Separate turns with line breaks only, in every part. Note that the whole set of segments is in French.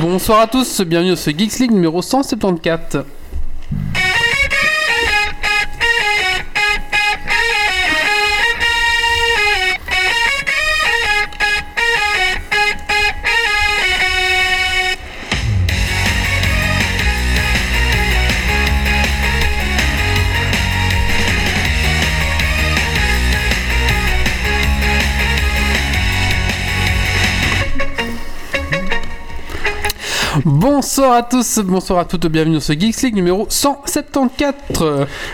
Bonsoir à tous, bienvenue sur Geeks League numéro 174. Bonsoir à tous, bonsoir à toutes, bienvenue sur Geeks League numéro 174.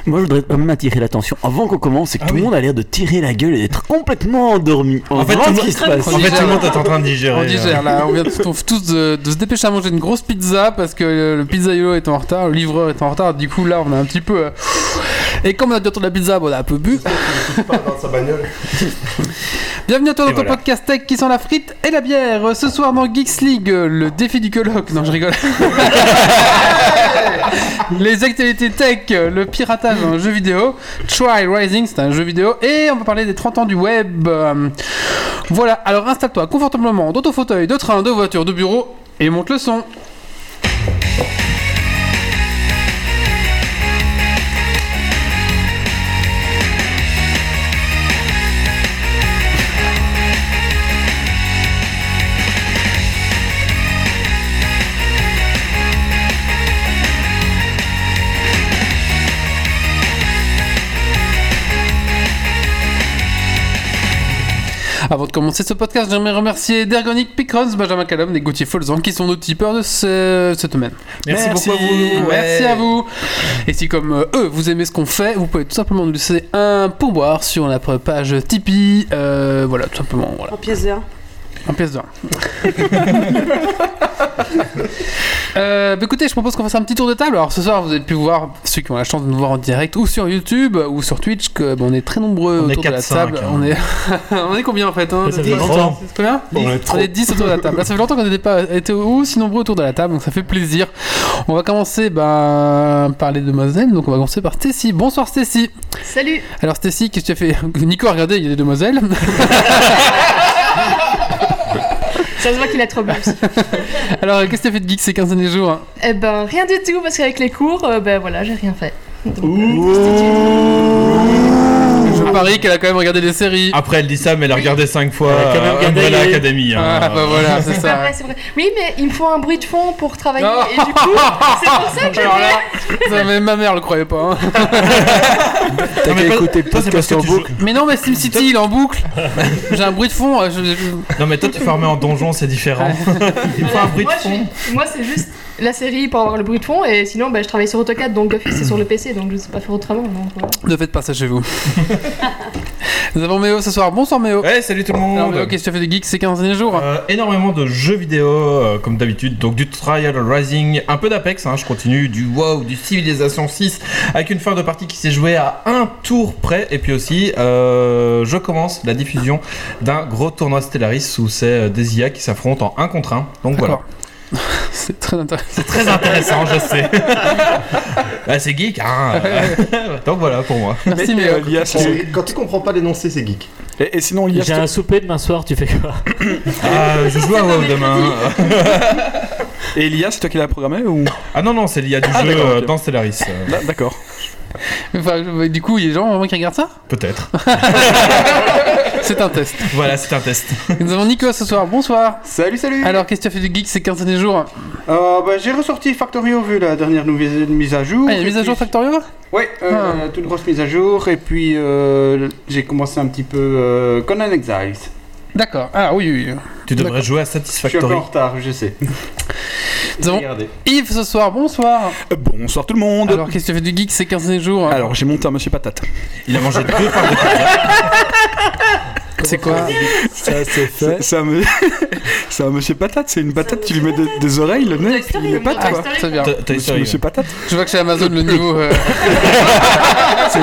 Moi, je voudrais quand même attirer l'attention avant qu'on commence, c'est que
Ah
tout le
oui.
monde a l'air de tirer la gueule et d'être complètement endormi. On
En fait,
voit
tout le
ce qui
monde-
se passe.
En fait, tout le monde est en train de digérer. euh.
On digère là, on vient tous, on f- tous de, de se dépêcher à manger une grosse pizza parce que euh, le pizzaïolo est en retard, le livreur est en retard, du coup là on a un petit peu. euh, Et comme on a dû attendre la pizza, bon, on a un peu bu.
dans sa bagnole.
Bienvenue à toi dans
Et
ton
voilà.
podcast tech qui sent la frite et la bière. Ce soir dans Geeks League, euh, le défi du colloque. Non, je rigole. Les actualités tech, euh, le piratage en jeu vidéo, Try Rising, c'est un jeu vidéo, et on va parler des 30 ans du web. Euh, Voilà, alors installe-toi confortablement dans ton fauteuil, de train, de voiture, de bureau, et monte le son. Avant de commencer ce podcast, j'aimerais remercier Dergonic, Picrons, Benjamin Callum et Gauthier Folzan qui sont nos tipeurs de ce- cette semaine.
Merci,
Merci.
beaucoup à vous.
Merci
Ouais.
à vous. Et si comme euh, eux, vous aimez ce qu'on fait, vous pouvez tout simplement nous laisser un pourboire sur la page Tipeee. Euh, voilà, tout simplement. Voilà.
En pièce de un.
En pièce d'or. euh, bah écoutez, je propose qu'on fasse un petit tour de table. Alors ce soir, vous avez pu voir ceux qui ont la chance de nous voir en direct ou sur YouTube ou sur Twitch. Que, bah, on est très nombreux
On est
autour de la
4-5,
table.
hein.
On, est... on est combien en fait hein,
Ça fait
Dix.
longtemps.
Combien
On est
on
trop.
est 10 autour de la table. Là, ça fait longtemps qu'on n'était pas été aussi nombreux autour de la table, donc ça fait plaisir. On va commencer ben, par les demoiselles, donc on va commencer par Stacy. Bonsoir Stacy.
Salut
Alors Stacy, qu'est-ce que tu as fait Nico a regardé, il y a des demoiselles.
Ça se voit qu'il a trop bu aussi.
Alors qu'est-ce que tu as fait de geek ces 15 derniers jours hein
Eh ben, rien du tout, parce qu'avec les cours, euh, ben voilà, j'ai rien fait. euh,
Je parie qu'elle a quand même regardé des séries.
Après, elle dit ça, mais elle a regardé 5 fois
Elle a quand même
euh,
regardé
Umbrella
les-
Academy. hein.
Ah, bah voilà, c'est
C'est pas
ça.
vrai, c'est vrai. Oui, mais il me faut un bruit de fond pour travailler,
Oh.
et du coup, c'est pour ça que j'ai
Alors là,
fait.
ça, même ma mère le croyait pas. hein.
T'as
Non, mais
qu'à
toi-
écouter le
toi, c'est parce
podcast
que
en
tu
boucle.
Mais non, mais SimCity, il est en boucle. J'ai un bruit de fond. euh, je- je-
Non, mais toi, tu farmais en donjon, c'est différent. Il faut un bruit de
Moi, je
fond.
suis- Moi, c'est juste la série pour avoir le bruit de fond, et sinon, ben, je travaille sur AutoCAD, donc d'office, c'est sur le PC, donc je sais pas faire autrement. Donc, voilà.
Ne faites pas ça chez vous. Nous avons Méo ce soir. Bonsoir Méo.
Ouais, salut tout le
Alors
monde.
Méo, qu'est-ce que tu as fait de geek ces 15 derniers jours
Euh, énormément de jeux vidéo euh, comme d'habitude, donc du Trial Rising, un peu d'Apex, hein, je continue, du WoW, du Civilization 6, avec une fin de partie qui s'est jouée à un tour près, et puis aussi euh, je commence la diffusion d'un gros tournoi Stellaris où c'est euh, des IA qui s'affrontent en 1 contre 1, donc voilà.
D'accord. C'est très intéressant.
C'est très intéressant, je sais. Bah, c'est geek, hein. donc voilà pour moi.
Merci
euh,
Méo.
C'est- Quand tu comprends pas l'énoncé, c'est geek.
Et, sinon,
J'ai un souper demain soir, tu fais quoi
Euh, je joue à WoW demain.
Et Elias, c'est toi qui l'as programmé ou
Ah non, non, c'est l'IA du jeu
d'accord,
euh,
ok.
dans Stellaris, euh,
Là, D'accord.
Enfin, je- du coup, il y a des gens vraiment qui regardent ça
peut-être.
C'est un test.
Voilà, c'est un test.
Nous avons Nico ce soir. Bonsoir.
Salut, salut
Alors, qu'est-ce que tu as fait de geek ces 15 derniers jours
Euh, bah, J'ai ressorti Factorio vu la dernière nouvelle mise à jour.
Ah, il y a une mise à jour Ah. Factorio
Ouais, euh, toute grosse mise à jour. Et puis euh, j'ai commencé un petit peu euh, Conan Exiles.
D'accord. Ah oui, oui, oui.
Tu devrais jouer à
Je suis un peu
Satisfactory.
en retard, je sais.
Nous avons
Regardez.
Yves ce soir. Bonsoir.
Euh, Bonsoir tout le monde.
Alors,
Alors,
qu'est-ce que tu as fait de geek ces 15 derniers jours
j'ai monté un monsieur patate.
Il a mangé deux parts de pizza.
C'est quoi
Ça, c'est fait.
C'est c'est un, me- c'est un monsieur patate, c'est une patate, tu lui mets des, des oreilles, le nez, puis les pattes
Ah,
quoi.
très bien.
T'as- t'as eu
Monsieur,
sérieux.
monsieur patate.
Je vois que chez Amazon, le niveau. euh,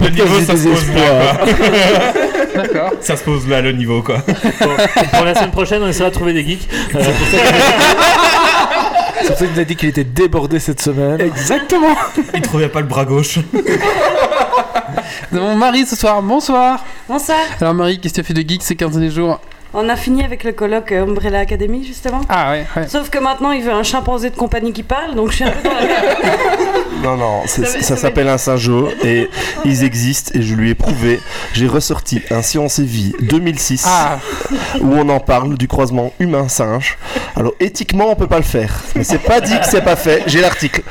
Le niveau, ça se pose là. quoi.
D'accord.
Ça se pose là, le niveau, quoi.
Bon, Pour la semaine prochaine, on essaiera de trouver des geeks. Euh,
C'est pour ça qu'il nous a dit qu'il était débordé cette semaine.
Exactement.
Il trouvait pas le bras gauche.
Nous avons Marie ce soir. Bonsoir.
Bonsoir.
Alors, Marie, qu'est-ce que tu as fait de geek ces 15 derniers jours
on a fini avec le colloque euh, Umbrella Academy, justement.
Ah ouais, ouais.
Sauf que maintenant, il veut un chimpanzé de compagnie qui parle, donc je suis un peu dans la merde.
Non, non, c'est-
Ça
ça,
va- ça va
s'appelle un singeau et ils existent et je lui ai prouvé. J'ai ressorti un Science et Vie 2006
Ah,
où on en parle du croisement humain-singe. Alors éthiquement, on peut pas le faire. Mais c'est pas dit que c'est pas fait, j'ai l'article.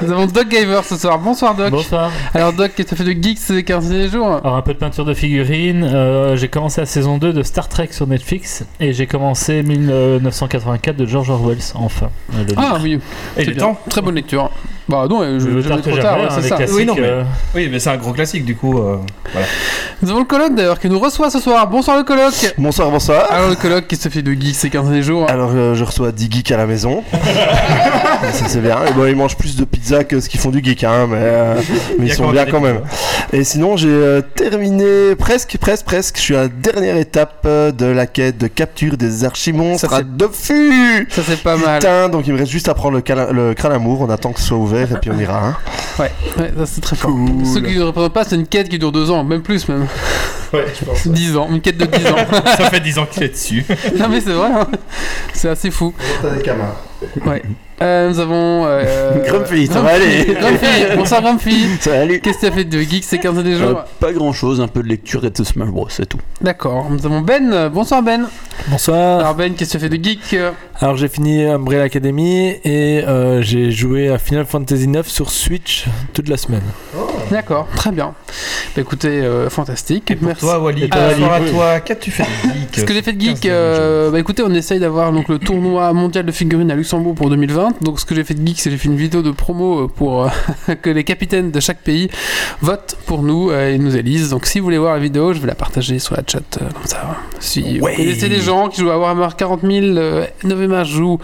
nous avons Doc Gaver ce soir. Bonsoir Doc.
Bonsoir.
Alors Doc, qu'est-ce que tu as fait de geek ces 15 derniers jours
Alors un peu de peinture de figurines. euh, j'ai commencé la saison 2 de Star Trek sur Netflix et j'ai commencé 1984 de George Orwell enfin. à le
Ah
lire.
oui,
Et
c'est
il est
bien.
temps.
Très bonne lecture. Bah non, euh, je
Le
vais
tard que
trop
jamais,
tard, ouais,
hein,
c'est
des
ça.
classiques.
Oui, non, mais-
euh,
Oui, mais c'est un gros classique du coup. euh,
Nous avons le colloque d'ailleurs qui nous reçoit ce soir. Bonsoir le colloque.
Bonsoir, bonsoir.
Alors le colloque, qu'est-ce que tu as fait de geek ces 15 derniers jours
Alors euh, je reçois 10 geeks à la maison. ça c'est bien. Et bon, ils mangent plus de pizza que ce qu'ils font du geek, hein, mais, euh, mais
il y
ils
a
sont bien
des-
quand même. Et sinon, j'ai euh, terminé presque, presque, presque. Je suis à la dernière étape euh, de la quête de capture des archimonstres
Ça,
à
c'est-
Dofus.
Ça c'est pas mal.
Putain, donc il me reste juste à prendre le, cala- le crâne amour. On attend que ce soit ouvert et puis on ira. hein.
Ouais, ça c'est très fort.
Cool.
Ceux qui ne représentent pas, c'est une quête qui dure 2 ans, même plus même.
Ouais, je pense.
10 ans, une quête de 10 ans.
Ça fait 10 ans qu'il est dessus.
non mais c'est vrai, hein. c'est assez fou. Ouais. Euh, nous avons. Euh...
Grumpy, ça va aller.
Grumpy, bonsoir Grumpy.
Salut.
Qu'est-ce que t'as fait de geek ces 15 derniers
Euh,
jours
pas grand chose, un peu de lecture et de Smash Bros, c'est tout.
D'accord. Nous avons Ben. Bonsoir Ben.
Bonsoir.
Alors Ben, qu'est-ce que t'as fait de geek euh,
Alors j'ai fini Umbrella Academy et euh, j'ai joué à Final Fantasy IX sur Switch toute la semaine.
Oh. D'accord, très bien. Bah écoutez, euh, fantastique. Merci.
Toi, Wally,
Ah,
bonsoir à
oui.
toi. Qu'as-tu fait de geek
Ce que j'ai fait de
15
geek, euh, bah écoutez, on essaye d'avoir donc le tournoi mondial de figurines à Luxembourg pour 2020. Donc ce que j'ai fait de geek, c'est j'ai fait une vidéo de promo euh, pour euh, que les capitaines de chaque pays votent pour nous euh, et nous élisent. Donc si vous voulez voir la vidéo, je vais la partager sur la chat euh, comme ça. Si
Ouais.
vous connaissez des gens qui jouent à Warhammer 40 000, euh, 9 joue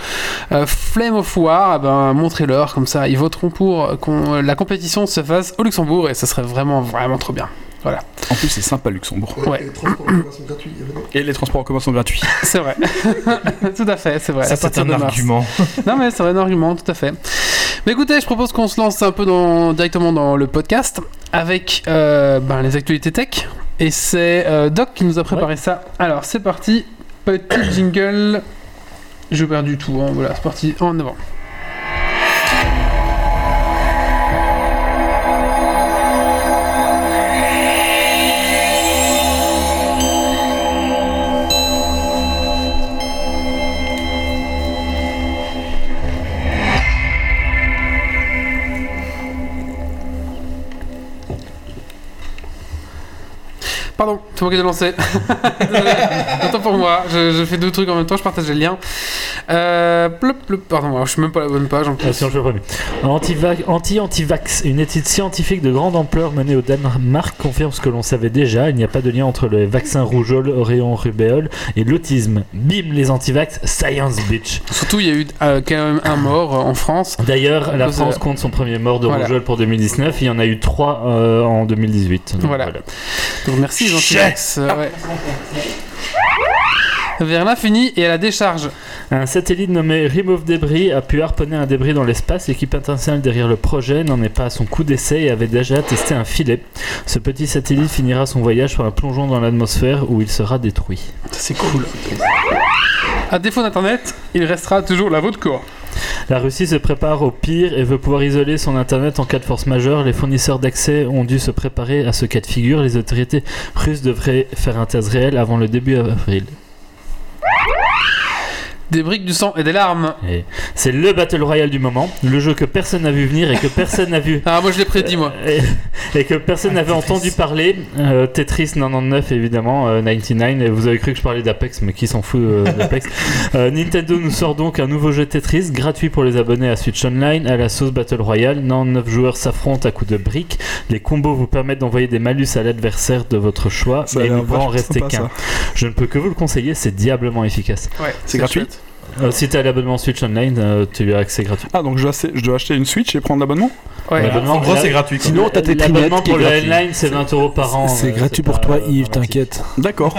euh, Flame of War, eh ben montrez-leur comme ça, ils voteront pour euh, qu'on euh, la compétition se fasse au Luxembourg et ça serait vraiment vraiment trop bien.
En plus, c'est sympa Luxembourg.
Ouais.
Et les transports en commun sont gratuits.
C'est vrai. Tout à fait, c'est vrai.
Ça,
À
c'est
partir
un
de mars.
argument.
Non mais c'est un argument, tout à fait. Mais écoutez, je propose qu'on se lance un peu dans, directement dans le podcast avec euh, ben, les actualités tech. Et c'est euh, Doc qui nous a préparé ça. Alors c'est parti, petit jingle. Je perds du tout, hein, voilà, c'est parti en avant. Pardon, c'est moi qui ai lancé. Désolé. Autant pour moi, je, je fais deux trucs en même temps, je partage les liens. Euh, plop, plop, pardon, alors, je suis même pas à la bonne page en plus.
Ah, sinon, je le premier. Anti-vax, anti-antivax, une étude scientifique de grande ampleur menée au Danemark confirme ce que l'on savait déjà. Il n'y a pas de lien entre le vaccin rougeole, oreillon, rubéole et l'autisme. Bim, les antivax, science bitch.
Surtout, il y a eu euh, quand même un mort euh, en France.
D'ailleurs, la
Cause,
France
euh,
compte son premier mort de
voilà.
rougeole pour 2019. Il y en a eu trois euh, en 2018. Donc,
Voilà. Donc merci les anti-vax. euh, ouais. Euh, Vers l'infini et à la décharge.
Un satellite nommé Remove Debris a pu harponner un débris dans l'espace. L'équipe internationale derrière le projet n'en est pas à son coup d'essai et avait déjà testé un filet. Ce petit satellite finira son voyage par un plongeon dans l'atmosphère où il sera détruit.
C'est cool. À défaut d'internet, il restera toujours la vôtre cour.
La Russie se prépare au pire et veut pouvoir isoler son Internet en cas de force majeure. Les fournisseurs d'accès ont dû se préparer à ce cas de figure. Les autorités russes devraient faire un test réel avant le début avril.
Des briques, du sang et des larmes.
Et C'est le Battle Royale du moment, le jeu que personne n'a vu venir et que personne n'a vu
Ah moi je l'ai prédit moi.
Et, et que personne n'avait entendu parler. Euh, Tetris 99, évidemment, euh, 99. Et vous avez cru que je parlais d'Apex, mais qui s'en fout euh, d'Apex Euh, Nintendo nous sort donc un nouveau jeu Tetris gratuit pour les abonnés à Switch Online à la sauce Battle Royale. 99 joueurs s'affrontent à coups de briques. Les combos vous permettent d'envoyer des malus à l'adversaire de votre choix,
Ça a
et il
l'air
ne va en
vachement
rester
sympa,
qu'un. Je ne peux que vous le conseiller, c'est diablement efficace.
Ouais,
C'est gratuit
chouette.
Euh, si tu as l'abonnement Switch Online, euh, tu as accès gratuit.
Ah, donc je dois, acheter, je dois acheter une Switch et prendre l'abonnement
Ouais.
Bah,
L'abonnement-
En gros,
la-
c'est gratuit. quoi.
Sinon, t'as tes
L'abonnement
trinettes qui est
pour le
gratuit.
online, c'est 20 euros par an.
c'est
euh,
gratuit
pas,
pour toi,
euh,
Yves,
dramatique.
t'inquiète.
D'accord.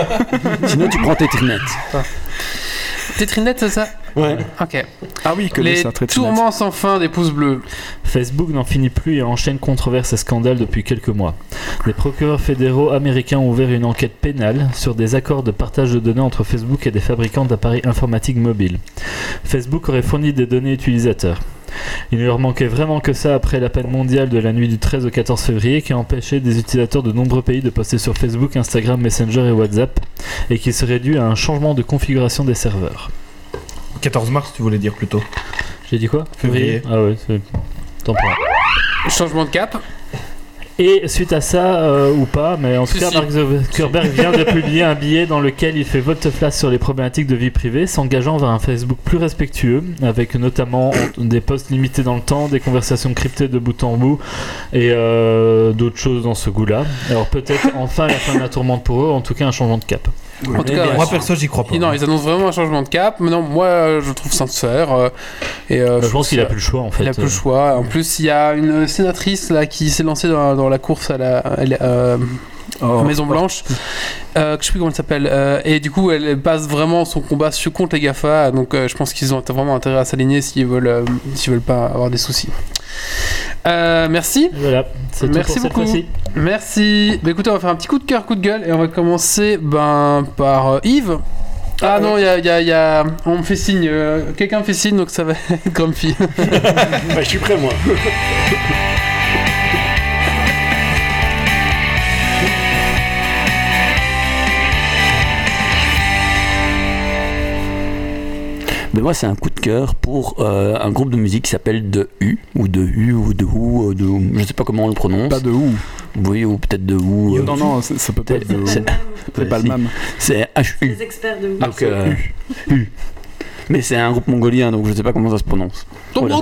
Tetrinette c'est ça
Ouais.
Ok.
Ah oui, que
Les
c'est un trait de finesse.
tourments sans fin des pouces bleus.
Facebook n'en finit plus et enchaîne controverses et scandales depuis quelques mois. Des procureurs fédéraux américains ont ouvert une enquête pénale sur des accords de partage de données entre Facebook et des fabricants d'appareils informatiques mobiles. Facebook aurait fourni des données utilisateurs. Il ne leur manquait vraiment que ça après la peine mondiale de la nuit du 13 au 14 février qui a empêché des utilisateurs de nombreux pays de poster sur Facebook, Instagram, Messenger et WhatsApp et qui serait dû à un changement de configuration des serveurs.
14 mars, tu voulais dire plutôt.
J'ai dit quoi
Février.
Ah ouais, c'est temporaire.
Changement de cap.
Et suite à ça, euh, ou pas, mais en tout
Si,
cas,
si.
Mark Zuckerberg vient de publier un billet dans lequel il fait volte-face sur les problématiques de vie privée, s'engageant vers un Facebook plus respectueux, avec notamment des posts limités dans le temps, des conversations cryptées de bout en bout, et euh, d'autres choses dans ce goût-là. Alors peut-être enfin la fin de la tourmente pour eux, en tout cas un changement de cap.
En tout
Eh
cas,
bien,
Moi perso, j'y crois pas.
ils- non, ils annoncent vraiment un changement de cap. Maintenant, moi, euh, je trouve sincère. euh, et euh,
je pense qu'il a
que-
plus le choix en fait. euh.
Il a plus le choix. En plus, il y a une sénatrice là qui s'est lancée dans, dans la course à la, à la- euh,
Oh.
Maison Blanche. Euh, que je sais plus comment elle s'appelle. Euh, et du coup, elle base vraiment son combat sur contre les Gafa. Donc, euh, je pense qu'ils ont vraiment intérêt à s'aligner s'ils veulent, euh, s'ils veulent pas avoir des soucis. Euh, merci,
Et Voilà, c'est tout
Merci
pour cette
beaucoup.
fois-ci.
merci. Bah, écoutez, on va faire un petit coup de cœur, coup de gueule, et on va commencer ben par euh, Yves. Ah non, il y a, il y a- il y a- on me fait signe. euh, Quelqu'un me fait signe, donc ça va être Grumpy.
Bah, je suis prêt, moi.
Mais moi, c'est un coup de cœur pour euh, un groupe de musique qui s'appelle The U, ou The U, ou The Who, euh, de, je sais pas comment on le prononce.
Pas de où
Oui, ou peut-être The Who. euh,
Non, non, c'est- ça peut pas être de où.
C'est
C'est pas le
si.
même.
C'est HU.
Les experts de
Donc, euh, U. Mais c'est un groupe mongolien, donc je sais pas comment ça se prononce. Voilà.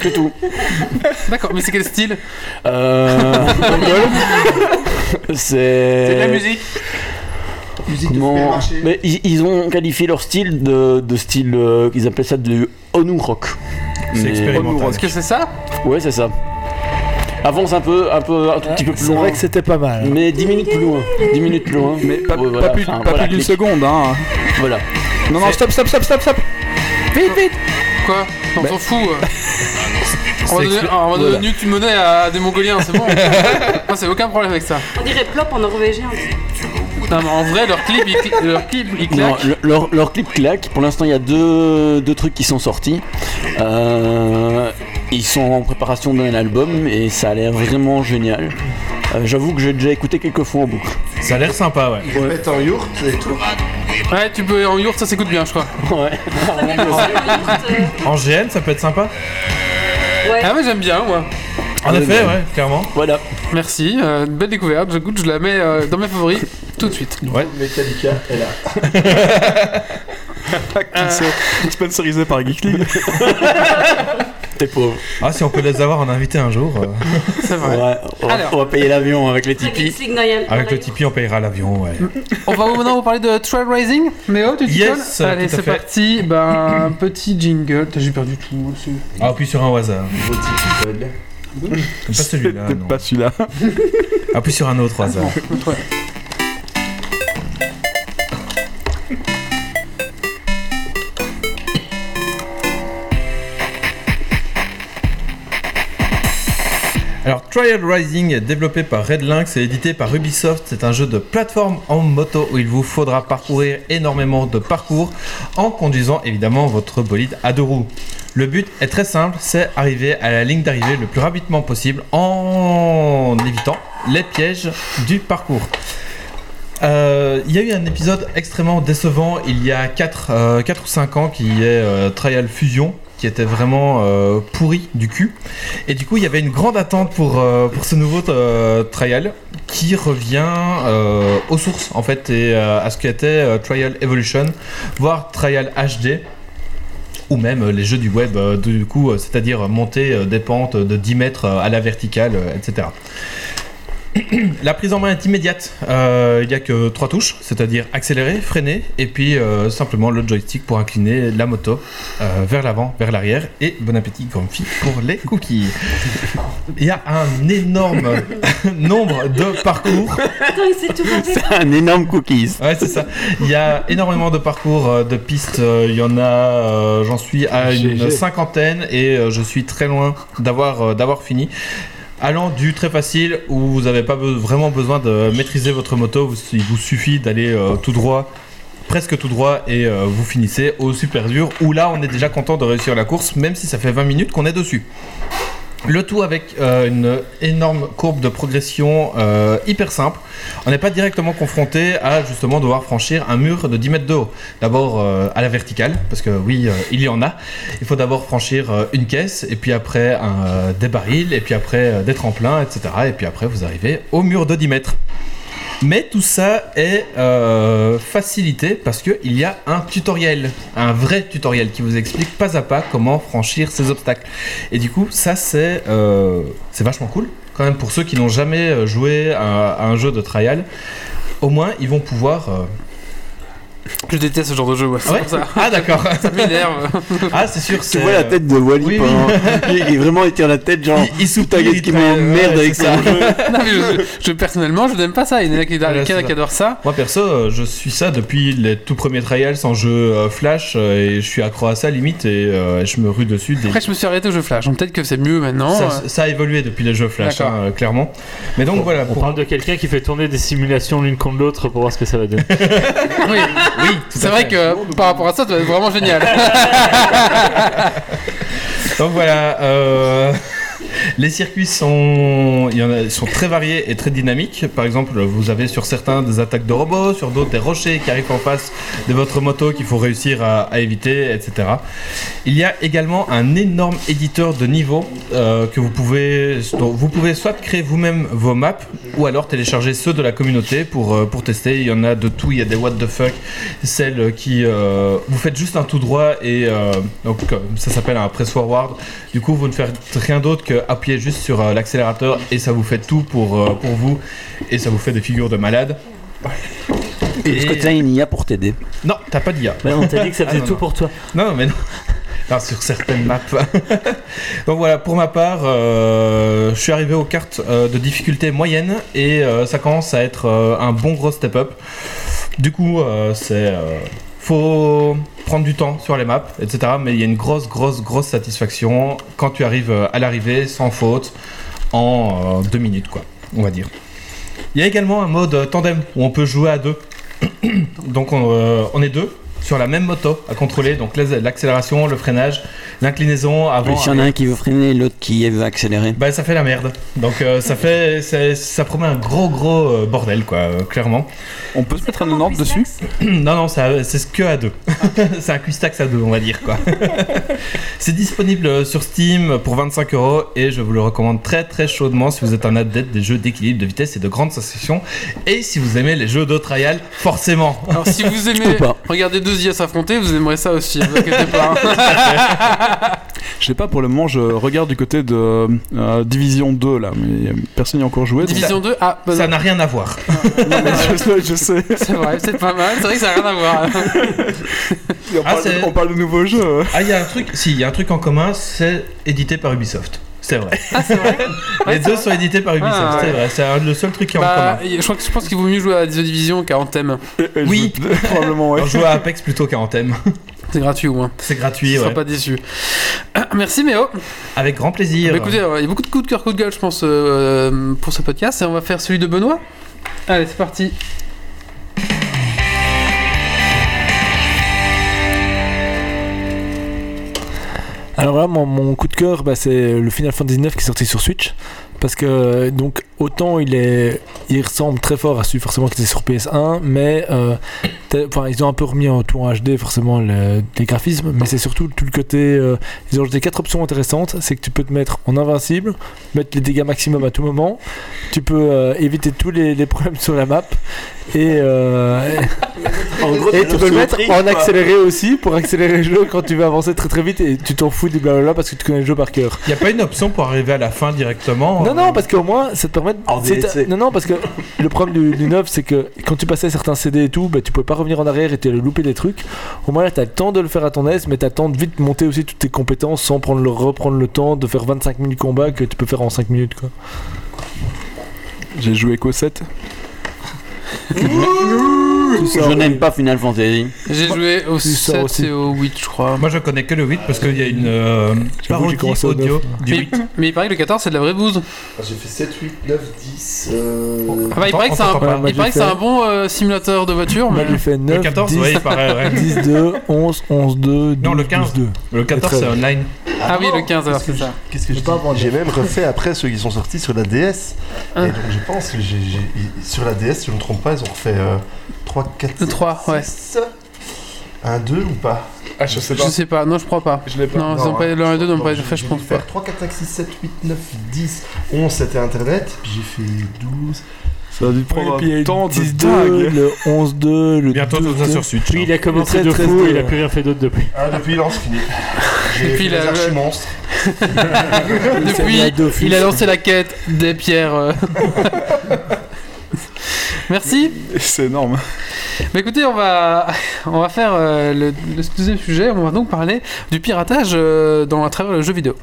C'est tout.
D'accord, mais c'est quel style
Euh, c'est.
C'est de la musique. Musique de
Comment-
supermarché.
Mais ils, ils ont qualifié leur style de, de style. euh, ils appelaient ça du onu rock.
C'est
Mais-
expérimental.
Est-ce que c'est ça
Ouais, c'est ça. Avance un peu, un peu, un tout petit peu plus
C'est
loin.
vrai que c'était pas mal.
Mais 10 minutes plus loin. 10 minutes plus loin.
Mais pas,
Ouais,
pas
voilà,
plus,
enfin,
pas
voilà,
plus d'une
mais-
seconde, hein.
Voilà.
Non, non, stop, stop, stop, stop, stop. Vite, vite.
Quoi On
Bah-
s'en fout. euh. On va
C'est
donner,
expé-
on va donner
voilà.
une nuque, une monnaie à des Mongoliens, c'est bon. Moi, c'est aucun problème avec ça.
On dirait plop en norvégien.
Non, mais en vrai, leur clip, il, cli- leur clip, il
Non,
claque.
le- leur, leur clip claque. Pour l'instant, il y a deux, deux trucs qui sont sortis. Euh, ils sont en préparation d'un album et ça a l'air vraiment génial. Euh, J'avoue que j'ai déjà écouté quelques fois en boucle.
Ça a l'air sympa, ouais.
Ils mettent en yourte et tout.
Ouais, tu peux en yurt, ça s'écoute bien, je crois.
Ouais.
En GN, ça peut être sympa.
Ah, mais j'aime bien, moi.
En
Ouais,
effet,
ouais.
ouais, clairement.
Voilà.
Merci, euh, belle découverte. Je goûte, je la mets euh, dans mes favoris tout de suite.
Metallica est là.
Euh.
Sponsorisé par Geek League.
T'es pauvre.
Ah, si on peut les avoir en invité un jour. euh,
C'est
On
vrai.
va, on va-
Alors.
on va payer l'avion avec les
Avec
tipis.
Avec le Tipeee, on payera l'avion, ouais.
On va maintenant vous parler de Trail Rising. Néo, tu t'y
Yes,
colles Allez,
tout à
c'est
fait.
parti. Ben, petit jingle. Putain, J'ai perdu tout. c'est-
Ah, appuie sur un au hasard. Pas celui-là,
Peut-être
non.
Pas celui-là.
Appuie sur un
Ah,
autre au hasard. Ah Alors, Trial Rising est développé par Red Lynx et édité par Ubisoft. C'est un jeu de plateforme en moto où il vous faudra parcourir énormément de parcours en conduisant évidemment votre bolide à deux roues. Le but est très simple, c'est arriver à la ligne d'arrivée le plus rapidement possible en évitant les pièges du parcours. Euh, Il y a eu un épisode extrêmement décevant il y a 4, ou 5 ans qui est euh, Trial Fusion qui était vraiment euh, pourri du cul. Et du coup, il y avait une grande attente pour, euh, pour ce nouveau euh, Trial qui revient euh, aux sources en fait et euh, à ce qu'était euh, Trial Evolution, voire Trial HD ou même euh, les jeux du web, euh, du coup, euh, c'est-à-dire euh, monter euh, des pentes de 10 mètres euh, à la verticale, euh, etc. La prise en main est immédiate. Euh, il n'y a que trois touches, c'est-à-dire accélérer, freiner, et puis euh, simplement le joystick pour incliner la moto euh, vers l'avant, vers l'arrière. Et bon appétit, Grumpy, pour les cookies. Il y a un énorme nombre de parcours.
Attends, il s'est tout rêvé.
C'est un énorme cookies.
Ouais, c'est ça. Il y a énormément de parcours, euh, de pistes. Euh, Il y en a, euh, j'en suis à une
GG.
cinquantaine et euh, je suis très loin d'avoir euh, d'avoir fini. Allant du très facile où vous n'avez pas be- vraiment besoin de maîtriser votre moto, vous- il vous suffit d'aller euh, tout droit, presque tout droit, et euh, vous finissez au super dur où là on est déjà content de réussir la course, même si ça fait 20 minutes qu'on est dessus. Le tout avec euh, une énorme courbe de progression euh, hyper simple. On n'est pas directement confronté à justement devoir franchir un mur de 10 mètres de haut. D'abord euh, à la verticale, parce que oui, euh, il y en a. Il faut d'abord franchir euh, une caisse, et puis après un, euh, des barils, et puis après euh, des tremplins, etc. Et puis après vous arrivez au mur de 10 mètres. Mais tout ça est euh, facilité parce qu'il y a un tutoriel, un vrai tutoriel qui vous explique pas à pas comment franchir ces obstacles. Et du coup, ça c'est euh, c'est vachement cool quand même pour ceux qui n'ont jamais euh, joué à, à un jeu de trial. Au moins, ils vont pouvoir. euh,
Je déteste ce genre de jeu, ouais. c'est
Ouais
pour ça.
Ah, d'accord.
ça m'énerve.
Ah, c'est sûr.
Tu vois la tête de Wally
Oui,
pendant-
oui.
il, il vraiment étire la tête genre
il
putain qu'est-ce qui m'emmerde avec ça.
Non, mais je, je- personnellement, je n'aime pas ça. Il y en a qui,
Ouais,
qui-
c'est
qui adorent ça.
Moi perso, euh, je suis ça depuis les tout premiers trials en jeu euh, Flash euh, et je suis accro à ça limite et euh, je me rue dessus. Dès...
Après, je me suis arrêté au jeu Flash. donc Peut-être que c'est mieux maintenant. euh.
Ça, ça a évolué depuis les jeux Flash,
D'accord.
hein, euh, clairement. Mais donc voilà.
On
Pour...
parle de quelqu'un qui fait tourner des simulations l'une contre l'autre pour voir ce que ça va donner.
Oui, c'est vrai que euh, par rapport à ça, ça doit être vraiment génial.
hein. Donc voilà. euh, Les circuits sont, il y en a- sont très variés et très dynamiques. Par exemple, vous avez sur certains des attaques de robots, sur d'autres des rochers qui arrivent en face de votre moto qu'il faut réussir à, à éviter, etc. Il y a également un énorme éditeur de niveau euh, que vous pouvez, dont vous pouvez soit créer vous-même vos maps ou alors télécharger ceux de la communauté pour, euh, pour tester. Il y en a de tout, il y a des what the fuck, celles qui euh, vous faites juste un tout droit et euh, donc euh, ça s'appelle un press forward. Du coup, vous ne faites rien d'autre que appuyer juste sur euh, l'accélérateur et ça vous fait tout pour, euh, pour vous et ça vous fait des figures de malade.
Est-ce que t'as une IA pour t'aider
Non, t'as pas d'IA.
Bah non, t'as dit que ça
Ah,
faisait
non,
tout
non.
pour toi.
Non, mais non. Enfin, sur certaines maps. Donc voilà, pour ma part, euh, je suis arrivé aux cartes euh, de difficulté moyenne et euh, ça commence à être euh, un bon gros step-up. Du coup, euh, c'est. euh, faut prendre du temps sur les maps, etc. Mais il y a une grosse, grosse, grosse satisfaction quand tu arrives euh, à l'arrivée sans faute en euh, deux minutes, quoi, on va dire. Il y a également un mode euh, tandem où on peut jouer à deux. Donc on, euh, on est deux sur la même moto à contrôler, donc les- l'accélération, le freinage, l'inclinaison avant.
Ah S'il y en a un qui veut freiner et l'autre qui veut accélérer.
Bah ça fait la merde. Donc euh, ça fait, ça, ça promet un gros gros euh, bordel quoi, euh, clairement.
On peut se mettre un ordre dessus
non non, ça- c'est ce que à deux. c'est un custax à deux on va dire quoi. c'est disponible euh, sur Steam pour 25 euros et je vous le recommande très très chaudement si vous êtes un adepte des jeux d'équilibre, de vitesse et de grande sensation et si vous aimez les jeux de trial forcément.
Alors, si vous aimez regarder deux IA s'affronter, vous aimerez ça aussi. Ne vous inquiétez pas.
Je sais pas, pour le moment, je regarde du côté de euh, Division 2, là, mais personne n'y a encore joué. donc-
Division 2, ah, bah,
Ça n'a rien à voir.
Non, mais je sais, je sais.
c'est vrai, c'est pas mal. C'est vrai que ça n'a rien à voir.
Et On,
Ah,
parle,
c'est-
on parle de nouveaux jeux. hein.
Ah, il y a un truc, si, il y a un truc en commun, c'est édité par Ubisoft. C'est vrai. Les deux sont édités par Ubisoft,
Ah,
c'est
ouais.
vrai. C'est un- le seul truc qui est en
Bah,
commun.
je, crois que, je pense qu'il vaut mieux jouer à The Division qu'à Anthem.
Oui.
Probablement, ouais.
On joue à Apex plutôt qu'à Anthem.
C'est gratuit au moins.
C'est
Tu
gratuit,
seras
ouais.
pas déçu. Merci Méo.
Avec grand plaisir.
Bah, écoutez, alors, il y a beaucoup de coups de cœur, coups de gueule, je pense, euh, pour ce podcast. Et on va faire celui de Benoît. Allez, c'est parti.
Alors là, mon, mon coup de cœur, bah, c'est le Final Fantasy IX qui est sorti sur Switch. Parce que, donc, autant il, est, il ressemble très fort à celui forcément qui était sur PS1, mais euh, t'as- enfin, ils ont un peu remis en tout en HD forcément le- les graphismes, mais c'est surtout tout le côté. euh, ils ont ajouté quatre options intéressantes c'est que tu peux te mettre en invincible, mettre les dégâts maximum à tout moment, tu peux euh, éviter tous les, les problèmes sur la map, et, euh,
En gros,
et tu
t'as
peux le
l'option
mettre
trick,
en
quoi.
accéléré aussi pour accélérer le jeu quand tu veux avancer très très vite et tu t'en fous du blablabla parce que tu connais le jeu par cœur.
Il n'y a pas une option pour arriver à la fin directement euh,
Non, Non, non, parce qu'au moins, ça te permet. de-
En
c'est-
DLC.
Non, non, parce que le problème du, du 9, c'est que quand tu passais certains CD et tout, bah, tu pouvais pas revenir en arrière et tu allais louper des trucs. Au moins, là, t'as le temps de le faire à ton aise, mais t'as le temps de vite monter aussi toutes tes compétences sans prendre le, reprendre le temps de faire 25 000 combats que tu peux faire en 5 minutes, quoi.
J'ai joué qu'au 7.
Je n'aime pas Final Fantasy.
J'ai joué au
Tu sors
7
aussi.
et au 8, je crois.
Moi, je connais que le 8 parce qu'il y a une euh, parodie
commencé au
audio du
Mais,
8.
mais il paraît que le 14 c'est de la vraie bouse.
J'ai fait 7, 8, 9, 10. euh,
Ah bah, il paraît que c'est un, il paraît que c'est un bon euh, simulateur de voiture.
Bah,
Mais...
il fait 9, 10, 10, 2, 11, 11, 2, 12,
Non, le
15. 2.
Le 14, c'est online.
Ah oui, le 15 alors, c'est ça.
Qu'est-ce que j'ai J'ai même refait après ceux qui sont sortis sur la DS.
Ah.
Et donc je pense que j'ai, j'ai- ils- sur la DS, si je ne me trompe pas, ils ont refait euh, 3, 4,
3, Euh, ouais.
un 2 ou pas
Ah, je sais pas. Je sais pas, non, je crois pas.
Je l'ai
pas. Non, ils ont pas- le 1 et 2 n'ont pas été faits, je pense pas.
3, 4, 5, 6, 7, 8, 9, 10, 11 c'était Internet, puis j'ai fait 12.
Ça a dû
prendre
puis il y a
un
eu
temps
le
de
10,
dingue.
2, le 11, 2, le
Bientôt,
12,
tout ça
2.
sur Switch. hein.
Puis il a commencé
Le
de
13,
fou et
13,
il a plus rien fait d'autre depuis.
Ah, depuis lance fini. J'ai
Depuis,
fait
il a-
les archimonstres.
Depuis, il a lancé la quête des pierres. euh. Merci.
C'est énorme.
Bah écoutez, on va, on va faire euh, le, le deuxième sujet. On va donc parler du piratage euh, dans, à travers le jeu vidéo.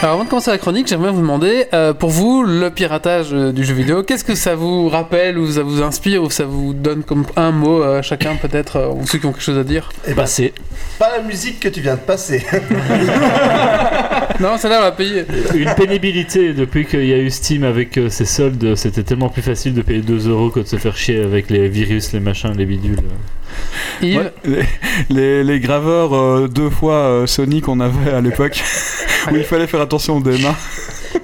Alors avant de commencer la chronique, j'aimerais vous demander, euh, pour vous, le piratage euh, du jeu vidéo, qu'est-ce que ça vous rappelle ou ça vous inspire ou ça vous donne comme un mot euh, chacun peut-être euh, ou ceux qui ont quelque chose à dire
Et
passé.
Pas la musique que tu viens de passer.
Non, celle-là on l'a payée.
Une pénibilité depuis qu'il y a eu Steam avec euh, ses soldes, c'était tellement plus facile de payer 2 euros que de se faire chier avec les virus, les machins, les bidules.
Ouais, les, les- les graveurs euh, deux fois euh, Sony qu'on avait à l'époque, où il fallait faire attention aux DMA.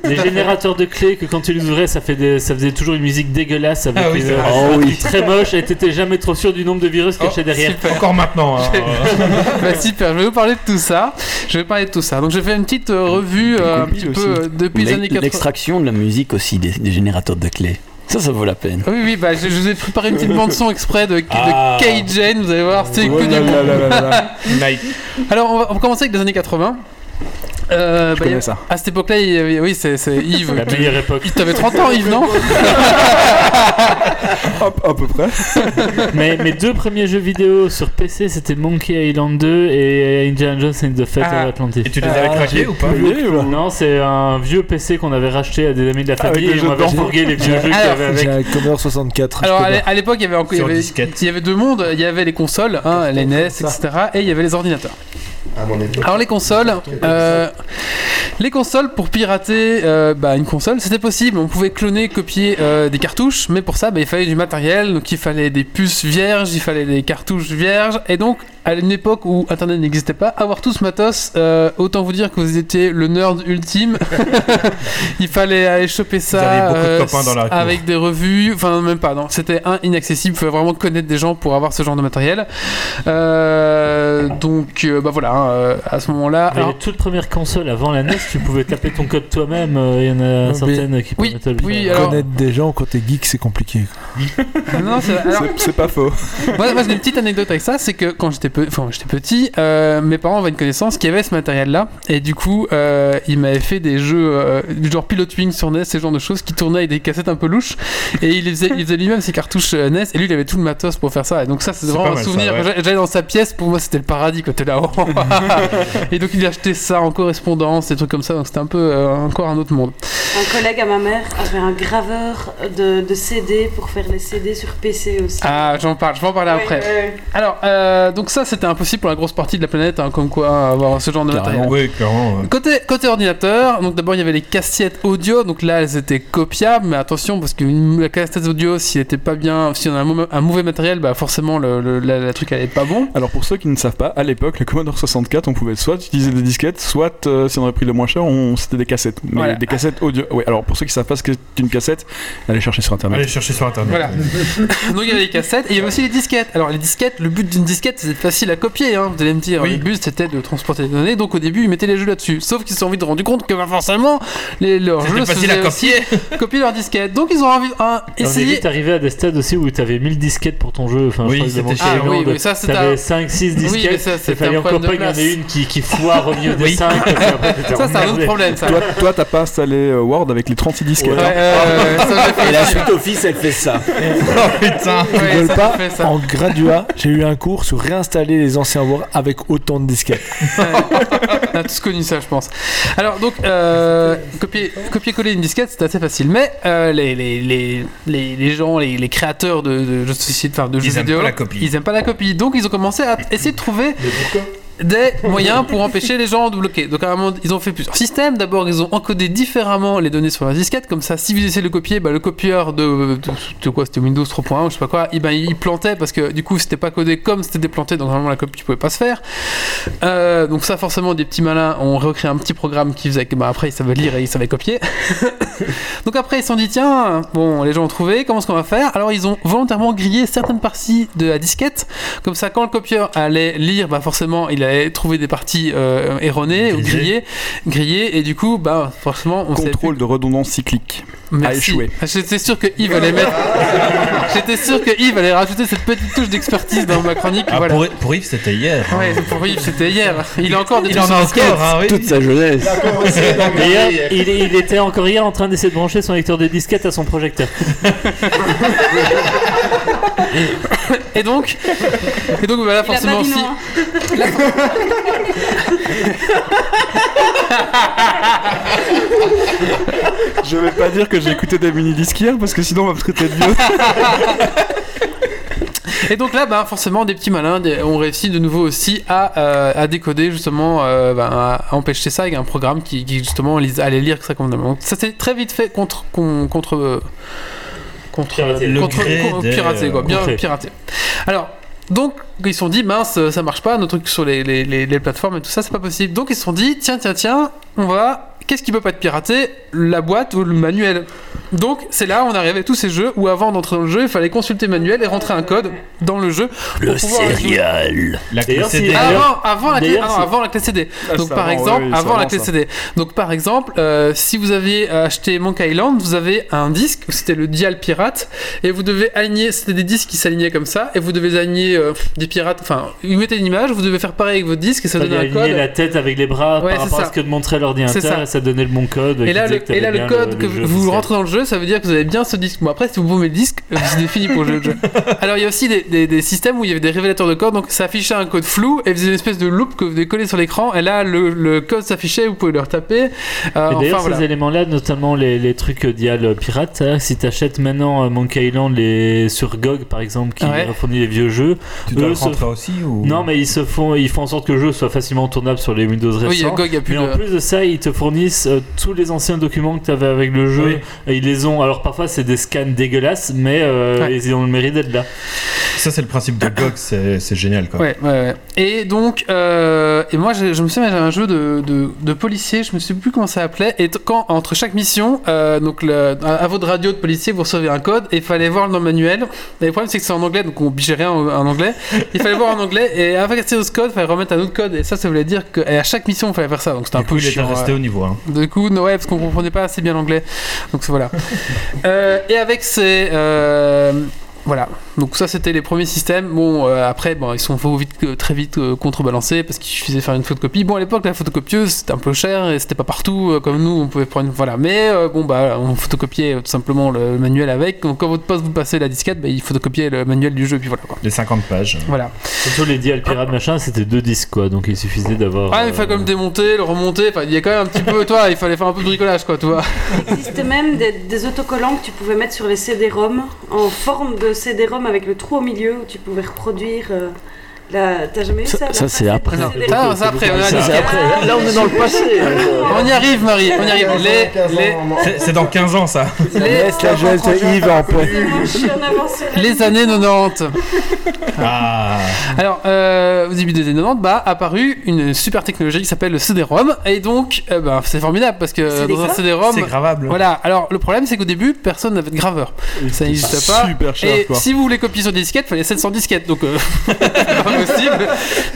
Les générateurs de clés que quand tu les ouvrais, ça, fait des- ça faisait toujours une musique dégueulasse avec
Ah oui,
les-
c'est vrai.
un
Oh oui.
truc très moche et t'étais jamais trop sûr du nombre de virus cachés derrière.
Encore maintenant. hein.
Bah, super, je vais vous parler de tout ça. Je vais parler de tout ça. Donc je vais faire une petite euh, revue euh, un petit peu euh, depuis les
L'e-
années 80.
L'extraction de la musique aussi des, des générateurs de clés. Ça, ça vaut la peine.
Oui, oui, bah, je, je vous ai préparé une petite bande-son exprès de, de
Ah.
Kay Jane, vous allez voir, c'est
Oh
que du
là là là là
monde.
là.
Alors, on va, on va commencer avec les années 80. Euh, bah,
connais
il y a-
ça.
À cette époque-là, il y avait- oui, c'est c'est Yves.
La
qui-
meilleure époque.
Il t'avait 30 ans, Yves, non
à peu près.
Mais mes deux premiers jeux vidéo sur PC, c'était Monkey Island 2 et Indiana Jones and the Fate
Ah.
of Atlantis.
Et tu les avais craqués
j'ai
ou pas
payé, Non, c'est un vieux PC qu'on avait racheté à des amis de
Ah,
la famille et on avait fourgué les vieux jeux qu'il y avait avec.
J'ai un Commodore 64. je
Alors
peux
à l'é-
dire.
à l'époque, il y avait encore, il y
Sur
avait, il y avait deux mondes. Il y avait les consoles, hein, les NES, etc. Et il y avait les ordinateurs.
À Ah, mon époque.
Alors les consoles, euh, les consoles pour pirater euh, bah, une console, c'était possible. On pouvait cloner, copier euh, des cartouches, mais pour ça, bah, il fallait du matériel. Donc il fallait des puces vierges, il fallait des cartouches vierges. Et donc à une époque où Internet n'existait pas, avoir tout ce matos, euh, autant vous dire que vous étiez le nerd ultime. il fallait aller choper ça
aviez beaucoup de
euh,
copains dans la cour.
avec des revues, enfin même pas, non, c'était un inaccessible, il fallait vraiment connaître des gens pour avoir ce genre de matériel. Euh, donc euh, bah voilà, hein, euh, à ce moment-là.
Mais
alors-
les toutes premières consoles avant la E NES, tu pouvais taper ton code toi-même. euh, Il y en a
mais-
certaines qui
oui,
permettaient de le
oui,
faire.
alors-
Connaître des gens quand t'es geek, c'est compliqué.
Non, c'est- alors-
pas faux.
moi, moi, j'ai une petite anecdote avec ça, c'est que quand j'étais pe- enfin, quand j'étais petit, euh, mes parents avaient une connaissance qui avait ce matériel-là, et du coup, euh, ils m'avaient fait des jeux euh, du genre Pilot Wing sur E NES, ce genre de choses, qui tournaient avec des cassettes un peu louches, et il les faisait, il faisait lui-même ses cartouches euh, NES, et lui, il avait tout le matos pour faire ça, et donc ça, c'est
C'est
vraiment
pas
un
mal, ça,
souvenir.
ouais.
J'a- J'allais dans sa pièce, pour moi, c'était le paradis, quand t'es là. oh. et donc, il achetait ça en correspondance, des trucs comme ça, donc c'était un peu euh, encore un autre monde.
Un collègue à ma mère avait un graveur de, de CD pour faire les CD sur PC aussi.
Ah, j'en parle, je vais en parler
Oui,
après.
oui, oui.
Alors, euh, donc ça, c'était impossible pour la grosse partie de la planète, hein, comme quoi avoir ce genre de matériel.
Ah Oui, clairement. ouais.
Côté, côté ordinateur, donc d'abord il y avait les cassettes audio, donc là elles étaient copiables, mais attention parce que une- la cassette audio, si elle était pas bien, si on a un, mau- un mauvais matériel, bah forcément le, le- la, la truc elle est pas bon.
Alors pour ceux qui ne savent pas, à l'époque, le Commodore 64, on pouvait soit utiliser des disquettes, soit euh, si on avait pris le moins cher, on... c'était des cassettes. Mais
Voilà.
des cassettes audio. Oui, alors pour ceux qui savent pas ce qu'est une cassette, allez chercher sur internet.
Allez chercher sur internet.
Voilà. donc il y avait les cassettes et il y avait aussi les disquettes. Alors les disquettes, le but d'une disquette c'est de facile à copier, hein, vous allez me dire. Le but c'était de transporter des données, donc au début ils mettaient les jeux là-dessus. Sauf qu'ils se sont vite rendu compte que bah, forcément, les, leurs
C'était
jeux se
facile à
faisaient aussi copier leurs disquettes. Donc ils ont envie un,
On est
essayer.
vite arrivé à des stades aussi où t'avais 1000 disquettes pour ton jeu. Enfin,
Oui,
je crois que
c'était
dans
chiant.
Playland,
Ah oui, oui, ça, c'était
T'avais
un-
5-6
Oui, mais ça,
disquettes. il
c'était
fallait
un
encore
problème
pas
de
qu'il y en ait
place.
une qui, qui foire au milieu des
Oui.
5.
Ça, c'est un autre problème, ça.
Toi, toi, t'as pas installé euh, Word avec les Hein. 36 disques.
Ouais, euh, ça, j'ai fait Et la ça. suite Office, elle fait ça.
oh
putain.
Je
Ouais,
rigole
ça,
pas.
ça fait ça.
En gradua, j'ai eu un cours sur réinstaller les anciens Word avec autant de disquettes.
Ah, On a tous connu ça, je pense. Alors, donc, euh, copier- copier-coller une disquette, c'est assez facile. Mais euh, les, les, les, les, les gens, les, les créateurs de, de, jeux de société, enfin, de jeux
aiment
vidéo,
pas la copie.
ils aiment pas la copie. Donc, ils ont commencé à essayer de trouver des moyens pour empêcher les gens de bloquer. Donc, à un moment, ils ont fait plusieurs systèmes. D'abord, ils ont encodé différemment les données sur la disquette. Comme ça, si vous essayez de le copier, bah, le copieur de, de, de quoi C'était Windows 3.1 ou je sais pas quoi. Il, ben, il plantait parce que du coup, c'était pas codé comme c'était déplanté. Donc, normalement, la copie pouvait pas se faire. Euh, donc ça, forcément, des petits malins ont recréé un petit programme qui faisait que bah, après ils savaient lire et ils savaient copier. donc après ils se sont dit tiens, bon les gens ont trouvé, comment est-ce qu'on va faire Alors ils ont volontairement grillé certaines parties de la disquette, comme ça quand le copieur allait lire, bah forcément il allait trouver des parties euh, erronées ou grillées, grillées et du coup bah forcément on s'est
Contrôle de redondance cyclique. A
Merci. Ah,
échoué.
J'étais sûr que Yves allait mettre. J'étais sûr que Yves allait rajouter cette petite touche d'expertise dans ma chronique.
Ah,
voilà.
pour, pour Yves, c'était hier. hein.
Ouais, pour Yves, c'était hier. Il a encore des
Il
trucs
en a
sur skate.
encore, hein, oui. Toute
sa jeunesse.
D'ailleurs, il, il était encore hier en train d'essayer de brancher son lecteur de disquette à son projecteur.
Et donc, et donc voilà,
Il a
forcément,
pas dit
si,
non, hein.
Je vais pas dire que j'ai écouté des mini-disques hier parce que sinon on va me traiter de vieux.
Et donc là, bah, forcément, des petits malins des- ont réussi de nouveau aussi à, euh, à décoder, justement, euh, bah, à empêcher ça avec un programme qui, qui, justement, lise- allait lire ça convenablement. Donc ça s'est très vite fait contre. con- contre euh, contre,
Piraté. Le
contre-
gré
con-
des-
piraté, quoi. Bien
contrées.
piraté. Alors. Donc ils se sont dit mince ça marche pas nos trucs sur les, les- les- les plateformes et tout ça c'est pas possible donc ils se sont dit tiens tiens tiens on va qu'est-ce qui peut pas être piraté la boîte ou le manuel donc c'est là on arrivait à tous ces jeux où avant d'entrer dans le jeu il fallait consulter le manuel et rentrer un code dans le jeu pour
Le
pouvoir-
céréal.
La
D'ailleurs, si- avant, avant la clé, ah non, avant la clé CD.
Ah,
Donc
c'est
par
avant,
exemple,
oui, c'est
avant la
avant,
clé
ça.
CD. Donc par exemple, euh, si vous avez acheté Monkey Island, vous avez un disque où c'était le dial pirate et vous devez aligner. C'était des disques qui s'alignaient comme ça et vous devez aligner euh, des pirates. Enfin, vous mettez une image, vous devez faire pareil avec votre disque et ça
Ça
donne un code.
la tête avec les bras
Ouais,
par
c'est
rapport à
ça.
ce que te montrait
C'est ça.
l'ordinateur et ça donnait le bon code.
Et
qui
là,
disait
le,
que t'avais
et là, le
bien
code que
le jeu
vous
officiel.
rentrez dans le jeu, ça veut dire que vous avez bien ce disque. Bon, après, si vous bombez le disque, euh, c'est fini pour le jeu. Alors, il y a aussi des, des- des systèmes où il y avait des révélateurs de code, donc ça affichait un code flou et faisait une espèce de loop que vous devez coller sur l'écran. Et là, le, le code s'affichait, vous pouvez le retaper. Euh,
Et
enfin,
d'ailleurs,
voilà.
ces éléments-là, notamment les, les trucs euh, dial euh, pirates, hein, si t'achètes maintenant euh, Monkey Island les... sur GOG par exemple, qui
Ouais.
refournit les vieux jeux,
Tu dois
eux
le
se-
rentrer aussi ou...
Non, mais ils se font, ils font en sorte que le jeu soit facilement tournable sur les Windows récents.
Oui, il y a GOG, il y a plus
mais en
de-
plus de ça, ils te fournissent euh, tous les anciens documents que tu avais avec le jeu. Et ils les ont. Alors parfois, c'est des scans dégueulasses, mais euh, ils ont le mérite d'être là.
Ça, c'est le principe de GOG, c'est c'est génial quoi.
Ouais, ouais, ouais. Et donc, euh, et moi, je, je me souviens, j'avais un jeu de, de, de policier, je me souviens plus comment ça s'appelait. Et t- quand, entre chaque mission, euh, donc le- à, à votre radio de policier, vous recevez un code et il fallait voir dans le manuel. Et le problème, c'est que c'est en anglais, donc on bigeait rien en, en anglais. Il fallait voir en anglais et avec ce code, il fallait remettre un autre code. Et ça, ça voulait dire que et à chaque mission, il fallait faire ça. Donc c'était un
Du coup,
peu
il était
chiant.
resté
ouais.
au niveau. hein.
Du coup, no, ouais, parce qu'on comprenait pas assez bien l'anglais. Donc voilà. Euh, et avec ces. euh, voilà. Donc ça, c'était les premiers systèmes. Bon, euh, après, bon, ils sont faut vite, euh, très vite euh, contrebalancés parce qu'il suffisait de faire une photocopie. Bon, à l'époque, la photocopieuse, c'était un peu cher et c'était pas partout euh, comme nous. On pouvait prendre. Voilà. Mais euh, bon, bah, on photocopiait euh, tout simplement le manuel avec. Donc quand votre poste vous passez la disquette, bah, il photocopiait le manuel du jeu. Puis voilà quoi.
Les 50 pages.
Voilà.
Surtout les dial pirates, machin, c'était deux disques quoi. Donc il suffisait d'avoir. euh,
Ah, il fallait quand même démonter, le remonter. Enfin, il y a quand même un petit peu, toi, il fallait faire un peu de bricolage, quoi, tu vois.
Il existait même des, des autocollants que tu pouvais mettre sur les CD-ROM en forme de CD-ROM avec le trou au milieu où tu pouvais reproduire. euh, la... T'as jamais eu ça
Ça,
la
ça, c'est
facette
après.
des
Non, ça,
CD-ROM
c'est après, on a Ça, dit- c'est après. Là, on est dans le passé.
Ah,
On y arrive, Marie, on y arrive. Les- les-
C'est- C'est dans 15 ans ça.
Laisse
la jeune Yves en paix.
Les années 90.
Ah.
Alors, euh, au début des années 90, bah, apparu une super technologie qui s'appelle le CD-ROM. Et donc, euh, bah, c'est formidable parce que
C'est
dans un
grave.
CD-ROM.
C'est gravable.
Voilà. Alors, le problème, c'est qu'au début, personne n'avait de graveur. Ça n'existait pas.
super cher,
Et
quoi.
si vous voulez copier sur des disquettes, il fallait 700 disquettes. Donc, euh, possible.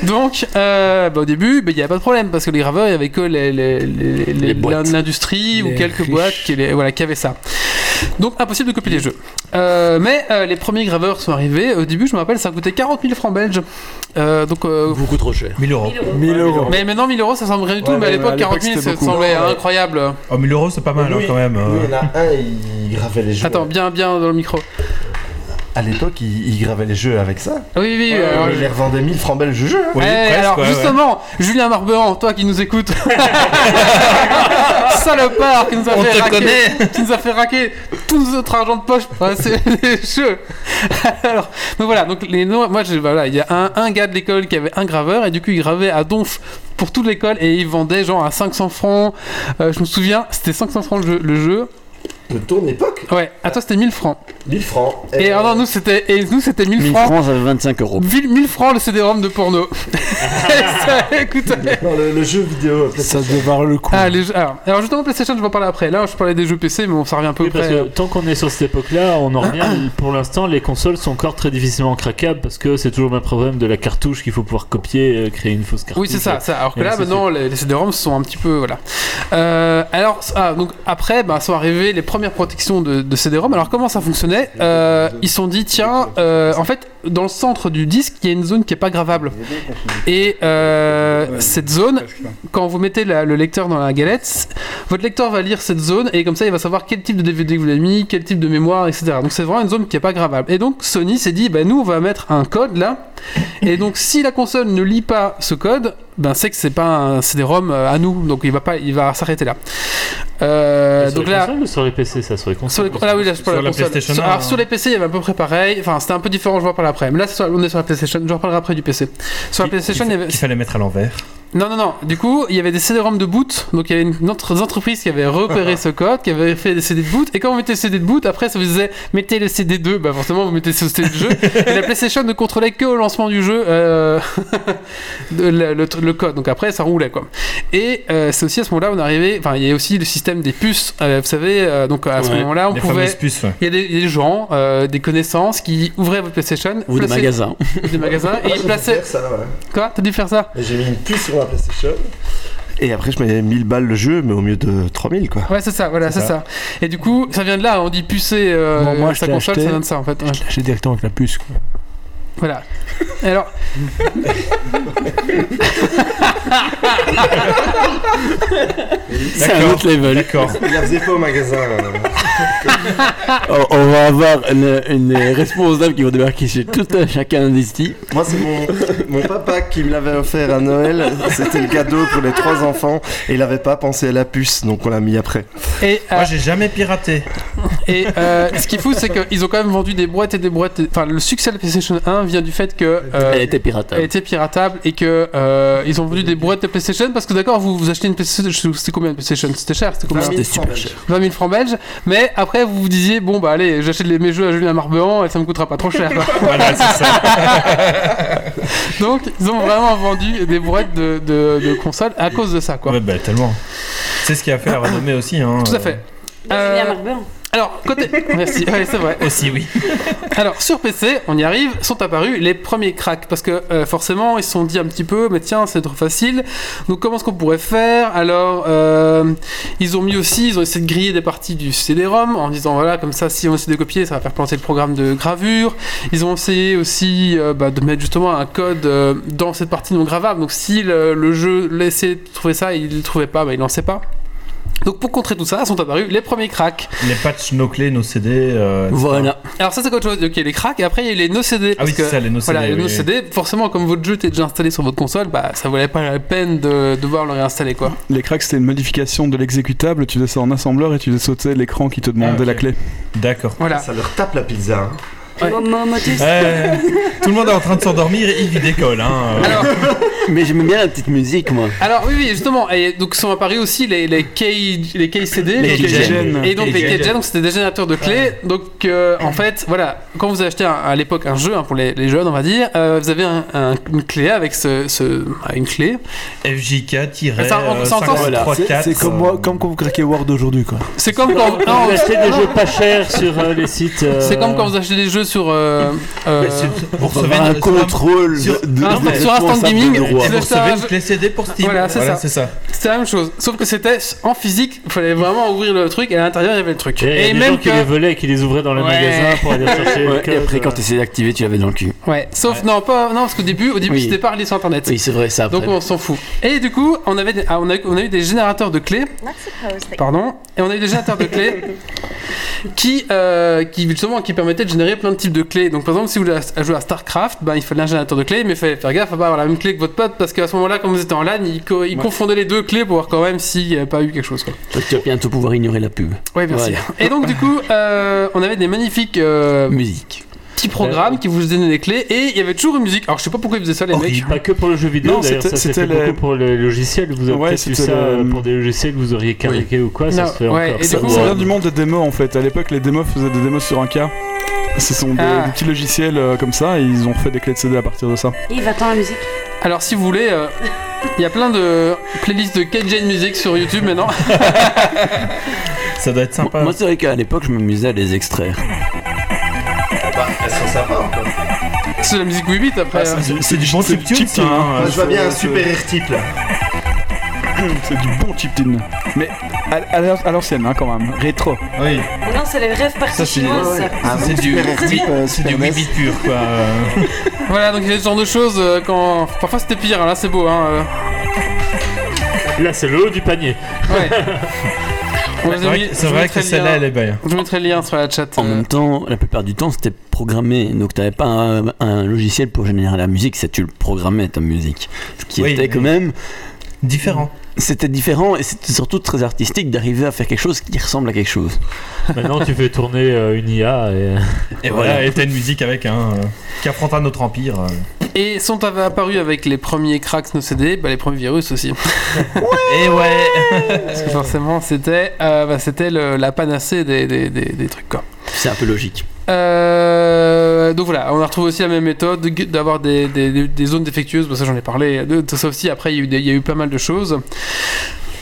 Donc, euh, bah, au début, bah, il n'y avait pas de problème parce que les graveurs, il n'y avait que les- les- les- les- l'industrie ou
Les
quelques
riches.
boîtes qui, les- voilà, qui avaient ça. Donc, impossible de copier les jeux. Euh, mais euh, les premiers graveurs sont arrivés. Au début, je me rappelle, ça coûtait 40 000 francs belges. Euh, donc,
Beaucoup trop cher.
1000 euros.
1000 euros.
Mais maintenant, 1000 euros, ça semble rien du tout.
Ouais,
mais à
mais à
l'époque,
l'époque,
40 000,
c'était
ça
beaucoup.
semblait
Ouais.
incroyable.
Oh, 1000 euros, c'est pas mal hein,
Lui,
quand même.
lui,
euh.
il y en a un, il gravait les jeux.
Attends, bien, bien dans le micro.
À l'époque, il, il gravait les jeux avec ça.
Oui, oui, oui,
Ouais,
alors,
il les revendait 1000 francs belges le jeu. hein.
Eh, alors justement, Julien Marberan, toi qui nous écoutes, salopard qui nous a
On
fait
te
raquer,
connaît.
qui nous a fait raquer tout notre argent de poche pour passer les jeux. Alors, donc voilà, donc les noms- moi je- voilà, il y a un, un gars de l'école qui avait un graveur et du coup il gravait à donf pour toute l'école et il vendait genre à 500 francs. Euh, je me souviens, c'était 500 francs le jeu. Le jeu.
De ton époque
Ouais, à toi c'était 1000 francs.
1000 francs.
Et, ah non, nous c'était et nous c'était 1000
1000
francs.
francs, j'avais 25 euros.
1000 1000 francs le CD-ROM de porno. Ça, écoute.
Non, le, le jeu vidéo.
Ça devait avoir le coup.
Ah, les jeux- alors, alors justement PlayStation, je vais en parler après. Là, je parlais des jeux PC, mais on s'en revient un peu
Oui, parce
après.
que tant qu'on est sur cette époque-là, on en revient. pour l'instant, les consoles sont encore très difficilement craquables parce que c'est toujours le même problème de la cartouche qu'il faut pouvoir copier, euh, créer une fausse cartouche.
Oui, c'est ça, ça. Alors que
Et
là,
ainsi de suite.
maintenant, les, les CD-ROM sont un petit peu. Voilà. Euh, alors, ah, donc après, bah, sont arrivées les premières protections de, de CD-ROM. Alors, comment ça fonctionnait Euh, Ils se sont dit, tiens, euh, en fait, dans le centre du disque, il y a une zone qui est pas gravable. Et euh, cette zone, quand vous mettez la- le lecteur dans la galette, votre lecteur va lire cette zone et comme ça, il va savoir quel type de DVD que vous avez mis, quel type de mémoire, etc. Donc, c'est vraiment une zone qui est pas gravable. Et donc, Sony s'est dit, bah, nous, on va mettre un code là. Et donc, si la console ne lit pas ce code, ben c'est que c'est pas un CD-ROM euh, à nous, donc il va pas, il va s'arrêter là. Euh,
Sur
donc
les
là,
consoles ou sur les PC, ça sur les
sur
consoles.
les, ah oui, là, je parle
Sur
de
la
console.
PlayStation
Sur,
un,
alors,
hein.
sur les PC, il y avait à peu près pareil. Enfin, c'était un peu différent, je vois par l'après. Mais là, c'est sur- on est sur la PlayStation. Je reparlerai après du PC. Sur la PlayStation, il y avait.
Qu'il fallait mettre à l'envers.
Non, non, non. Du coup, il y avait des CD-ROM de boot. Donc, il y avait une entre- des entreprises qui avait repéré ce code, qui avait fait des CD de boot. Et quand vous mettez le CD de boot, après, ça vous disait mettez le CD2. Bah, forcément, vous mettez ce CD de jeu. et la PlayStation ne contrôlait que au lancement du jeu euh, de- le, le- le code. Donc, après, ça roulait, quoi. Et euh, c'est aussi à ce moment-là, on arrivait. Enfin, il y a aussi le système des puces. euh, vous savez, euh, donc à ce
Ouais,
moment-là, on
les
pouvait.
fameuses puces, ouais.
Il y a des, il y a des gens, euh, des connaissances qui ouvraient votre PlayStation.
Ou des
plaçaient-
magasins.
Ou Des magasins. Et
Moi,
ils
j'ai
plaçaient.
dû faire Ah, ça, ouais.
Quoi T'as dû faire ça
J'ai mis une puce sur la PlayStation.
Et après, je mets 1000 balles le jeu, mais au mieux de 3000 quoi.
Ouais, c'est ça, voilà, c'est
C'est ça.
ça. Et du coup, ça vient de là, hein, on dit pucer euh,
Bon, moi, je
sa
l'ai
console,
acheté.
ça vient de ça en fait. ouais.
J'ai directement avec la puce. quoi.
Voilà. Et alors.
C'est un autre level.
D'accord.
Il la faisait pas au magasin. euh.
On, on va avoir une, une responsable qui va débarquer chez tout un chacun des styles.
Moi, c'est mon, mon papa qui me l'avait offert à Noël. C'était le cadeau pour les trois enfants. Et il n'avait pas pensé à la puce, donc on l'a mis après.
Et, euh,
Moi, j'ai jamais piraté.
et euh, ce qui est fou, c'est qu'ils ont quand même vendu des boîtes et des boîtes. Enfin, le succès de la PlayStation 1 vient du fait que. euh,
Elle était piratable.
elle était piratable et que euh, ils ont vendu des boîtes de PlayStation parce que d'accord vous vous achetez une PlayStation c'était combien une PlayStation c'était cher c'était combien
Ah, C'était super cher.
20 000 francs belges, mais après vous vous disiez bon bah allez j'achète les- mes jeux à Julien Marberan et ça me coûtera pas trop cher. quoi.
Voilà, c'est ça.
Donc ils ont vraiment vendu des boîtes de, de- de consoles à cause de ça quoi.
Ouais, bah, tellement. C'est ce qui a fait la renommée aussi. Hein,
Tout
euh,
à fait.
Julien
Euh,
Marberan.
alors côté merci ouais, c'est vrai.
Aussi, oui.
Alors sur PC, on y arrive, sont apparus les premiers cracks parce que euh, forcément ils se sont dit un petit peu mais tiens c'est trop facile donc comment est-ce qu'on pourrait faire alors euh, ils ont mis aussi ils ont essayé de griller des parties du CD-ROM en disant voilà comme ça si on essaie de copier ça va faire planter le programme de gravure ils ont essayé aussi euh, bah, de mettre justement un code euh, dans cette partie non gravable donc si le, le jeu laissait trouver ça et il le trouvait pas bah, il n'en sait pas donc pour contrer tout ça sont apparus les premiers cracks
Les patchs, nos clés, nos CD. euh,
Voilà.
alors ça c'est autre chose, ok les cracks, et après il y a eu les no CD.
Ah oui, c'est ça, les no
Voilà,
CD,
les no
oui.
CD, forcément comme votre jeu était déjà installé sur votre console, bah ça valait pas la peine de devoir le réinstaller quoi.
Les cracks, c'était une modification de l'exécutable. Tu faisais ça en assembleur et tu faisais sauter l'écran qui te demandait
Ah, ok.
la clé.
D'accord.
Voilà.
Ça leur tape la pizza. hein.
Ouais.
Mo- Mo- Motus.
Euh, tout le monde est en train de s'endormir et Yves il décolle. Hein.
Alors,
Mais j'aimais bien la petite musique, moi.
alors oui, oui justement, et donc sont apparus aussi les, les, K, les KCD.
Les
donc euh,
Keygen.
Et donc les
Keygen.
Keygen, donc c'était des générateurs de clés. Donc euh, en fait, voilà, quand vous achetez un- à l'époque un jeu, hein, pour les, les jeunes on va dire, euh, vous avez un- un- une clé avec ce... ce- ah, une clé.
FJK
Ça, on- ça, on-
voilà.
534
C'est comme, moi- comme quand vous craquez Word aujourd'hui. quoi.
C'est comme quand...
Vous
non,
achetez des jeux pas chers sur euh, les sites. euh,
C'est comme quand vous achetez des jeux sur. euh, euh,
Mais c'est- vous recevez une- sur un- sur-
Ah,
non, mais-
sur Instant
responsable
Gaming.
de droit.
et le
Vous recevez
charge-
une clé CD pour Steam.
Voilà, c'est
Voilà,
ça.
c'est ça.
C'était la même chose. Sauf que c'était en physique, il fallait vraiment ouvrir le truc et à l'intérieur il y avait le truc.
Et,
Et,
les gens
même
qui
que.
les volaient et qui les ouvraient dans les
Ouais.
magasins pour aller chercher. le
Ouais,
code,
et après, quand
euh,
tu essayais d'activer, tu l'avais dans le cul.
Ouais, sauf non, pas, non, parce qu'au début, au début
Oui.
c'était pas relié sur internet.
Oui, c'est vrai, ça. après.
Donc on s'en fout. Et du coup, on avait, des- ah, on a, on a eu des générateurs de clés. Pardon. Et on a eu des générateurs de clés qui, euh, qui justement, qui permettaient de générer plein de types de clés. Donc par exemple, si vous voulez à- jouer à StarCraft, ben, il fallait un générateur de clés, mais il fallait faire gaffe à pas avoir la même clé que votre pote parce qu'à ce moment-là, quand vous étiez en LAN, il, co- il
Ouais.
confondait les deux clés pour voir quand même s'il n'y avait pas eu quelque chose. Quoi.
Toi, tu vas bientôt pouvoir ignorer la pub.
Ouais, merci.
Voilà.
Et donc, du coup, euh, on avait des magnifiques. euh,
Musique.
Petits programmes qui vous donnaient des clés et il y avait toujours une musique. Alors, je sais pas pourquoi ils faisaient ça, les
Oh,
mecs.
Pas que pour le jeu vidéo,
Non,
d'ailleurs,
c'était-
ça s'est fait
c'était le-
beaucoup pour les logiciels. Vous avez
Ouais,
peut-être eu
c'était
ça
le-
euh, pour des logiciels que vous auriez carréqué ou quoi, ça se fait encore.
Ça ça
euh,
vient du monde des démos en fait. À l'époque, les démos faisaient des démos sur un cas. Ce sont des,
Ah.
des petits logiciels euh, comme ça et ils ont refait des clés de CD à partir de ça.
Yves, attends la musique.
Alors, si vous voulez, euh, il y a plein de playlists de KJ Music sur YouTube maintenant.
Ça doit être sympa.
Moi, c'est vrai qu'à l'époque, je m'amusais à les extraire.
Elles sont sympas Ah, encore.
c'est la musique 8 bit après.
hein.
hein.
Moi, je vois bien un super air-type là.
C'est du bon chip tune. Mais à, à l'an- à l'ancienne hein, quand même, rétro.
Oui.
Mais Non, c'est les rêves parties chinoises. ça.
Ah,
c'est du oui, c'est du Wii Bit pur quoi.
Voilà, donc il y a ce genre de choses euh, quand. Parfois c'était pire, hein, là c'est beau. Hein, euh.
Là, c'est le haut du panier.
Ouais. On les a
C'est vrai
mis-
que-
je
c'est
vous
vrai
mettrai
que
le
celle-là
lien.
elle est hein. belle.
Je mettrai le lien sur la chat. euh.
En même temps, la plupart du temps, c'était programmé. Donc, t'avais pas un, un logiciel pour générer la musique, c'est tu le programmais ta musique. Ce qui
Oui,
était quand
oui.
même.
Différent.
C'était différent et c'était surtout très artistique d'arriver à faire quelque chose qui ressemble à quelque chose.
Maintenant, Bah tu fais tourner euh, une IA et.
Et voilà, et t'as une musique avec un euh, qui affronta notre empire. euh.
Et sont av- apparus avec les premiers cracks nos CD, bah, les premiers virus aussi.
Et ouais
Parce que forcément, c'était euh, bah, c'était le- la panacée des, des- des- des trucs. Quoi.
C'est un peu logique.
Euh, donc voilà, on a retrouvé aussi la même méthode de- d'avoir des, des- des- des zones défectueuses, bon, ça j'en ai parlé, de, de ça aussi après il y, a eu des- il y a eu pas mal de choses.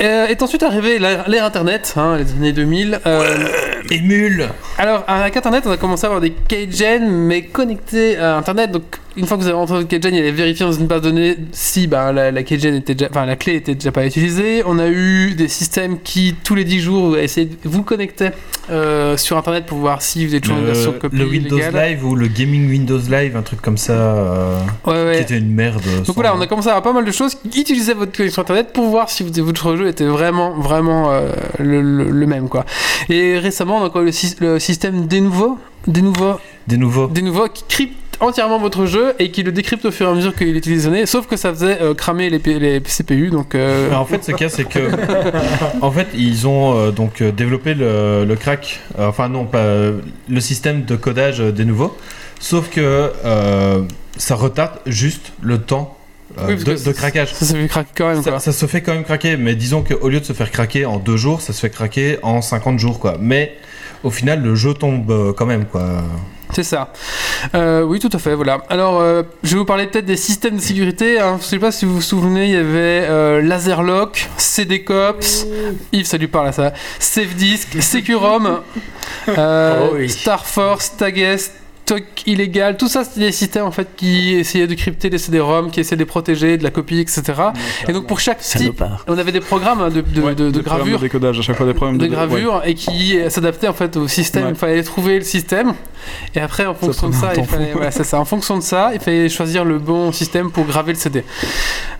Euh, est ensuite arrivé l'ère l'ère internet, hein, les années 2000. Euh,
Émule
Alors avec internet on a commencé à avoir des keygen mais connectés à internet, donc une fois que vous avez rentré votre keygen il allait vérifier dans une base de données si ben, la, la keygen était déjà, enfin la clé était déjà pas utilisée. On a eu des systèmes qui tous les 10 jours essayaient de vous connecter euh, sur internet pour voir si vous êtes toujours en version
Le,
copie
le Windows
légale.
Live ou le Gaming Windows Live, un truc comme ça, euh,
Ouais, ouais.
qui était une merde. sans-
Donc voilà, on a commencé à avoir pas mal de choses qui utilisaient votre connexion internet pour voir si votre- votre jeu était vraiment, vraiment euh, le, le- le même quoi. Et récemment, on a encore eu le, sy- le système des nouveaux, des nouveaux,
des nouveaux,
des nouveaux qui crypte entièrement votre jeu et qui le décrypte au fur et à mesure qu'il est utilisé, sauf que ça faisait euh, cramer les, P- les CPU. Donc euh,
Mais Bah, en fait, ce cas, c'est que, en fait, ils ont euh, donc euh, développé le, le crack, euh, enfin non, pas euh, le système de codage euh, des nouveaux, sauf que euh, ça retarde juste le temps euh,
Oui, parce
de,
que
de craquage.
Ça se fait craquer quand même.
Ça, se fait quand même craquer, mais disons qu'au lieu de se faire craquer en deux jours, ça se fait craquer en 50 jours, quoi. Mais au final, le jeu tombe euh, quand même, quoi.
C'est ça. Euh, oui, tout à fait. Voilà. Alors, euh, je vais vous parler peut-être des systèmes de sécurité. hein. Je sais pas si vous vous souvenez, il y avait euh, Laserlock, CD Cops. Yves, ça lui parle à ça. Safe Disk, Securom, euh, Star Force, Tages. Stock illégal, tout ça c'était des systèmes en fait qui essayaient de crypter les CD-ROM, qui essayaient de les protéger de la copie, etc. Et donc pour chaque type, on avait des programmes hein, de, de- de- de
Programme de
gravure
décodage à chaque fois des problèmes
de
dé-
gravure et qui euh, s'adaptait en fait au système.
Ouais.
Il fallait trouver le système et après en fonction de
prenait
ça,
un
il
temps fou.
fallait, voilà, c'est ça. En fonction de ça, il fallait choisir le bon système pour graver le CD.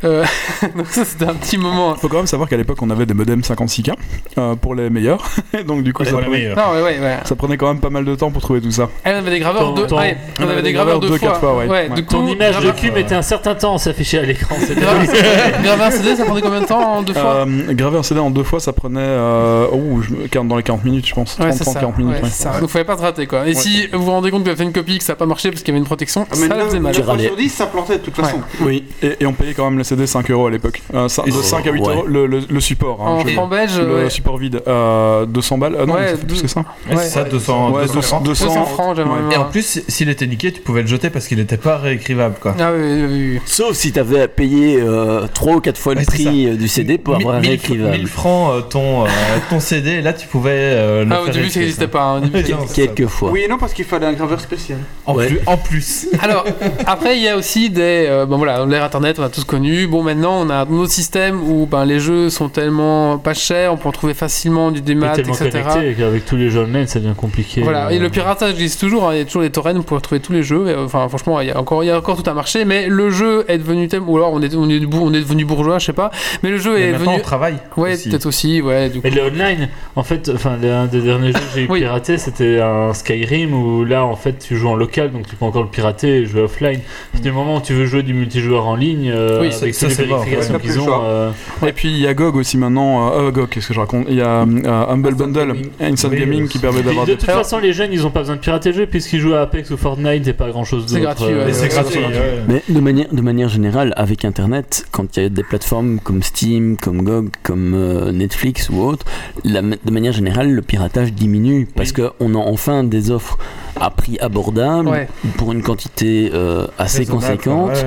Euh, donc ça c'était un petit moment.
Faut quand même savoir qu'à l'époque on avait des modems 56K euh, pour les meilleurs. Donc du coup ça
Pour les
prenait,
meilleurs. Non, ouais, ouais, ouais.
ça prenait quand même pas mal de temps pour trouver tout ça.
Et on avait des graveurs
Ton-
de,
ton-
ouais, on avait des graveurs deux,
quatre fois, ouais.
ouais,
Ouais.
du coup,
Ton image de
graveur-
cul mettait un certain temps à s'afficher à l'écran. c'était-
Graveur- graveur CD, ça prenait combien de temps en deux fois
Euh, graver un CD en deux fois ça prenait euh, oh, je me- 40 dans les 40 minutes je pense.
Ouais,
30,
c'est
30,
ça.
40 minutes.
Ouais,
ouais.
c'est ça. Donc, fallait pas se rater quoi. Et
Ouais.
si vous vous rendez compte que vous avez fait une copie que ça n'a pas marché parce qu'il y avait une protection,
Ah, mais
ça la
neuf-
faisait mal.
neuf fois sur 10, ça plantait de toute façon.
Oui, et, et on payait quand même le CD 5 euros à l'époque. Euh, ça- de
Oh,
5 à 8
ouais.
euros le, le- le support. hein,
En
je-
francs belges,
Le
ouais.
support vide. Euh, 200 balles. Euh, non,
Ouais,
ça fait plus que ça.
Ouais, c'est ça, 200,
Ouais,
francs.
200
200 francs, j'avais
ouais.
même,
Et en
euh,
plus, plus, s'il était niqué, tu pouvais le jeter parce qu'il n'était pas réécrivable, quoi.
Ah oui, oui, oui.
Sauf si t'avais payé euh, 3 ou 4 fois le
Ouais, c'est
prix
ça.
euh, du CD pour
Mi-
avoir un
1000
réécrivable.
1000 francs euh, ton, euh, ton CD, là tu pouvais euh, le
Ah, au
faire
début,
écrire,
ça n'existait pas. hein, au début.
Non, c'est ça.
Oui et non, parce qu'il fallait un graveur spécial.
En, plus, en plus.
Alors, après, il y a aussi des. euh, bon, voilà, l'ère internet, on a tous connu. Bon, maintenant, on a un autre système où ben, les jeux sont tellement pas chers, on peut en trouver facilement du
Il est
démat,
tellement
etc.
connecté qu'avec tous les jeux online, ça devient compliqué.
Voilà,
euh,
et le piratage existe toujours, hein, il y a toujours les torrents pour trouver tous les jeux, et, euh, enfin franchement il y, a encore, il y a encore tout un marché, mais le jeu est devenu thème, ou alors on est, on est, bou- on est devenu bourgeois, je sais pas, mais le jeu
Mais
est
maintenant,
devenu...
on travaille
Ouais,
aussi.
peut-être aussi, ouais. Du coup.
Mais le online, en fait, enfin, l'un des derniers jeux que j'ai piraté, c'était un Skyrim où là, en fait, tu joues en local, donc tu peux encore le pirater et jouer offline. À du moment où tu veux jouer du multijoueur en ligne, euh,
Oui,
avec
ça,
toutes les
c'est mort,
vérifications
ouais.
qu'ils
Plus le
ont.
choix.
euh,
Et puis il y a GOG aussi maintenant. Euh, euh, GOG, qu'est-ce que je raconte Il y a euh, Humble Bundle, Instant
Oui,
Gaming
euh,
qui permet
puis
d'avoir
De
des
toute façon, les jeunes, ils n'ont pas besoin de pirater le jeu puisqu'ils jouent à Apex ou Fortnite et pas grand chose d'autre.
C'est gratuit,
euh,
ouais. Et c'est gratuit, ouais.
Mais de manière, de manière générale, avec Internet, quand il y a des plateformes comme Steam, comme GOG, comme euh, Netflix ou autre, la ma- de manière générale, le piratage diminue parce que qu'on a enfin des offres à prix abordable
Ouais.
pour une quantité euh, assez
Raisonnable,
conséquente.
ouais.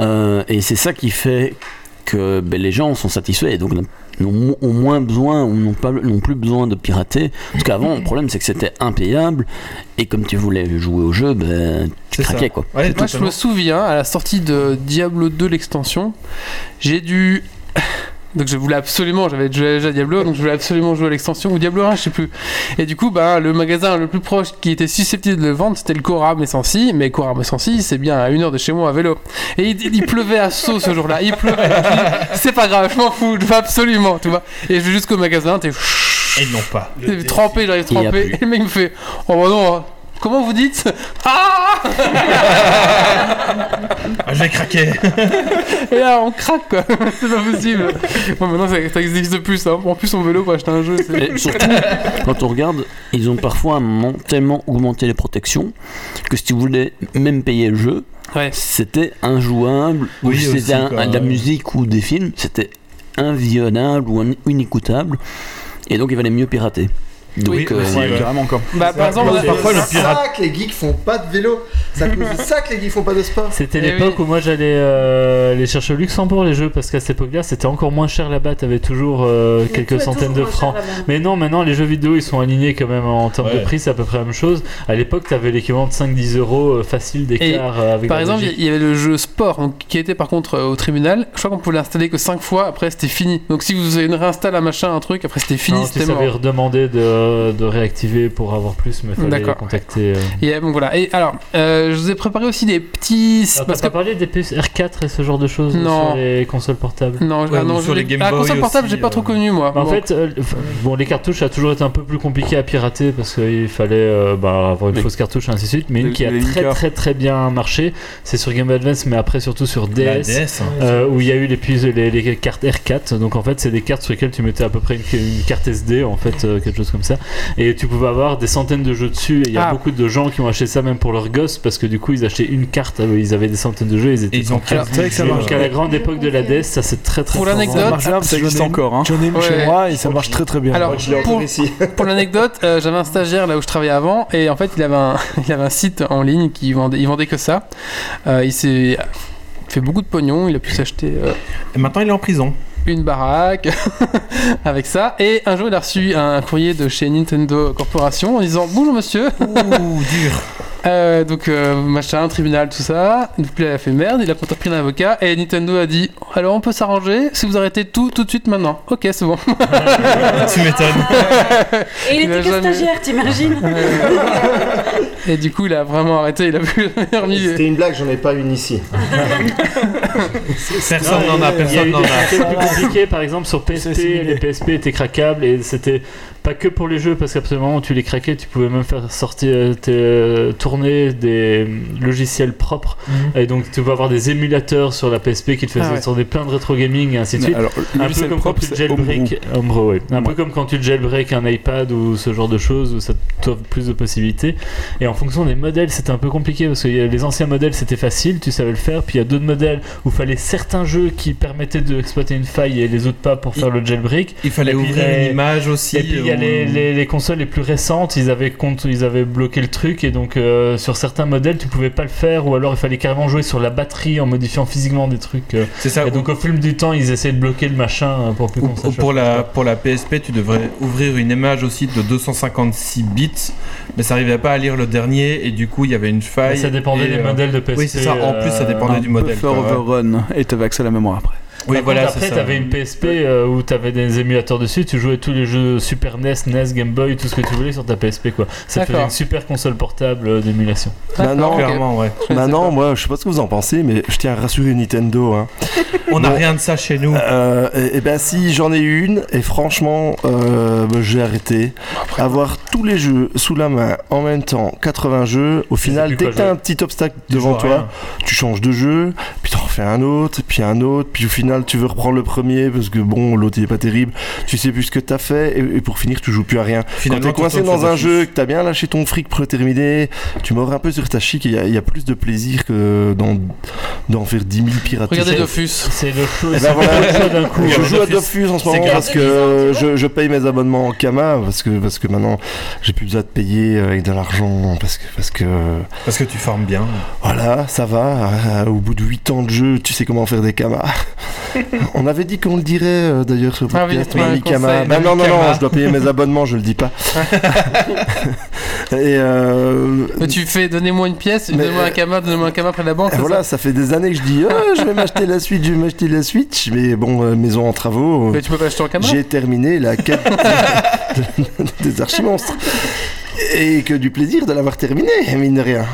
Euh, et c'est ça qui fait que ben, les gens sont satisfaits et donc n'ont mo- ont moins besoin ou n'ont pas- n'ont plus besoin de pirater. Parce qu'avant, le problème, c'est que c'était impayable et comme tu voulais jouer au jeu, ben, tu craquais quoi. C'est
Moi,
tout.
je me souviens, à la sortie de Diablo 2, l'extension, j'ai dû. Donc je voulais absolument, j'avais joué déjà à Diablo, donc je voulais absolument jouer à l'extension ou Diablo 1, je sais plus. Et du coup, bah, le magasin le plus proche qui était susceptible de le vendre, c'était le Coram Essency, mais Coram Essency, c'est bien à une heure de chez moi à vélo. Et il, il pleuvait à saut ce jour-là, il pleuvait. Je dis, C'est pas grave, je m'en fous, je vais absolument, tu vois. Et je vais jusqu'au magasin, t'es
Et non pas.
T'es trempé, j'arrive
Il y a
trempé.
plus.
Et le mec me fait Oh bah non, hein. comment vous dites Ah
Ah, j'ai craqué.
Et là, on craque quoi, c'est pas possible. Bon, maintenant ça, ça existe plus, hein. en plus, on vélo pour acheter un jeu. c'est-
Et surtout, quand on regarde, ils ont parfois à un moment tellement augmenté les protections que si tu voulais même payer le jeu, c'était injouable. ou
Oui,
si
aussi,
c'était un-
quoi,
de la
ouais.
musique ou des films, c'était inviolable ou in- inécoutable. Et donc, il valait mieux pirater. Donc, euh,
Oui, aussi, ouais. Carrément, quoi.
Bah, par exemple,
c'est
parfois, le
ça
pirate-
que les geeks font pas de vélo. C'est à cause de ça que les geeks font pas de sport.
C'était l'époque où moi j'allais euh, les chercher au Luxembourg les jeux parce qu'à cette époque-là c'était encore moins cher là-bas, t'avais toujours euh,
Mais tout
quelques
est
centaines de
toujours moins
francs.
cher là-bas.
Mais non, maintenant les jeux vidéo ils sont alignés quand même en termes de
Ouais.
prix, c'est à peu près la même chose. À l'époque t'avais l'équivalent de 5-10 euros euh, facile
Et
d'écart euh, avec
par
la
exemple,
Belgique.
il y avait le jeu sport donc, qui était par contre euh, au tribunal. Je crois qu'on pouvait l'installer que 5 fois, après c'était fini. Donc si vous avez une réinstalle, un machin, un truc, après c'était fini,
Non, tu
c'était mort.
savais redemander de, de réactiver pour avoir plus, mais fallait
D'accord.
contacter. euh.
Et donc voilà. Et alors, euh, je vous ai préparé aussi des petits.
Alors, Ah, T'as pas parlé des puces R4 et ce genre de choses
Non.
sur les consoles portables
Non, ah non, je l'ai- la console portable, j'ai pas trop connu moi.
Bah, En
Bon.
fait, euh, f- bon, les cartouches, ça a toujours été un peu plus compliqué à pirater parce qu'il fallait euh, bah, avoir une fausse cartouche, ainsi de suite. Mais une
les-
qui a
les
très
linkers.
très très bien marché, c'est sur Game Boy Advance, mais après surtout sur DS,
DS, hein.
euh, où il y a eu les, puces- les, les cartes R4. Donc en fait, c'est des cartes sur lesquelles tu mettais à peu près une, une carte SD, en fait, euh, quelque chose comme ça. Et tu pouvais avoir des centaines de jeux dessus. Et il y a
Ah.
beaucoup de gens qui ont acheté ça même pour leurs gosses parce que du coup, ils achetaient une carte, euh, ils avaient des centaines de jeux, ils étaient
ils ont
tranquilles.
carté que ça marche.
Donc à la grande époque de la DS, ça c'est très très
Pour
fort. hein.
l'anecdote- Ça marche là, parce que j'en ai une-
J'en ai une chez
Ouais.
moi et ça marche très très bien.
Alors,
Oh.
pour, pour l'anecdote, euh, j'avais un stagiaire là où je travaillais avant, et en fait, il avait un, il avait un site en ligne qui vendait, il vendait que ça. Euh, il s'est fait beaucoup de pognon, il a pu s'acheter. euh,
Et maintenant, il est en prison.
Une baraque avec ça. Et un jour, il a reçu un courrier de chez Nintendo Corporation en disant Bonjour monsieur.
dur.
donc, euh, machin, tribunal, tout ça. Donc, il a fait merde, il a pris un avocat et Nintendo a dit Alors, on peut s'arranger si vous arrêtez tout, tout de suite maintenant. Ok, c'est bon.
tu m'étonnes.
Et il
Il a
était que
jamais-
stagiaire, t'imagines
Et du coup, il a vraiment arrêté, il a plus jamais remis.
C'était une blague, j'en ai pas une ici.
Personne n'en a, personne n'en
C'était plus
a.
compliqué, par exemple, sur PSP, les PSP étaient craquables et c'était pas que pour les jeux, parce qu'à partir du moment où tu les craquais, tu pouvais même faire sortir, euh, tes- euh, tourner des euh, logiciels propres. Et donc, tu pouvais avoir des émulateurs sur la PSP qui te faisaient
Mhm. Ah ouais.
tourner plein de rétro gaming et ainsi de
Mais
suite.
alors, le
un peu
logiciel
comme
propre,
quand tu
c'est
jailbreak, Homebrew, ouais. Un peu comme quand tu jailbreak un iPad ou ce genre de choses où ça t'offre plus de possibilités. Et en fonction des modèles, c'était un peu compliqué parce que y a- les anciens modèles c'était facile, tu savais le faire. Puis il y a d'autres modèles où il fallait certains jeux qui permettaient d'exploiter une faille et les autres pas pour faire le jailbreak.
Il fallait
Et puis,
ouvrir
les-
une image aussi,
Et puis il y a
ou-
les, les- les consoles les plus récentes, ils avaient, compte, ils avaient bloqué le truc et donc euh, sur certains modèles tu pouvais pas le faire ou alors il fallait carrément jouer sur la batterie en modifiant physiquement des trucs. euh.
C'est ça.
Et donc au fil du temps ils essayaient de bloquer le machin euh, pour plus qu'on
Ou
sache.
pour la, pour la PSP, tu devrais ouvrir une image aussi de 256 bits, mais ça n'arrivait pas à lire le dernier, et du coup, il y avait une faille.
Mais ça dépendait
et, euh,
des modèles de PSP,
Oui, c'est ça, en plus, ça
euh,
dépendait
un
du
peu
modèle.
fort
quoi, ouais.
Overrun et t'avais accès à la mémoire après.
Oui,
Par
voilà,
contre,
c'est
après,
ça.
t'avais une PSP euh, où t'avais des émulateurs dessus, tu jouais tous les jeux Super E NES, NES, Game Boy, tout ce que tu voulais sur ta PSP quoi. Ça faisait
D'accord.
une super console portable euh, d'émulation.
Maintenant,
ouais.
Maintenant, moi, je sais pas ce que vous en pensez, mais je tiens à rassurer Nintendo. hein.
On n'a rien de ça chez nous.
et, et ben si, j'en ai une, et franchement, euh, bah, j'ai arrêté. Avoir tous les jeux sous la main en même temps, 80 jeux, au final,
plus
dès
quoi
que t'as
jouer.
un petit obstacle devant
joues à
toi,
rien.
tu changes de jeu, puis t'en refais un autre, puis un autre, puis au final, tu veux reprendre le premier, parce que bon, l'autre il est pas terrible, tu sais plus ce que t'as fait, et, et pour finir, tu joues plus à rien.
Finalement,
Quand t'es
tu
coincé
retournes
dans
sur
un
le
jeu, que t'as bien lâché ton fric pour le terminer, tu mords un peu sur ta chic, il y, a- il y a plus de plaisir que d'en d'en faire 10 000 piratés.
C'est le show.
Eh
c'est
ben
le show d'un
voilà,
coup.
je
Alors,
joue à
Dofus,
Dofus en ce
c'est
moment
clair.
parce que euh, je, je paye mes abonnements en Kama parce que parce que maintenant j'ai plus besoin de payer euh, avec de l'argent parce que parce que
parce que tu formes bien.
Voilà, ça va. euh, Au bout de 8 ans de jeu, tu sais comment faire des Kama. On avait dit qu'on le dirait euh, d'ailleurs sur le
Ah oui,
podcast,
on a un
Mami Kama.
conseil,
Bah
Mami
non, non, non,
Kama.
je dois payer mes abonnements, je le dis pas. Et euh,
Mais tu fais donnez-moi une pièce, donnez-moi un cama, donnez-moi un cama près de la banque.
Et
c'est
voilà, ça
ça
fait des années que je dis Ah, je vais m'acheter la Switch, je vais m'acheter la Switch, mais bon, euh, maison en travaux. euh,
Mais tu peux pas acheter en Kama
J'ai terminé la quête de- des archimonstres. Et que du plaisir de l'avoir terminé, mine de rien.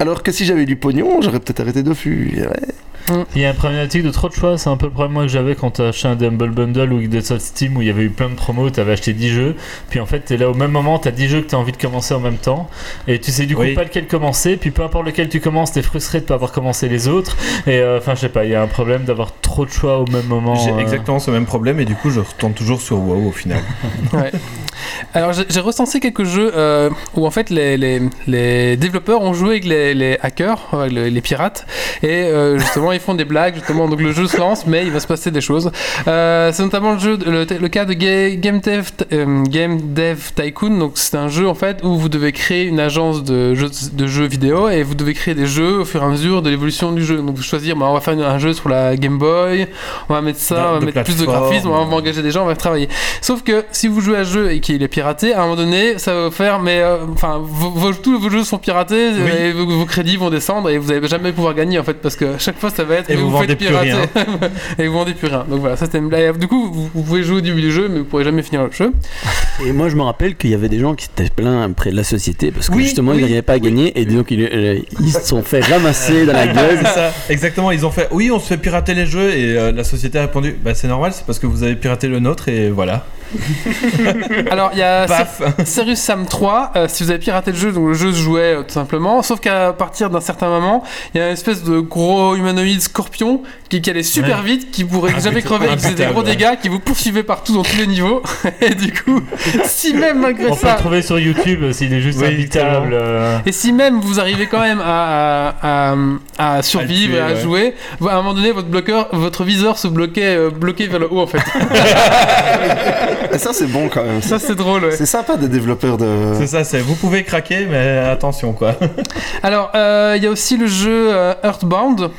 Alors que si j'avais du pognon, j'aurais peut-être arrêté Dofu.
Mm.
Il y a un problématique de trop de choix, c'est un peu le problème moi, que j'avais quand t'as acheté un Dumble Bundle ou des soldes Steam où il y avait eu plein de promos, t'avais acheté 10 jeux, puis en fait t'es là au même moment, t'as 10 jeux que t'as envie de commencer en même temps, et tu sais du coup
Oui.
pas lequel commencer, puis peu importe lequel tu commences, t'es frustré de pas avoir commencé les autres, et euh, enfin je sais pas, il y a un problème d'avoir trop de choix au même moment.
J'ai
euh.
exactement ce même problème, et du coup, je retourne toujours sur WoW au final.
Ouais. Alors j'ai j'ai recensé quelques jeux euh, où en fait les, les, les développeurs ont joué avec les, les hackers, euh, avec les, les pirates, et euh, justement ils font des blagues, justement donc le jeu se lance mais il va se passer des choses. Euh, c'est notamment le, jeu, de- le, le cas de Ga- Game Dev, euh, Game Dev Tycoon, donc c'est un jeu en fait où vous devez créer une agence de jeux, de jeux vidéo et vous devez créer des jeux au fur et à mesure de l'évolution du jeu. Donc vous choisir, bah, on va faire une- un jeu sur la Game Boy, on va mettre ça, on va
de
mettre plus de
plateforme.
graphisme, on va engager des gens, on va travailler. Sauf que si vous jouez à ce jeu et qu'il est piraté, à un moment donné, ça va vous faire, mais euh, enfin, vos- vos- tous vos jeux sont piratés et vos, vos crédits vont descendre et vous n'allez jamais pouvoir gagner en fait parce que à chaque fois ça va être
Et
mais
vous vendez
faites
plus
pirater.
rien.
et vous vendez plus rien. Donc voilà, ça c'était une blague. Du coup, vous, vous pouvez jouer au début du jeu, mais vous pourrez jamais finir le jeu.
Et moi, je me rappelle qu'il y avait des gens qui étaient pleins près de la société parce que
Oui,
justement,
oui,
ils n'arrivaient pas à gagner et donc ils, euh, ils se sont fait ramasser dans la gueule.
C'est ça. Exactement, ils ont fait oui, on se fait pirater les jeux et euh, la société a répondu bah c'est normal, c'est parce que vous avez piraté le nôtre et voilà.
Alors il y a
Paf.
Ser- Serious Sam 3, euh, si vous avez piraté le jeu, donc le jeu se jouait euh, tout simplement, sauf qu'à partir d'un certain moment, il y a une espèce de gros humanoïde scorpion qui, qui allait super
Ouais.
vite, qui
Ah,
pourrait jamais
Impeccable.
crever, qui faisait des gros
Impeccable,
dégâts, qui vous poursuivait partout dans tous les niveaux, et du coup, si même malgré
On peut
ça...
le trouver sur YouTube euh, s'il est juste
Oui,
imbitable. euh.
Et si même vous arrivez quand même à, à, à- à survivre
tuer,
et à
ouais.
jouer, à un moment donné, votre bloqueur, votre viseur se bloquait, euh, bloquait vers le haut en fait.
Et Ah, ça, c'est bon quand même.
Ça, c'est drôle, ouais.
C'est sympa des développeurs de.
Euh.
C'est ça, c'est vous pouvez craquer mais attention quoi.
Alors, euh, il y a aussi le jeu euh, Earthbound.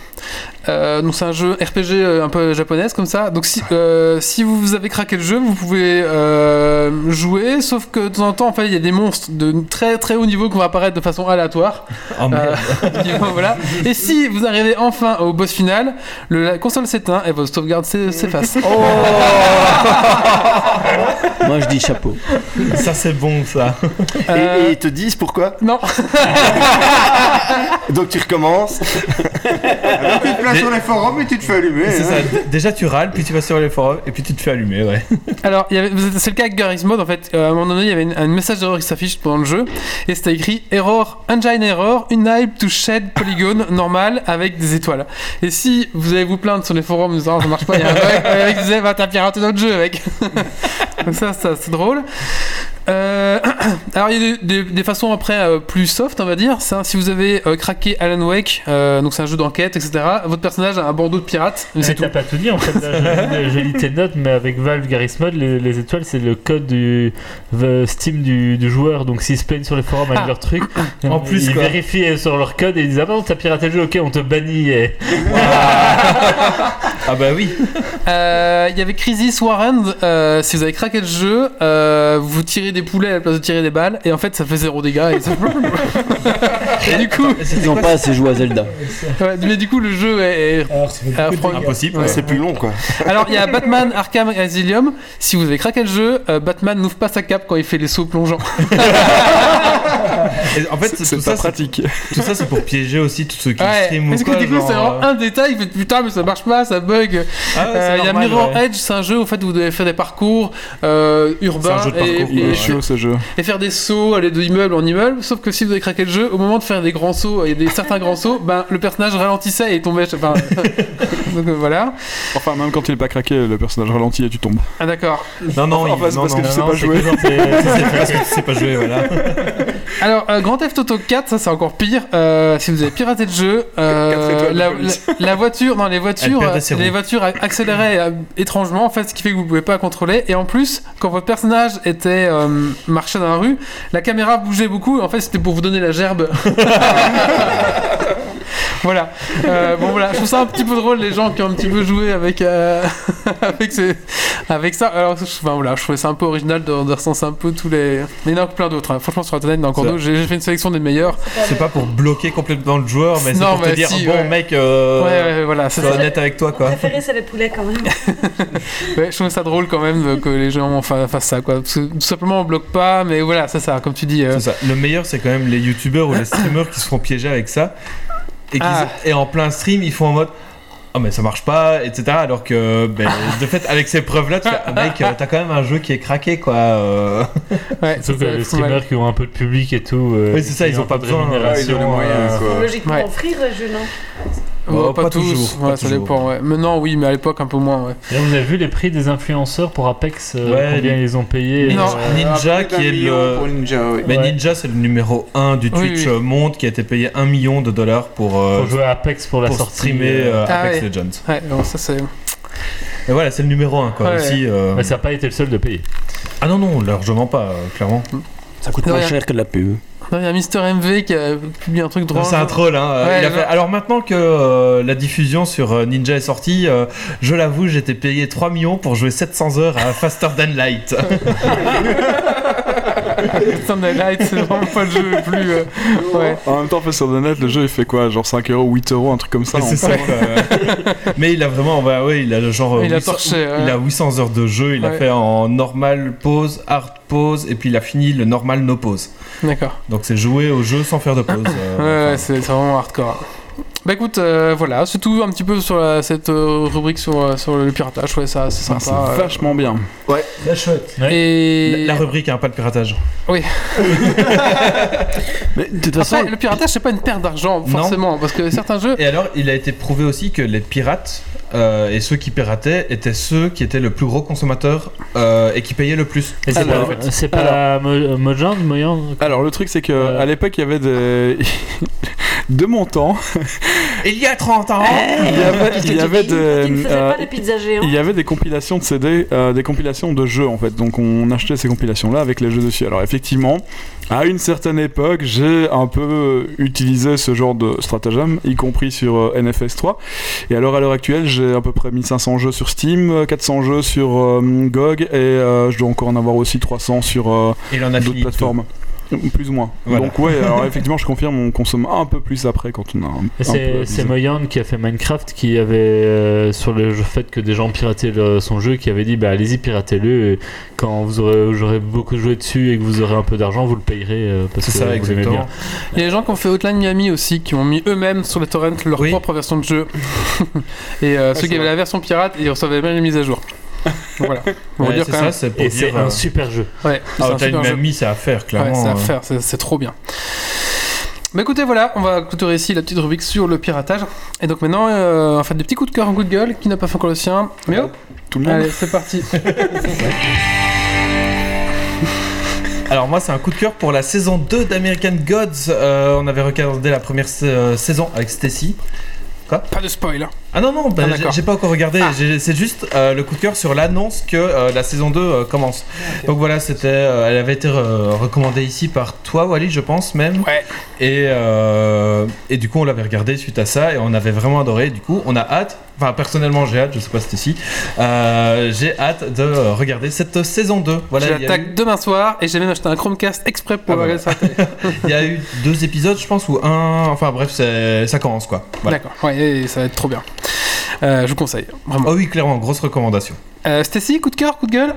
Euh, donc c'est un jeu RPG euh, un peu japonaise comme ça. Donc si, euh, si vous vous avez craqué le jeu, vous pouvez euh, jouer. Sauf que de temps en temps, en fait, il y a des monstres de très très haut niveau qui vont apparaître de façon aléatoire.
merde.
Euh, qui vont- voilà. Et si vous arrivez enfin au boss final, le, la console s'éteint et votre sauvegarde s'e- s'efface.
Moi, je dis chapeau.
Ça c'est bon ça.
Et, et ils te disent pourquoi
Euh, Non.
Donc tu recommences.
Tu te places sur les forums et tu te fais allumer.
C'est
hein.
ça. D- Déjà tu râles, puis tu vas sur les forums et puis tu te fais allumer, ouais.
Alors, il y avait- c'est le cas avec Garry's Mod en fait. Euh, à un moment donné, il y avait une- un message d'erreur qui s'affiche pendant le jeu et c'était écrit Error, engine error, unable to shed polygon normal avec des étoiles. Et si vous allez vous plaindre sur les forums en disant Ah, ça marche pas, il y a un bug, le mec disait va t'as piraté notre jeu, mec. Donc, ça, ça c'est drôle. Euh, Alors il y a des, des- des façons après euh, plus soft on va dire. C'est, si vous avez euh, craqué Alan Wake, euh, donc c'est un jeu d'enquête, etc. Votre personnage a un bandeau de pirate. Mais c'est
Mais
tout.
Eh, t'as pas tout dit en fait. là, J'ai j'ai lu tes notes, mais avec Valve Garry's Mod, les, les étoiles c'est le code du v- Steam du, du joueur. Donc s'ils se plaignent sur les forums avec leur truc,
Ah. En plus,
ils
quoi.
vérifient sur leur code et ils disent Ah non, t'as piraté le jeu, ok, on te bannit. Et...
ah bah oui.
Euh, Il y avait Crisis Warren. euh, si vous avez craqué le jeu, euh, vous tirez des poulets à la place de tirer des balles, et en fait ça fait zéro dégâts. Et ça... Et du coup,
Ils n'ont pas assez joué à Zelda.
Ouais, mais du coup le jeu est, est- Ah, Franck- Ouais.
C'est plus long, quoi.
Alors il y a Batman Arkham Asylum. Si vous avez craqué le jeu, euh, Batman n'ouvre pas sa cape quand il fait les sauts plongeants.
Et en fait, tout ça, pratique. Tout ça, c'est pour piéger aussi tous ceux qui
Ouais,
stream ou
parce que
quoi.
du coup,
genre,
c'est
euh,
vraiment un détail. il fait, putain, mais ça marche pas, ça bug.
Ah ouais, c'est
Euh, Il y a
normal,
Mirror
ouais.
Edge, c'est un jeu où, en fait, vous devez faire des parcours euh, urbains.
C'est un jeu de
et-
parcours,
et,
ouais. Chiot, ce jeu.
et faire des sauts, aller de immeuble en immeuble. Sauf que si vous avez craqué le jeu, au moment de faire des grands sauts et des certains grands sauts, ben, le personnage ralentissait et tombait. Enfin, donc euh, voilà.
Enfin, même quand il est pas craqué, le personnage ralentit et tu tombes.
Ah, d'accord.
Non, non, il-
Enfin, c'est
non,
parce que
non,
tu sais
non,
pas
c'est
jouer.
que genre, c'est- c'est parce que tu sais pas jouer, voilà.
Alors, euh, Grand Theft Auto 4, ça c'est encore pire. Euh, si vous avez piraté le jeu, euh,
Quatre étoiles de
la,
police.
la- la voiture, non, les voitures,
Elle
euh,
perdait ses
les
roues.
voitures accéléraient euh, étrangement, en fait, ce qui fait que vous pouvez pas contrôler. Et en plus, quand votre personnage était euh, marchait dans la rue, la caméra bougeait beaucoup. En fait, c'était pour vous donner la gerbe. voilà. Euh, bon voilà, je trouve ça un petit peu drôle les gens qui ont un petit peu joué avec euh, avec ce- avec ça. Alors je- enfin, voilà, je trouvais ça un peu original de, de recenser un peu tous les. Mais il y en a plein d'autres. hein. Franchement sur internet il y en a encore
C'est
d'autres. J'ai j'ai fait une sélection des meilleurs.
C'est pas pour bloquer complètement le joueur, mais c'est
Non,
pour te
mais
dire,
si,
bon
ouais.
mec, euh,
Ouais, ouais, voilà, c'est
sois
ça.
honnête avec toi, quoi.
préféré, c'est les poulets quand même.
Ouais, je trouve ça drôle quand même euh, que les gens en fa- fassent ça quoi. Parce que tout simplement on bloque pas, mais voilà, c'est ça, comme tu dis. euh,
C'est ça. Le meilleur, c'est quand même les youtubeurs ou les streamers qui se font piéger avec ça. Et, qu'ils-
Ah.
et en plein stream, ils font en mode. Oh mais ça marche pas, etc. Alors que, ben, de fait, avec ces preuves-là, tu fais, Ah, mec, euh, t'as quand même un jeu qui est craqué, quoi. euh.
Ouais,
Sauf que
ça,
les
c'est mal.
streamers qui ont un peu de public et tout. euh,
Oui, c'est ça,
qui
ils ont
un
pas
peu de
besoin,
rémunération,
euh, ils ont les moyens,
euh,
quoi.
Logiquement,
Ouais.
frire le jeu, non
Bon,
Ouais, pas,
oh, pas
tous,
toujours,
ouais,
pas
ça
toujours.
dépend. Ouais. Maintenant, oui, mais à l'époque, un peu moins. Ouais.
Là, vous avez vu les prix des influenceurs pour Apex, euh,
Ouais,
combien
les-
ils ont payé
Non.
euh,
Ninja
plus d'un
qui est
million pour
le.
Ninja, oui.
Mais
Ouais.
Ninja, c'est le numéro 1 du
Oui,
Twitch
oui.
euh, monde qui a été payé 1 million de dollars pour, euh,
pour jouer à Apex pour la
pour
sortie.
streamer
euh,
euh,
Ah
Apex
ouais.
Legends.
Ouais, non, ça c'est.
Et voilà, c'est le numéro 1 quoi.
Ouais.
Aussi, euh,
Mais ça n'a pas été le seul de payer.
Ah non, non, largement pas, euh, clairement.
Ça coûte
De
moins
rien.
cher que de la PE.
Non, il y a Mister MV qui a publié un truc drôle.
C'est un troll. Hein. euh,
Ouais,
il a
non.
fait- Alors maintenant que euh, la diffusion sur euh, Ninja est sortie, euh, je l'avoue, j'étais payé 3 millions pour jouer 700 heures à Faster Than Light.
Sunday Night, c'est vraiment pas le jeu le plus. euh, Ouais.
En même temps, Faster Than Light, le jeu il fait quoi Genre 5 euros, 8 euros, un truc comme ça. euh.
Mais c'est
en-
ça, quoi. Mais il a vraiment, bah ouais, il a genre. euh,
Il a
800
torché, ouais.
il a 800 heures de jeu, il a
Ouais.
fait en normal pause, hard pause, et puis il a fini le normal no pause.
D'accord.
Donc c'est jouer au jeu sans faire de pause. euh,
Ouais, ouais, c'est c'est vraiment hardcore. Bah écoute, euh, voilà, c'est tout un petit peu sur la- cette euh, rubrique sur, euh, sur le piratage. Je trouvais ça assez
Ah, C'est
sympa. euh.
vachement bien.
La chouette.
Et.
La, rubrique, hein, pas le piratage.
Mais de toute
Après,
façon,
le piratage, c'est pas une perte d'argent, forcément, parce que certains jeux.
Et alors, il a été prouvé aussi que les pirates euh, et ceux qui pirataient étaient ceux qui étaient le plus gros consommateur euh, et qui payaient le plus.
Et c'est
Alors,
pas, c'est pas la Mo- Mojang, Mojang
Alors le truc c'est que
Voilà.
à l'époque il y avait des de mon temps,
Il y a 30 ans
Eh, il y avait, il y avait des,
Tu ne faisais
euh,
pas des pizzas géantes
il y avait des compilations de CD, euh, des compilations de jeux en fait. Donc on achetait ces compilations là avec les jeux dessus. Alors effectivement, à une certaine époque, j'ai un peu utilisé ce genre de stratagème, y compris sur euh, NFS 3. Et alors à l'heure actuelle, j'ai à peu près 1500 jeux sur Steam, euh, 400 jeux sur euh, GOG et euh, je dois encore en avoir aussi 300 sur euh,
Il en a
d'autres
fini.
plateformes. Plus ou moins.
Voilà.
Donc ouais, alors effectivement, je confirme, on consomme un peu plus après quand on a un, un
Et
peu
C'est c'est
abusé.
Mojang qui a fait Minecraft qui avait, euh, sur le jeu- fait que des gens pirataient le- son jeu, qui avait dit bah allez-y, piratez-le. et Quand vous aurez, j'aurai beaucoup joué dessus et que vous aurez un peu d'argent, vous le payerez euh, parce
C'est
que
ça,
vous l'aimez
exactement.
bien.
Il y a des gens qui ont fait Outline Miami aussi, qui ont mis eux-mêmes sur les torrents leur
Oui. Ah,
propre version de jeu. et euh, ceux qui avaient la version pirate, ils recevaient même les mises à jour. Donc voilà. On va
Ouais,
dire
c'est
quand
ça,
même.
c'est pour
Et c'est
dire. euh,
un super jeu.
Ouais, c'est
Ah,
un
t'as une
super jeu.
mamie, c'est à faire,
Ouais,
clairement. hein.
c'est à faire, c'est c'est trop bien. Bah écoutez, voilà, on va clôturer ici la petite rubrique sur le piratage. Et donc maintenant, euh, on fait des petits coups de cœur, un coup de gueule, qui n'a pas fait encore le sien. Mais oh,
Tout le monde.
allez, c'est parti.
Alors moi c'est un coup de cœur pour la saison 2 d'American Gods. Euh, on avait regardé la première sa- euh, saison avec Stacy. Quoi
Pas de spoil.
Ah non, non, bah,
Ah,
j'ai-
d'accord. Ah.
j'ai pas encore regardé. J'ai- C'est juste euh, le coup de cœur sur l'annonce que euh, la saison 2 euh, commence. Donc voilà, c'était, euh, elle avait été euh, recommandée ici par toi, Wally, je pense même.
Ouais.
Et, euh, et du coup, on l'avait regardé suite à ça et on avait vraiment adoré. Du coup, on a hâte. Enfin, personnellement, j'ai hâte, je sais pas si ici. j'ai hâte de euh, regarder cette saison 2. Voilà,
je
il y a
l'attaque
eu-
demain soir et j'ai même acheté un Chromecast exprès pour
Ah,
regarder ça.
voilà. Il y a eu deux épisodes, je pense, ou un. Enfin bref, c'est- ça commence quoi. Voilà.
D'accord, ouais, et ça va être trop bien. Euh, je vous conseille, vraiment.
Oh oui, clairement, grosse recommandation.
Euh, Stacy, coup de cœur, coup de gueule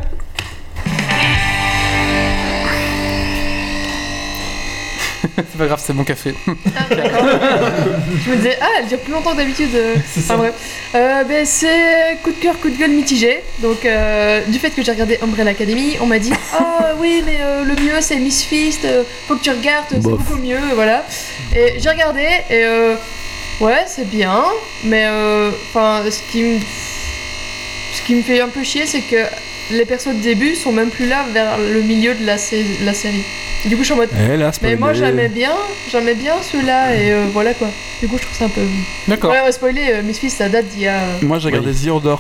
C'est pas grave, c'est mon café.
Je me disais, ah, elle dure plus longtemps que d'habitude. euh.
ça.
Enfin bref. Euh, ben, c'est coup de cœur, coup de gueule mitigé. Donc, euh, du fait que j'ai regardé Umbrella Academy, on m'a dit, ah oui, mais euh, le mieux c'est Miss Fist, euh, faut que tu regardes, c'est
Bof.
beaucoup mieux, voilà. Et j'ai regardé, et euh, ouais, c'est bien, mais euh, enfin, ce qui me. Ce qui me fait un peu chier, c'est que les persos de début sont même plus là vers le milieu de la, sé- la série. Et du coup, je suis en mode.
Eh là,
mais
spoiler.
moi, j'aimais bien, j'aimais bien ceux-là, et euh, voilà quoi. Du coup, je trouve ça un peu.
D'accord.
Ouais, ouais, spoiler, euh, Miss Fist, ça date d'il y a. euh,
Moi j'ai regardé The Order.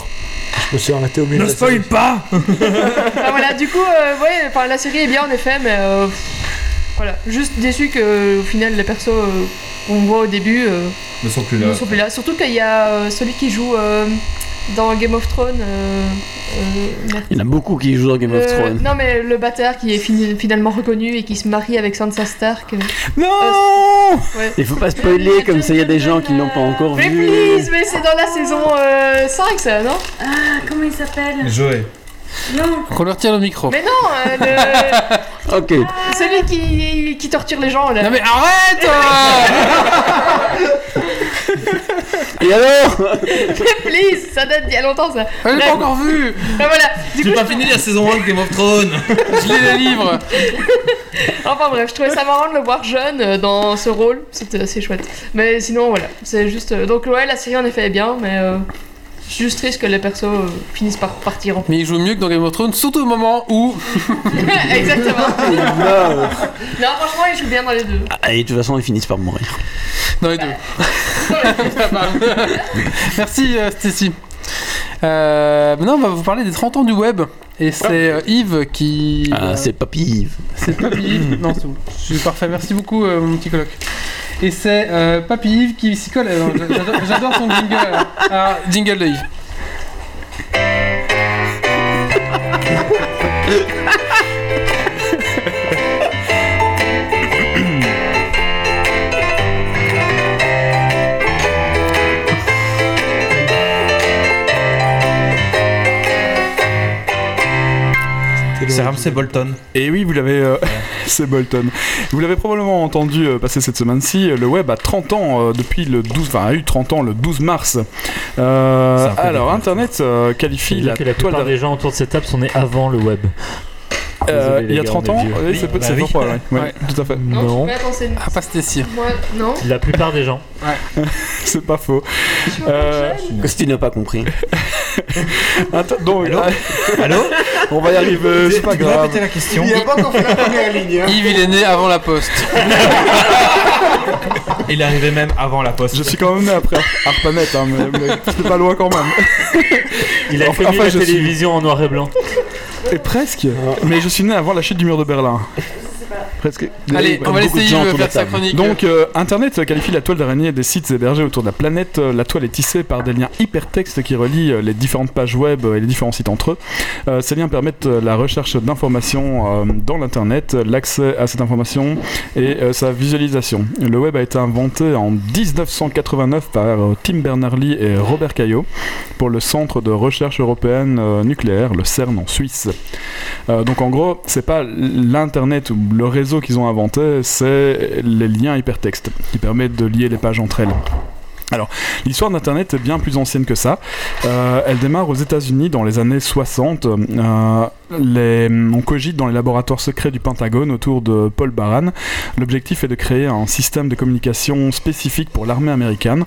Je me suis arrêté au milieu.
Ne
de la
spoil
série.
pas
Enfin, voilà, du coup, euh, ouais, enfin, la série est bien en effet, mais. euh, voilà, juste déçu que au final, les persos euh, qu'on voit au début euh,
Ne sont plus
ne sont plus là. Surtout qu'il y a euh, celui qui joue euh, dans Game of Thrones. euh, euh, merde.
Il y en a beaucoup qui jouent dans Game of
Le-
Euh,
Thrones.
Non mais le bâtard qui est fini- finalement reconnu et qui se marie avec Sansa Stark. euh,
Non
ouais.
Il faut pas spoiler comme ça, il y a des gens qui ne l'ont pas encore
Mais
vu.
please, mais c'est dans la saison euh, 5 ça, non
Ah, comment il s'appelle
Joey.
Non.
Qu'on leur tire le micro.
Mais non, euh, le-
Ok.
celui qui, qui torture les gens là.
Non mais arrête
Et alors
Mais please, ça date d'il y a longtemps ça.
Elle
Bref.
l'a Ah, pas encore vu
Ben voilà, du
J'ai
coup,
pas fini la saison 1 de Game of Thrones
Je lis les livres
enfin bref, je trouvais ça marrant de le voir jeune euh, dans ce rôle, c'était assez chouette. Mais sinon voilà, c'est juste euh, donc ouais la série en effet est bien, mais euh, je suis juste triste que les persos euh, finissent par partir en.
Mais il joue mieux que dans Game of Thrones, surtout au moment où.
Exactement.
Non.
Ah.
Non franchement ils jouent bien dans les deux.
Ah
Et de toute façon, ils finissent par mourir.
Dans les deux. Ça va. Merci euh, Stacy. Euh, maintenant, on va vous parler des 30 ans du web. Et c'est euh, Yves qui. euh,
Ah, c'est Papy Yves.
C'est Papy Yves. Non, c'est bon. Je suis parfait. Merci beaucoup, euh, mon petit coloc. Et c'est euh, Papy Yves qui s'y colle. Alors, j'a- j'adore- J'adore son jingle. Ah, jingle de Yves.
C'est Ramsey Bolton.
Et oui, vous l'avez. euh, c'est Bolton. Vous l'avez probablement entendu euh, passer cette semaine-ci. euh, Le web a 30 ans euh, depuis le 12. Enfin, a eu 30 ans le 12 mars. Euh,
C'est un peu
alors,
dégueu.
Internet euh, qualifie
Il
la
a que la
toile
plupart des gens autour de cette table sont nés avant le web.
Euh,
Désolé,
il y a
les gars,
30
on est
ans,
vieux.
oui, c'est peut- c'est
oui.
pourquoi, ouais. Ouais, tout à fait.
Non.
Mais attends c'est
Ah, pas Stacy.
moi non.
La plupart des gens.
c'est pas faux.
Qu'est-ce que Euh, tu n'as pas compris
Attends, donc,
Allô
On va y arriver, c'est pas
Tu peux
grave.
répéter la question
Il a pas encore fait la première ligne. hein.
Yves, il est né avant la poste.
Il est arrivé même avant la poste.
Je suis quand même né après Ar- Arpanet, hein, mais, mais c'était pas loin quand même.
Il a
Enfin,
connu
enfin,
la
je suis-
télévision en noir et blanc.
Et presque. Mais je suis né avant la chute du mur de Berlin. Presque.
Allez,
Ouais,
on va
beaucoup
laisser
de gens
Yves
autour de la
faire sa
table.
chronique.
Donc, euh, Internet qualifie la toile d'araignée des sites hébergés autour de la planète. Euh, La toile est tissée par des liens hypertextes qui relient euh, les différentes pages web euh, et les différents sites entre eux. Euh, ces liens permettent euh, la recherche d'informations euh, dans l'Internet, euh, l'accès à cette information et euh, sa visualisation. Le web a été inventé en 1989 par euh, Tim Berners-Lee et Robert Caillot pour le Centre de recherche européenne euh, nucléaire, le CERN en Suisse. Euh, donc en gros, c'est pas l'internet ou le réseau qu'ils ont inventé, c'est les liens hypertextes qui permettent de lier les pages entre elles. Alors, l'histoire d'Internet est bien plus ancienne que ça. Euh, elle démarre aux États-Unis dans les années 60. Euh, les- on cogite dans les laboratoires secrets du Pentagone autour de Paul Baran. L'objectif est de créer un système de communication spécifique pour l'armée américaine.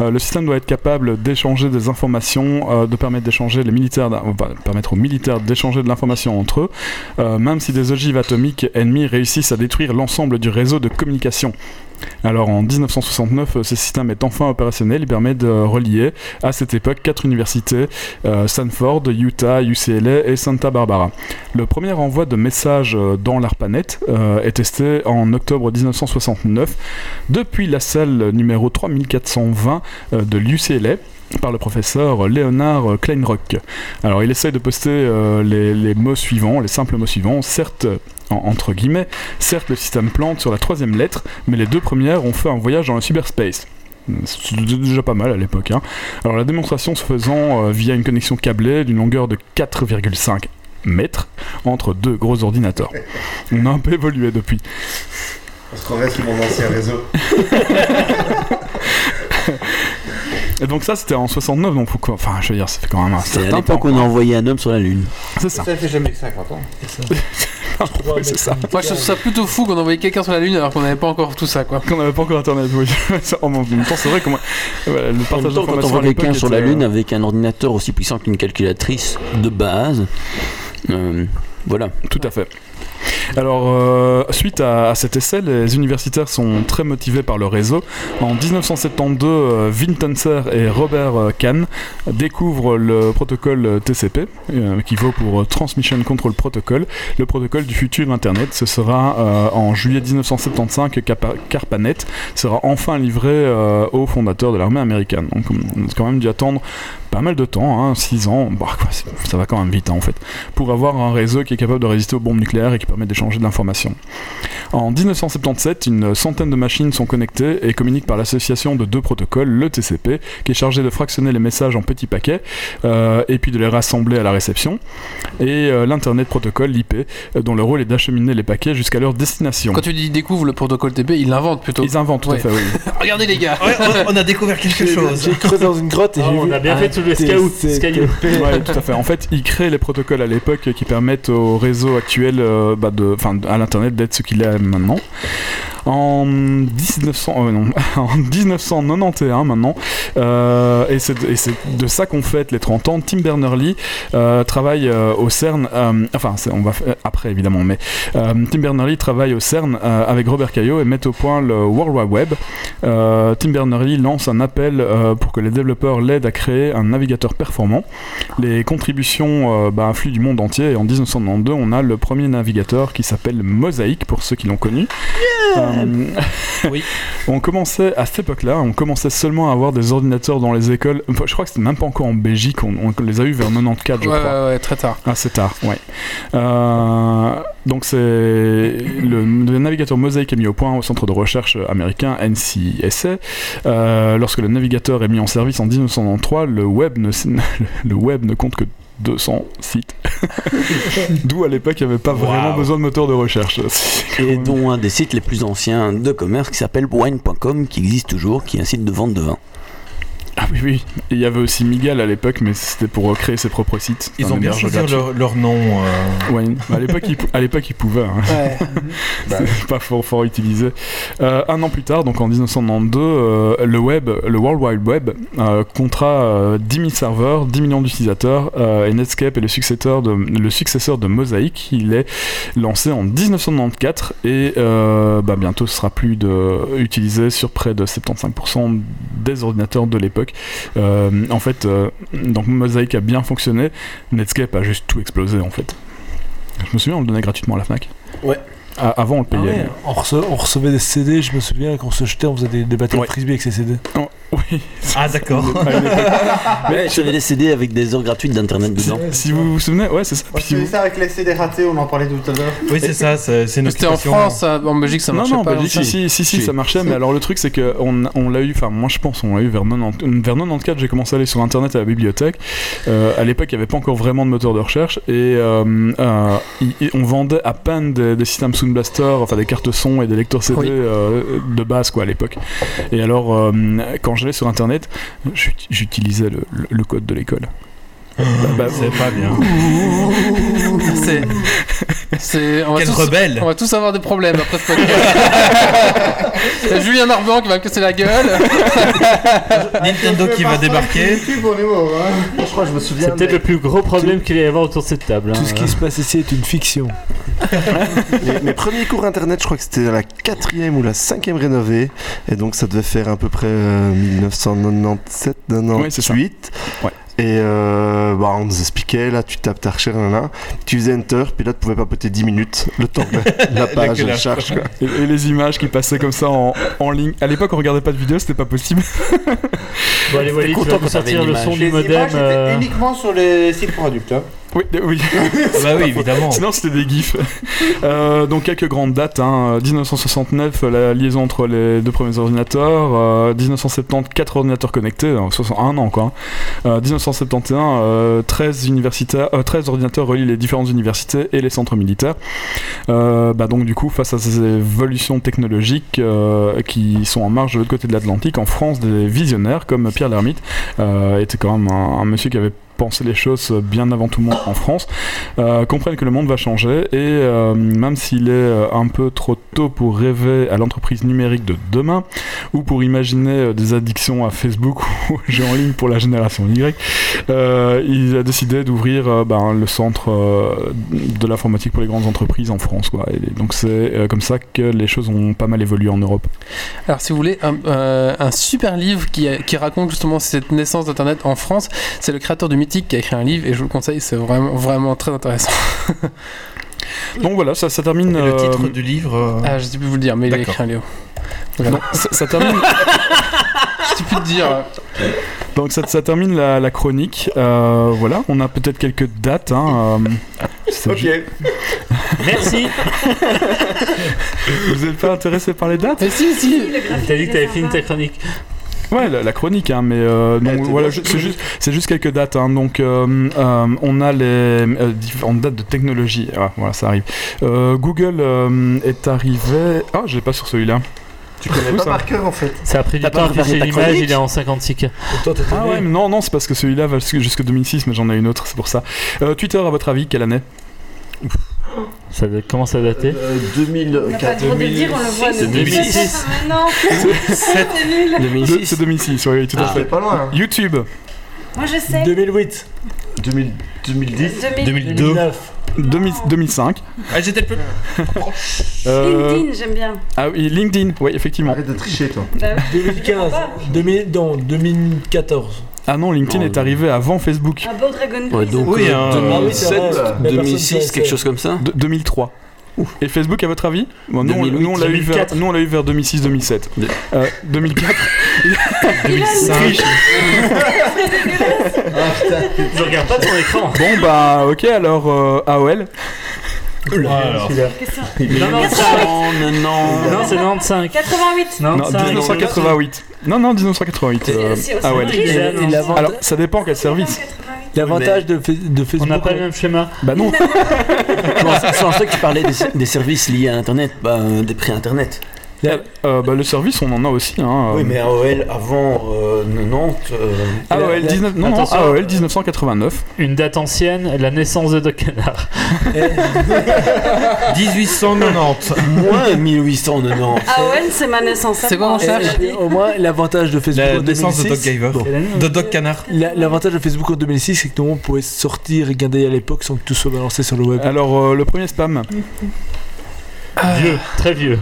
Euh, le système doit être capable d'échanger des informations, euh, de permettre d'échanger les militaires, d'a- enfin, permettre aux militaires d'échanger de l'information entre eux, euh, même si des ogives atomiques ennemies réussissent à détruire l'ensemble du réseau de communication. Alors en 1969, euh, ce système est enfin opérationnel. Il permet de relier à cette époque quatre universités euh, Stanford, Utah, UCLA et Santa Barbara. Le premier envoi de messages euh, dans l'ARPANET euh, est testé en octobre 1969 depuis la salle numéro 3420 euh, de l'UCLA par le professeur Léonard Kleinrock. Alors il essaye de poster euh, les, les mots suivants, les simples mots suivants, certes en- entre guillemets, certes le système plante sur la troisième lettre, mais les deux premières ont fait un voyage dans le cyberspace. C'est déjà pas mal à l'époque. hein. Alors la démonstration se faisant euh, via une connexion câblée d'une longueur de 4,5 mètres entre deux gros ordinateurs. On a un peu évolué depuis.
On se croirait sur mon ancien réseau.
Et donc ça c'était en 69 donc faut quoi- enfin je veux dire ça fait quand même un
C'est à
certain temps.
l'époque qu'on a envoyé un homme sur la Lune.
C'est ça.
Ça fait jamais que 50 ans.
Oui, c'est ça.
Moi, je trouve ça plutôt fou qu'on envoyait quelqu'un sur la Lune alors qu'on n'avait pas encore tout ça, quoi.
Qu'on n'avait pas encore Internet, oui. Ça, oh, en même temps, c'est vrai que moi, voilà, le
En
partage
même temps, quand on
d'informations
voit
à l'époque
quelqu'un sur la
était, euh,
Lune avec un ordinateur aussi puissant qu'une calculatrice de base, euh, voilà.
Tout à fait. Alors, euh, suite à, à cet essai, les universitaires sont très motivés par le réseau. En 1972, euh, Vin Tenser et Robert euh, Kahn découvrent le protocole euh, TCP, euh, qui vaut pour euh, Transmission Control Protocol, le protocole du futur Internet. Ce sera euh, en juillet 1975 que Capa- Carpanet sera enfin livré euh, aux fondateurs de l'armée américaine. Donc, on a quand même dû attendre pas mal de temps, 6 ans, bah, quoi, c'est- ça va quand même vite hein, en fait, pour avoir un réseau qui est capable de résister aux bombes nucléaires et qui permet d'échanger de l'information. En 1977, une centaine de machines sont connectées et communiquent par l'association de deux protocoles, le TCP, qui est chargé de fractionner les messages en petits paquets euh, et puis de les rassembler à la réception, et euh, l'Internet Protocol, l'IP, euh, dont le rôle est d'acheminer les paquets jusqu'à leur destination.
Quand tu dis découvre le protocole TP, ils l'inventent plutôt.
Ils inventent tout à fait, oui.
Regardez les gars.
on a découvert quelque chose.
J'ai creusé dans une grotte et
Ah,
j'ai
on
vu
a bien fait de soulever ce caillou, ce caillou.
Ouais, tout à fait. En fait, ils créent les protocoles à l'époque qui permettent au réseau actuel, euh, bah, de, enfin, à l'internet d'être ce qu'il est maintenant. En, 1900, euh, non, en 1991 maintenant, euh, et c'est et c'est de ça qu'on fête les 30 ans. Tim Berners-Lee euh, travaille euh, au CERN, euh, enfin c'est- on va faire après évidemment, mais euh, Tim Berners-Lee travaille au CERN euh, avec Robert Caillot et met au point le World Wide Web. Euh, Tim Berners-Lee lance un appel euh, pour que les développeurs l'aident à créer un navigateur performant. Les contributions euh, bah, affluent du monde entier et en 1992 on a le premier navigateur qui s'appelle Mosaic pour ceux qui l'ont connu. Euh, on commençait à cette époque-là, on commençait seulement à avoir des ordinateurs dans les écoles. Enfin, je crois que c'était même pas encore en Belgique, on, on les a eu vers 94 je
Ouais,
crois.
ouais, ouais, très tard.
Ah, c'est tard, ouais. Euh, donc, c'est le, le navigateur Mosaic est mis au point au centre de recherche américain NCSA. Euh, lorsque le navigateur est mis en service en 1993, le web ne, le web ne compte que 200 sites. D'où à l'époque, il n'y avait pas vraiment besoin de moteur de recherche.
Et dont un des sites les plus anciens de commerce qui s'appelle wine.com, qui existe toujours, qui est un site de vente de vin.
Ah oui, oui. Et Il y avait aussi Migal à l'époque, mais c'était pour euh, créer ses propres sites.
Ils
Un
ont bien
hébergeur
choisi
gratuit.
leur, leur nom. euh.
Ouais, à l'époque, ils, pou- à l'époque, ils pouvaient. hein.
Bah.
C'est pas fort, fort utilisé. Euh, un an plus tard, donc en 1992, euh, le web, le World Wide Web, euh, comptera euh, 10 000 serveurs, 10 millions d'utilisateurs, euh, et Netscape est le successeur de, le successeur de Mosaic. Il est lancé en 1994 et euh, bah, bientôt ce sera plus de, utilisé sur près de 75% des ordinateurs de l'époque. Euh, en fait, euh, donc Mosaic a bien fonctionné, Netscape a juste tout explosé en fait. Je me souviens, on le donnait gratuitement à la Fnac.
Ouais.
Ah, avant, on le
Ah
payait.
ouais, on, rece- on recevait des CD, je me souviens qu'on se jetait, on faisait des, des batailles
Ouais.
de frisbee avec ces CD.
Oh, oui.
Ah, d'accord.
Mais j'avais des CD avec des heures gratuites d'internet dedans.
Si vous vous souvenez, ouais, c'est ça.
Moi, je faisais ça avec les CD ratés, on en parlait tout à l'heure.
Oui, c'est ça, c'est c'est une
C'était en
occupation.
France, ça- en Belgique, ça marchait
non, non,
pas. hein.
bah,
comme
si,
ça.
si, si, si,
Si.
ça marchait, mais alors le truc, c'est que on, on l'a eu, enfin, moi je pense, on l'a eu vers, 90 vers 94, j'ai commencé à aller sur internet à la bibliothèque. Euh, à l'époque, il n'y avait pas encore vraiment de moteur de recherche, et euh, euh, il- il- on vendait à peine des, des systèmes Sound Blaster, enfin des cartes son et des lecteurs CD
Oui.
euh, de base, quoi, à l'époque. Et alors, euh, quand j'ai téléchargé sur internet. J'ut- J'utilisais le, le- le code de l'école. Bah,
C'est pas bien.
C'est. C'est. on va
Quel
tous-
rebelle.
On va tous avoir des problèmes après ce podcast. Il y a Julien Arban qui va me casser la gueule.
Nintendo qui va débarquer.
Je crois que je me souviens.
C'est peut-être le plus gros problème qu'il va y avoir autour de cette table. hein.
Tout ce
Ah.
qui se passe ici est une fiction.
Les- mes premiers cours internet, je crois que c'était la quatrième ou la cinquième rénovée, et donc ça devait faire à peu près euh, 1997, 98. Et euh, bah, on nous expliquait, là tu tapes ta recherche, nanana. tu faisais Enter, puis là tu pouvais papoter 10 minutes, le temps que la page
Que la-
charge. Quoi.
Et, et les images qui passaient comme ça en, en ligne. À l'époque, on regardait pas de vidéo, c'était pas possible.
Bon, allez, Wally, tu vas nous sortir le son du
Les
modem.
images
euh,
étaient uniquement sur les sites pour adultes. hein.
Oui, euh, oui.
bah oui, évidemment.
Sinon, c'était des gifs. Euh, donc, quelques grandes dates. hein. 1969, la liaison entre les deux premiers ordinateurs. Euh, 1970, 4 ordinateurs connectés. euh, 61 ans, quoi. Euh, 1971, euh, 13, universitaires, euh, 13 ordinateurs relient les différentes universités et les centres militaires. Euh, bah, donc, du coup, face à ces évolutions technologiques euh, qui sont en marge de l'autre côté de l'Atlantique, en France, des visionnaires comme Pierre Lhermitte euh, était quand même un- un monsieur qui avait penser les choses euh, bien avant tout le monde en France, euh, comprennent que le monde va changer et euh, même s'il est euh, un peu trop tôt pour rêver à l'entreprise numérique de demain ou pour imaginer euh, des addictions à Facebook ou aux jeux en ligne pour la génération Y, euh, il a décidé d'ouvrir euh, ben, le centre euh, de l'informatique pour les grandes entreprises en France. Quoi. Et donc c'est euh, comme ça que les choses ont pas mal évolué en Europe.
Alors, si vous voulez, un, euh, un super livre qui, qui raconte justement cette naissance d'Internet en France, c'est le créateur du Mythique qui a écrit un livre et je vous le conseille, c'est vraiment, vraiment très intéressant.
Donc voilà, ça, ça termine...
Le
euh,
titre du livre. euh,
Ah, je sais plus vous le dire, mais il a
D'accord.
écrit un livre.
non, ça, ça termine...
Je sais plus te dire.
Donc ça, ça termine la, la chronique. Euh, voilà, on a peut-être quelques dates. Hein, euh, c'est
Ok.
ju-
Merci.
Vous n'êtes pas intéressé par les dates
Mais si, si.
T'as dit que t'avais fini ta chronique.
Ouais, la, la chronique, hein, mais euh, non, voilà, ju- c'est juste, c'est juste quelques dates. hein. donc, euh, euh, on a les euh, différentes dates de technologie. Ah, voilà, ça arrive. Euh, Google euh, est arrivé. Ah, je l'ai pas sur celui-là.
Tu connais
Où
pas
ça
par cœur en fait.
Ça a pris du
T'as
temps à
pas préparé
afficher
ta
l'image,
chronique
il est en 56K.
Ah ouais, mais non, non, c'est parce que celui-là va jusque- jusque 2006, mais j'en ai une autre, c'est pour ça. Euh, Twitter, à votre avis, quelle année
Ça date- commence à dater.
Euh,
On n'a pas
2004.
le droit de dire, on le voit.
C'est
nous.
2006.
Mais Non, c'est nul.
De- C'est 2006, oui, oui, tout à
Ah,
fait.
c'est pas loin.
YouTube.
Moi je sais.
2008,
2000 2010.
2000.
2002.
2009.
2000 2005.
Ah, j'étais le plus.
Euh,
LinkedIn, j'aime bien.
Ah oui, LinkedIn, oui, effectivement.
Arrête de tricher toi.
Bah, oui.
2015, 2000, non, 2014.
Ah non, LinkedIn est arrivé avant Facebook.
Un beau Dragon
Ouais,
Ball.
donc
Oui,
euh,
hein.
Ah oui, c'est
2007,
vrai, la personne
2006,
qui a
quelque
essayé.
chose comme ça.
De- 2003. Et Facebook, à votre avis Bon, nous, on-
2008,
nous, on l'a eu vers,
2004.
nous, on l'a eu vers 2006-2007.
De-
Euh, 2004.
Je regarde pas ton écran.
Bon, bah, ok, alors euh, AOL.
Alors,
Qu'est-ce que
Non, non, ça-
100,
non,
90.
c'est 95.
88.
Non,
Non, 1988. Non, non, 1988. euh,
Si, si, aussi,
AOL.
oui.
Et- et
Non,
l'avant-
Alors, ça dépend quel service.
88.
L'avantage de, Fa- de
On
Facebook.
n'a pas le même schéma.
Bah non.
Non, c'est- c'est en fait que tu parlais des, des services liés à Internet, bah, euh, des prix Internet.
Euh, bah, le service, on en a aussi. Hein, euh. Ah,
Oui, mais AOL avant euh, 90. euh,
AOL, 19... non, non,
Attention.
AOL 1989.
Une date ancienne, la naissance de Doc Canard. Eh.
1890.
moins 1890.
AOL, Ah c'est ma naissance.
C'est quoi, mon
apparemment,
cher
je dis.
Et- et Au moins, l'avantage de Facebook
La
en
naissance de Doc
2006.
Giver.
Bon.
De Doc Canard.
La- L'avantage de Facebook en 2006, c'est que tout le monde pouvait sortir et garder à l'époque sans que tout soit balancé sur le web.
Alors, euh, le premier spam.
Vieux, très vieux.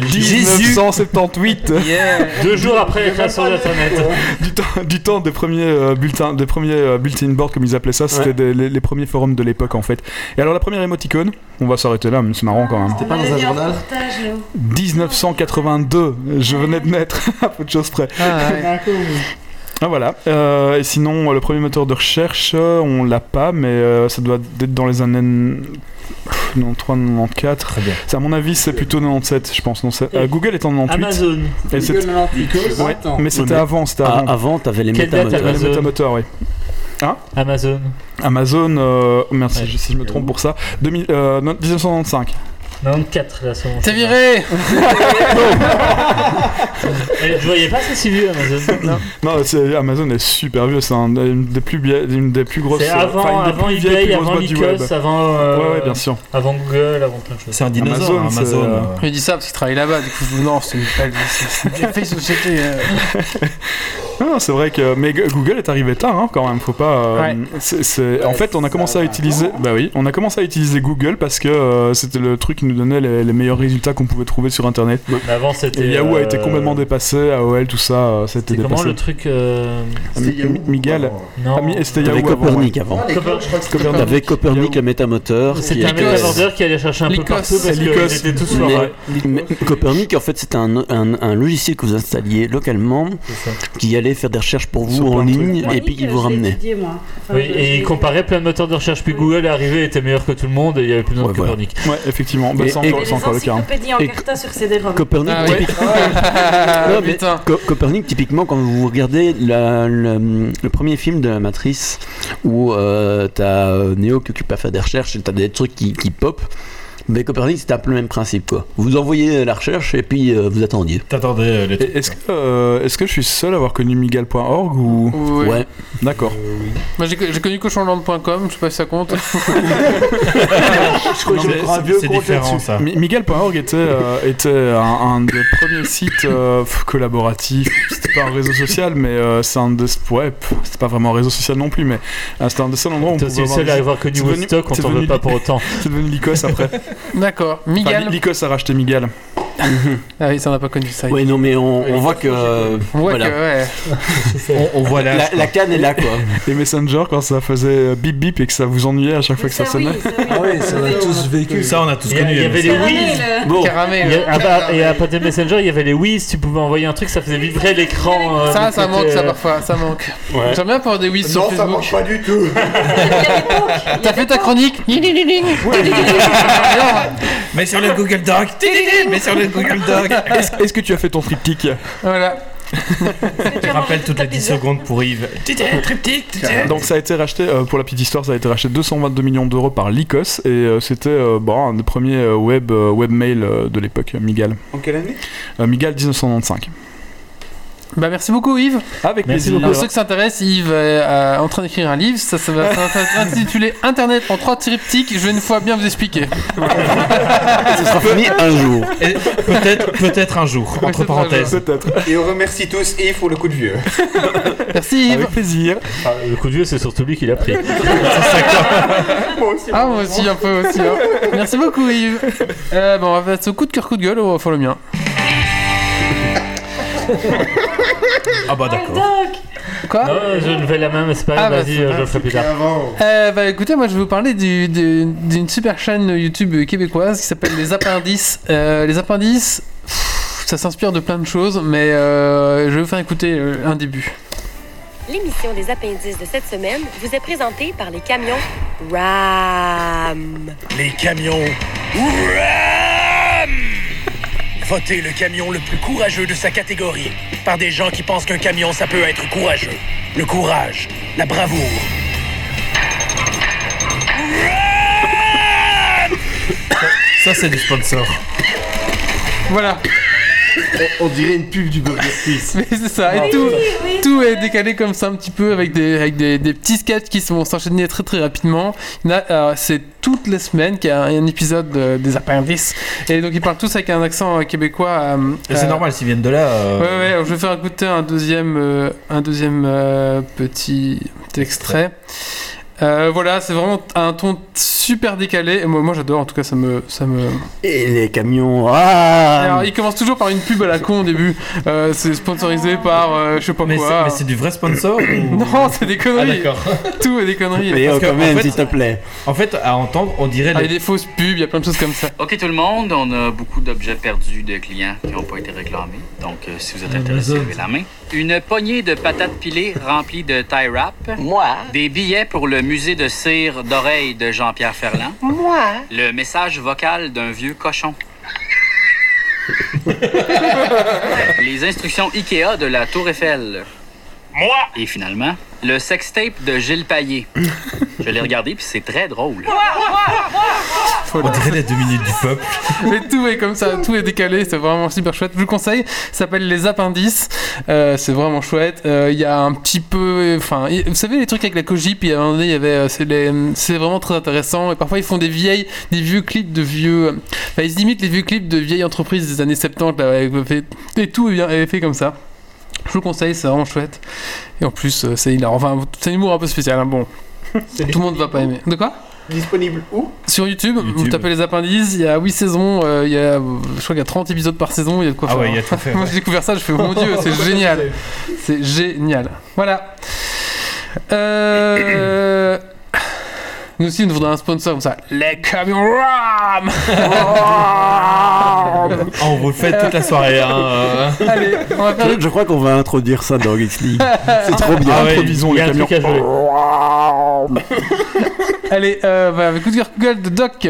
1978.
Deux jours après la création d'Internet.
du temps, du temps des premiers euh, bulletins, des premiers euh, bulletin board comme ils appelaient ça, c'était
Ouais.
des- les, les premiers forums de l'époque en fait. Et alors la première émoticône, on va s'arrêter là, mais c'est marrant quand même.
On
pas dans
avait
un
vu
journal
reportage, nous.
1982, je venais de naître, à peu de choses près.
Ah, ouais.
Ah voilà. Euh, et sinon, euh, le premier moteur de recherche, euh, on l'a pas, mais euh, ça doit être dans les années 93, 94.
bien.
C'est, À mon avis, c'est plutôt 97, je pense. Non, c'est- euh, Google est en 98.
Amazon.
et c'est- Ouais, mais c'était
mais-
avant, c'était
Ah,
avant.
avant, t'avais les
Quelle date
métamoteurs.
Amazon.
Les métamoteurs, oui.
Amazon.
Amazon, euh, merci
Ouais.
je- si je me trompe pour ça, 2000, euh, non, 1995.
94 là, sur mon
T'es
chemin.
viré
Et Je voyais pas ça si vieux Amazon. Non.
Non, c'est- Amazon est super vieux, c'est un- une des plus, bie- une des plus grosses.
C'est avant,
enfin, une des
avant
plus vieilles,
eBay,
plus grosses
avant
boîtes du web.
Lycos, avant. euh,
Ouais, ouais, bien sûr.
Avant Google, avant plein de choses.
C'est un dinosaure, hein,
Amazon,
Amazon.
c'est, euh,
Il dit ça parce qu'il travaille là-bas, du coup, je- non, c'est une belle. c'est- c'est- J'ai fait société. euh.
Non, non, c'est vrai que mais G- Google est arrivé tard hein, quand même. Faut pas. euh,
Ouais.
c'est- c'est- en fait, on a commencé à utiliser. Bah oui, on a commencé à utiliser Google parce que euh, c'était le truc qui nous donnait les, les meilleurs résultats qu'on pouvait trouver sur Internet.
Mais avant, c'était,
Et Yahoo a
euh,
été complètement dépassé, AOL, tout ça, euh, ça a été
C'est comment
dépassé.
le truc. euh,
M- Miguel.
Non.
Ah, mi- c'était
T'avais
Yahoo avant,
Copernic
ouais.
avant.
Ah, les Copernic, je crois que c'était
Copernic. T'avais Copernic, un métamoteur. qui
C'était un
était-
métavendeur qui allait chercher un peu partout parce qu'ils étaient tous sur
Mais-
ouais.
mais Copernic, en fait, c'était un, un- un logiciel que vous installiez localement qui allait faire des recherches pour vous en ligne et puis il vous ramenait.
Étudié, moi. Enfin,
Oui,
je-
et il comparait plein de moteurs de recherche, puis Google est arrivé, était meilleur que tout le monde, et il y avait plus besoin de Copernic.
Ouais, effectivement, bah,
Et-
c'est
et-
encore, c'est encore le cas. hein.
Encyclopédie en
Et-
carta sur CD-ROM.
Copernic,
Ah,
typique-
Ah,
Non, mais Co- Copernic, typiquement, quand vous regardez la- la- le premier film de la Matrice, où euh, t'as euh, Neo qui occupe à faire des recherches et t'as des trucs qui, qui pop, mais Copernic, c'était un peu le même principe. quoi. Vous envoyez la recherche et puis euh, vous attendiez.
T'attendais les
Et Est-ce que, euh, est-ce que je suis seul à avoir connu Migal.org ou
Oui. Ouais.
D'accord.
Euh,
Moi, j'ai j'ai connu cochonland.com, je sais pas si ça compte.
je
Ah,
Non, mais c'est- c'est différent ça.
Mi- Miguel.org était, euh, était un, un des premiers sites euh, pff, collaboratifs. C'était pas un réseau social, mais euh, c'est un des. Ouais, pff, c'était pas vraiment un réseau social non plus, mais euh, c'était un des seuls endroits où on
Toi,
pouvait
c'est le
avoir
seul
des-
à avoir connu
C'est devenu-
Woodstock, on
c'est
t'en veut
devenu-
pas pour autant.
C'est devenu Lycos après.
D'accord,
Enfin, Ly-
Migal.
Lycos a racheté Migal.
Ah oui, ça on n'a pas connu ça.
Ouais, non, mais on, on voit que. euh,
On voit
voilà.
que, ouais.
On, voit
la, la canne est là, quoi.
Les Messenger, quand ça faisait euh, bip bip et que ça vous ennuyait à chaque fois que ça sonnait.
Ah ouais, ça on a tous vécu. euh.
Ça, on a tous
Il y, a-
connu.
il y avait les
Amazon.
Wiz.
Bon,
Il y a-
hein. Caramel.
ah bah, et à part des Messenger, il y avait les Wiz, tu pouvais envoyer un truc, ça faisait vibrer l'écran. euh,
Ça,
de
ça
côté,
manque, ça
euh,
parfois, ça manque.
Ouais.
J'aime bien avoir des whiz sur
Non, ça
Facebook.
marche pas du tout.
T'as fait ta chronique Ni, ni, ni, ni.
Mais sur le Google Doc. Mais sur le Google Doc.
Est-ce est-ce que tu as fait ton triptyque
Voilà.
Je rappelle toutes les 10 secondes pour Yves.
Donc ça a été racheté, euh, pour la petite histoire, ça a été racheté 222 millions d'euros par Lycos et euh, c'était euh, bon, un des premiers euh, web, euh, webmail euh, de l'époque, euh, Migal.
En quelle année
Euh, Migal 1995.
Bah merci beaucoup Yves.
Avec
Merci
plaisir.
Pour ceux qui s'intéressent, Yves est euh, en train d'écrire un livre, ça, ça va ça va s'intituler Internet en trois triptyques, je vais une fois bien vous expliquer.
ça sera fini un jour.
Et Peut-être peut-être un jour, entre
Peut-être
parenthèses.
Peut-être.
Et on remercie tous Yves pour le coup de vieux.
Merci Yves.
Avec plaisir.
ah, le coup de vieux, c'est surtout lui qui l'a pris.
Ah moi aussi un peu aussi. hein. Merci beaucoup Yves. Euh, bon, on va passer au coup de cœur, coup de gueule, on va faire le mien.
Ah bah
Ah, le
d'accord.
doc
Quoi
Non, je levais la main, mais c'est pas
Ah,
grave,
bah,
vas-y,
c'est
euh, je le ferai plus tard.
Avant.
Euh, bah écoutez, moi je vais vous parler du- du- d'une super chaîne YouTube québécoise qui s'appelle Les Appendices. Euh, les Appendices, pff, ça s'inspire de plein de choses, mais euh, je vais vous faire écouter euh, un début.
L'émission des appendices de cette semaine vous est présentée par les camions RAM.
Les camions. Ouram Votez le camion le plus courageux de sa catégorie par des gens qui pensent qu'un camion, ça peut être courageux. Le courage, la bravoure.
Ça c'est du sponsor.
Voilà,
On dirait une pub du Burger Quiz.
mais c'est ça. Ah, Et tout, tout est décalé comme ça un petit peu avec des, avec des, des petits sketchs qui vont s'enchaîner très très rapidement. Il y en a, euh, c'est toutes les semaines qu'il y a un épisode euh, des Appendices. Et donc ils parlent tous avec un accent euh, québécois. euh,
Et
euh,
C'est normal s'ils viennent de là. euh,
Ouais, ouais, alors je vais faire écouter un deuxième, euh, un deuxième euh, petit, petit extrait. Euh, voilà, c'est vraiment un ton super décalé. Et Moi, moi j'adore, en tout cas, ça me. Ça me...
Et les camions. ah
Alors, il commence toujours par une pub à la con au début. Euh, c'est sponsorisé par euh, je sais pas
Mais c'est
quoi.
mais c'est du vrai sponsor ou-
Non, c'est des
Ah
conneries.
d'accord.
Tout est des conneries.
Mais oh,
Parce que,
quand même,
en fait-
s'il te plaît.
En fait, à entendre, on dirait
Ah, Il y a
les...
des fausses pubs, il y a plein de choses comme ça.
Ok tout le monde, on a beaucoup d'objets perdus de clients qui n'ont pas été réclamés. Donc euh, si vous êtes intéressé, levez la main. Une poignée de patates pilées remplies de tie wrap.
Moi,
Des billets pour le musée de cire d'oreille de Jean-Pierre Ferland.
moi,
Le message vocal d'un vieux cochon. Les instructions IKEA de la Tour Eiffel. Moi! Et finalement, le sextape de Gilles Payet. Je l'ai regardé, puis c'est très drôle.
On dirait les deux minutes du peuple.
Mais tout est comme ça, tout est décalé, c'est vraiment super chouette. Je vous le conseille, ça s'appelle Les Appendices, Euh, c'est vraiment chouette. Euh, Il y a un petit peu, enfin, y- vous savez les trucs avec la Koji, puis à un moment donné, il y avait, euh, c'est les- c'est vraiment très intéressant. Et parfois ils font des vieilles, des vieux clips de vieux, enfin ils imitent les vieux clips de vieilles entreprises des années 70 là, avec- et tout est bien est fait comme ça. Je vous le conseille, c'est vraiment chouette. Et en plus, euh, c'est hilarant. Enfin, c'est un humour un peu spécial. hein, Bon, tout le monde va pas aimer. De quoi
Disponible où
sur YouTube, vous tapez les appendices, il y a 8 saisons, euh, il y a, euh, je crois qu'il y a 30 épisodes par saison, il y a de quoi
Ah
faire.
ouais,
hein.
il y a tout fait,
Moi
ouais.
j'ai découvert ça, je fais mon dieu, c'est génial. C'est génial. Voilà. Euh... Nous aussi, nous voudrions un sponsor comme ça. Les camions RAM
Ah, on vous le fait toute la soirée. Hein, euh.
Allez, on va faire le
Je crois qu'on va introduire ça dans Geeks League. C'est trop bien.
Ah ouais,
Introduisons
il y a
les
un truc à jouer.
camions.
Allez, euh, voilà, avec coup de cœur Google de Doc.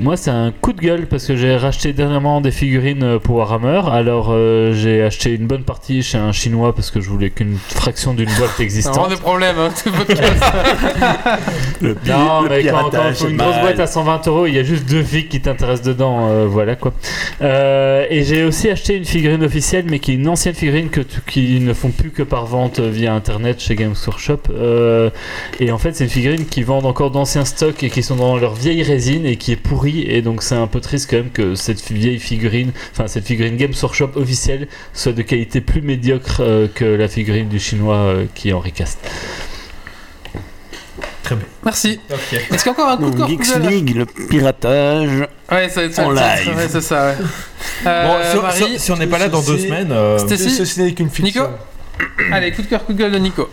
Moi, c'est un coup de gueule parce que j'ai racheté dernièrement des figurines pour Warhammer. Alors, euh, j'ai acheté une bonne partie chez un chinois parce que je voulais qu'une fraction d'une boîte
C'est vraiment
existante.
des problèmes, hein, ce podcast.
Non, mais quand, quand
piratage,
faut
c'est
une grosse
mal.
boîte à 120 euros, il y a juste deux filles qui t'intéressent dedans, euh, voilà quoi. Euh, et j'ai aussi acheté une figurine officielle, mais qui est une ancienne figurine que tu- qui ne font plus que par vente euh, via internet chez Games Workshop. Euh, et en fait, c'est une figurine qui vendent encore d'anciens stocks et qui sont dans leur vieille résine et qui est pourrie. Et donc, c'est un peu triste quand même que cette fi- vieille figurine, enfin cette figurine Games Workshop officielle, soit de qualité plus médiocre euh, que la figurine du chinois euh, qui est en recast.
Très bien.
Merci. Est-ce qu'il y a encore un coup de
Donc,
cœur
Geeks
Google
League, le piratage.
Ouais, ça, ça,
En
ça-
live.
ouais, c'est ça, ouais. Euh,
Bon, si on- si- si on n'est pas là dans deux semaines, euh,
Stacy
Ceci n'est qu'une fiction.
Nico Allez, coup de cœur, coup de gueule de Nico.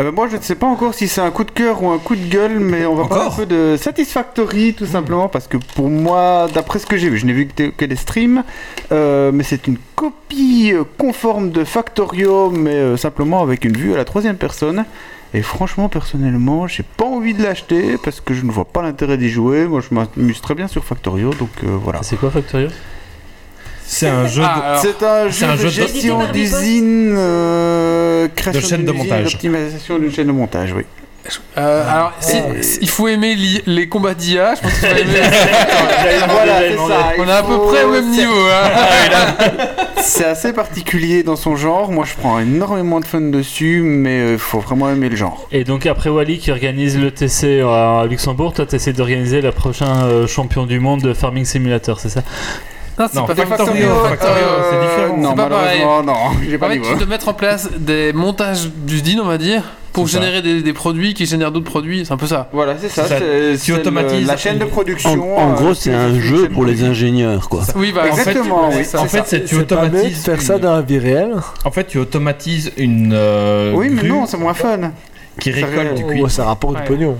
Ah bah moi je ne sais pas encore si c'est un coup de cœur ou un coup de gueule, mais on va parler un peu de Satisfactory
Hmm.
tout simplement parce que pour moi, d'après ce que j'ai vu, je n'ai vu que, des- que des streams, euh, mais c'est une copie euh, conforme de Factorio, mais euh, simplement avec une vue à la troisième personne. Et franchement, personnellement, j'ai pas envie de l'acheter parce que je ne vois pas l'intérêt d'y jouer. Moi, je m'amuse très bien sur Factorio, donc euh, voilà. Ah,
C'est quoi Factorio
C'est un jeu de-
C'est un
c'est
jeu
un
de
jeu de-
gestion d'usine, euh, création
chaîne de
d'une usine,
montage.
d'optimisation d'une chaîne de montage, oui.
Euh, alors,
Ah,
si- si- il faut aimer li- les combats d'IA, je pense qu'il faut aimer.
Voilà, c'est ça.
On est à
Il
peu
faut-
près au même
c'est-
niveau. hein.
C'est assez particulier dans son genre. Moi, je prends énormément de fun dessus, mais il faut vraiment aimer le genre.
Et donc après Wally qui organise le TC à Luxembourg, toi t'essaies d'organiser la prochaine euh, champion du monde de Farming Simulator, c'est ça
Non, c'est
Non,
pas
Factorio,
Factorio.
Factorio,
Factorio,
c'est différent.
C'est
Non,
pas pareil.
malheureusement,
non, j'ai pas
En fait,
les voix.
tu dois mettre en place des montages d'usine, on va dire, pour
C'est ça.
générer des, des produits qui génèrent d'autres produits. C'est un peu ça.
Voilà, c'est ça, C'est ça. c'est- Tu c'est le- automatises- la chaîne de production, euh.
En, en gros, euh, c'est un jeu pour les ingénieurs, quoi.
Oui,
bah,
Exactement, oui,
En
c'est
fait,
ça.
c'est tu
C'est pas bête de
automatises.
faire ça
une-
dans la vie réelle
En fait, tu automatises une. euh,
oui, mais
grue
non, c'est moins fun.
Qui
Ça
récolte du
récolte.
cuivre.
Oh, ça rapporte
du Ouais.
pognon.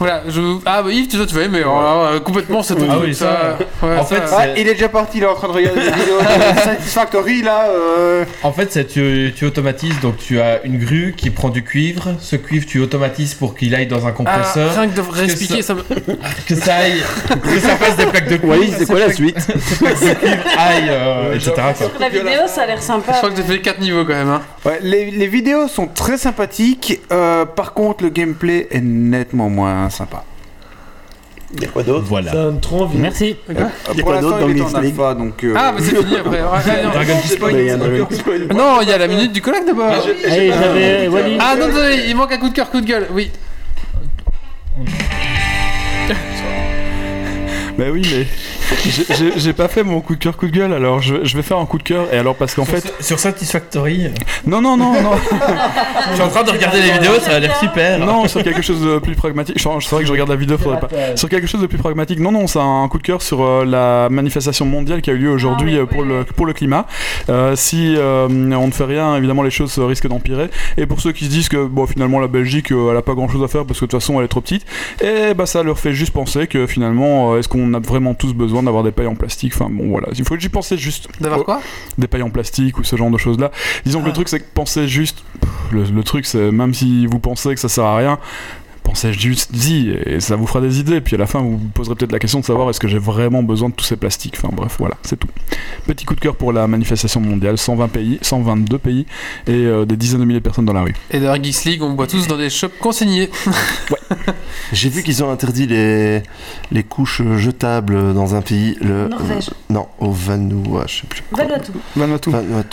Voilà, je... Ah, bah, Yves, tu dois, tu vas aimer. Oh là là, complètement, c'est
Ah oui, ça.
ouais,
En
ça- Ah,
fait, c'est- Ah,
Ah, il est déjà parti, il est en train de regarder la vidéo de Satisfactory là. euh.
En fait, c'est tu, tu automatises, donc tu as une grue qui prend du cuivre. Ce cuivre, tu automatises pour qu'il aille dans un compresseur.
rien que de réexpliquer,
ça,
ça me-
que ça aille, que ça fasse des plaques de cuivre.
Oui, c'est quoi la
Ces
suite
plaques de cuivre aille, euh, etc. quoi.
La vidéo, ça a l'air sympa.
Je crois que j'ai fait 4 niveaux quand même. hein.
Ouais, les, les vidéos sont très sympathiques. euh, par contre, le gameplay est nettement moins sympa.
Il y a quoi d'autre
Voilà.
Ça donne trop envie.
Merci.
Il y a Euh, Ah, Pour quoi l'instant, d'autre dans il est en Geeks League alpha, donc, euh,
Ah, mais c'est fini après. Ouais, ouais, non. Non, il y a la minute du collègue d'abord.
Ah, j'ai- j'ai Allez, pas- j'avais- Wally.
Ah non, désolé, il manque un coup de cœur, coup de gueule. Oui.
Bah oui, mais j'ai- j'ai- j'ai pas fait mon coup de cœur, coup de gueule, alors je, je vais faire un coup de cœur. Et alors, parce qu'en fait.
Sur Satisfactory. euh.
Non, non, non, non.
Je suis en train de regarder les vidéos, ça a l'air super.
Non, sur quelque chose de plus pragmatique. Enfin, C'est vrai que je regarde la vidéo, faudrait pas. Sur quelque chose de plus pragmatique. Non, non, c'est un coup de cœur sur euh, la manifestation mondiale qui a eu lieu aujourd'hui euh, pour, le, pour le climat. Euh, si euh, on ne fait rien, évidemment, les choses euh, risquent d'empirer. Et pour ceux qui se disent que bon, finalement, la Belgique, euh, elle a pas grand chose à faire parce que de toute façon, elle est trop petite, et bah ça leur fait juste penser que finalement, euh, est-ce qu'on a vraiment tous besoin d'avoir des pailles en plastique Enfin, bon, voilà. Il faut que j'y pensais juste. Oh,
D'avoir quoi
Des pailles en plastique ou ce genre de choses-là. Disons que le truc, c'est que pensez juste. Pff, Le, le truc, c'est même si vous pensez que ça sert à rien, pensez juste dit et ça vous fera des idées. Puis à la fin, vous vous poserez peut-être la question de savoir est-ce que j'ai vraiment besoin de tous ces plastiques. Enfin bref, voilà, c'est tout. Petit coup de cœur pour la manifestation mondiale 120 pays, 122 pays et euh, des dizaines de milliers de personnes dans la rue.
Et dans Geeks League, on boit tous dans des shops consignés.
J'ai vu qu'ils ont interdit les, les couches jetables dans un pays. Le,
Norvège.
euh, non, au Vanuatu, je sais plus.
Vanuatu.
Vanuatu.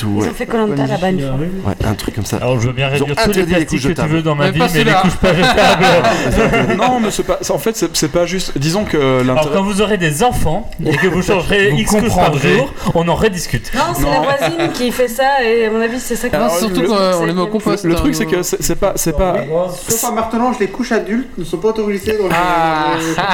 Ils
ouais.
ont fait Koh-Lanta là-bas une fois.
Ouais, un truc comme ça.
Alors je veux bien
Ils ont
réduire tous les
interdit les couches
plastiques que tu
jetables.
veux dans ma
Mais
vie,
pas
mais les
ceux-là.
couches pas jetables.
non, mais c'est pas. ça, En fait, c'est c'est pas juste. Disons que
Alors
l'intérêt.
quand vous aurez des enfants et que vous changerez
Vous
X couches par
comprendrez.
jour, on en rediscute.
Non, c'est la voisine qui fait ça et à
Ah,
mon avis c'est ça
Ah,
qui
Alors, Ah, le-
euh,
compost.
Le,
hein,
le truc, c'est que c'est c'est pas, c'est pas.
Sauf à Martelange, les couches adultes ne sont pas autorisées dans le.
Ah,
le- le-
ah.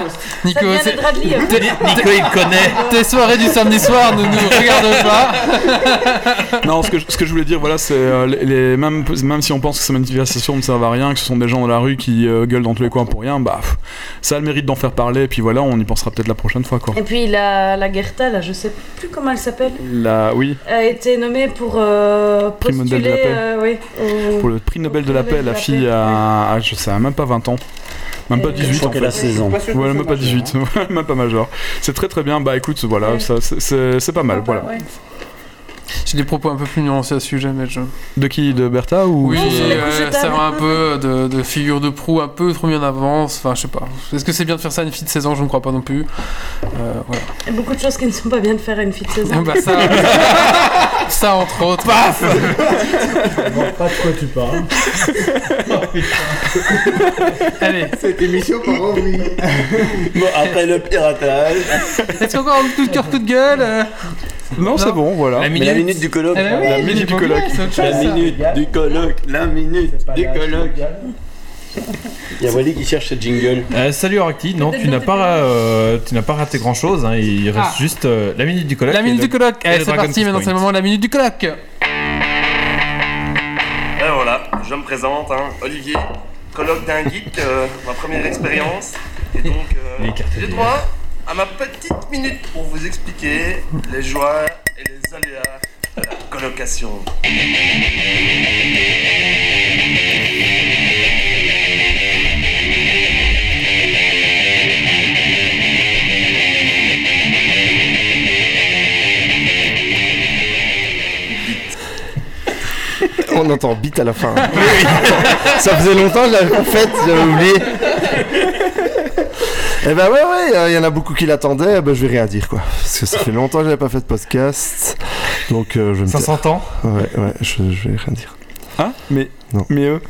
Ça vient
c'est-
de Bradley, hein.
Tes-
Nico, il connaît.
Tes soirées du samedi soir ne nous regardent pas.
non, ce que, je- ce que je voulais dire, voilà, c'est euh, les, les- même, même si on pense que ces manifestations ne servent à rien, que ce sont des gens dans la rue qui euh, gueulent dans tous les coins pour rien, bah, pff, ça a le mérite d'en faire parler. Et puis voilà, on y pensera peut-être la prochaine fois, quoi.
Et puis la, la Gerta, là, je sais plus comment elle s'appelle,
La, oui,
a été nommée pour euh,
Prix
postuler.
Nobel de la paix.
euh, oui, au-
pour le prix Nobel de la
Nobel
paix,
de
la
la
fille
paix,
a, a- je sais, même pas 20 ans. Même pas
Euh,
18
je crois
en
qu'elle
fait.
a 16 ans. Je suis pas sûr que
Ouais,
ce
même pas
soit
18, même pas major. C'est très très bien, bah écoute, voilà,
Ouais.
ça, c'est- c'est c'est pas mal, voilà.
J'ai des propos un peu plus nuancés à ce sujet, mais je.
De qui De Bertha ou
Oui,
euh,
euh, ça va un peu de, de figure de proue un peu trop mis en avance. Enfin, je sais pas. Est-ce que c'est bien de faire ça à une fille de 16 ans Je ne crois pas non plus. Euh, voilà.
Et beaucoup de choses qui ne sont pas bien de faire à une fille de 16 ans.
Bah, ça, ça, entre autres. Paf
Pas de quoi tu parles.
Allez.
Cette émission par envie.
Bon, après le piratage.
Est-ce qu'on a encore un coup de cœur, coup de gueule euh
Non, c'est bon, voilà.
Mais la minute du colloque.
Eh ben oui,
la
j'ai
minute du
pas oublié,
colloque.
c'est autre
La
chose, ça.
minute du colloque. La minute du colloque. Il y a Wally qui cherche ce jingle.
Euh, salut Oracti, non, tu n'as pas, euh, tu n'as pas raté grand chose, il reste
Ah.
juste euh, la minute du colloque.
La
et
minute
le-
du colloque.
et
Allez,
le
c'est
Dragon
parti. Maintenant,
Point.
c'est le moment de la minute du colloque.
Ben voilà, je me présente, hein, Olivier, colloque d'un geek, euh, ma première expérience. Et donc, euh,
Les cartes
j'ai
de-
droit à ma petite minute pour vous expliquer les joies et les aléas de la colocation.
On entend bite à la fin. ça faisait longtemps que je l'avais pas faite, j'avais oublié. Eh ben ouais, ouais, euh, il y en a beaucoup qui l'attendaient, eh ben, je vais rien dire quoi. Parce que ça fait longtemps que j'avais pas fait de podcast. Donc euh, je vais me
Ça
taire.
s'entend
Ouais, ouais, je, je vais rien dire.
Hein Mais.
Non.
Mais eux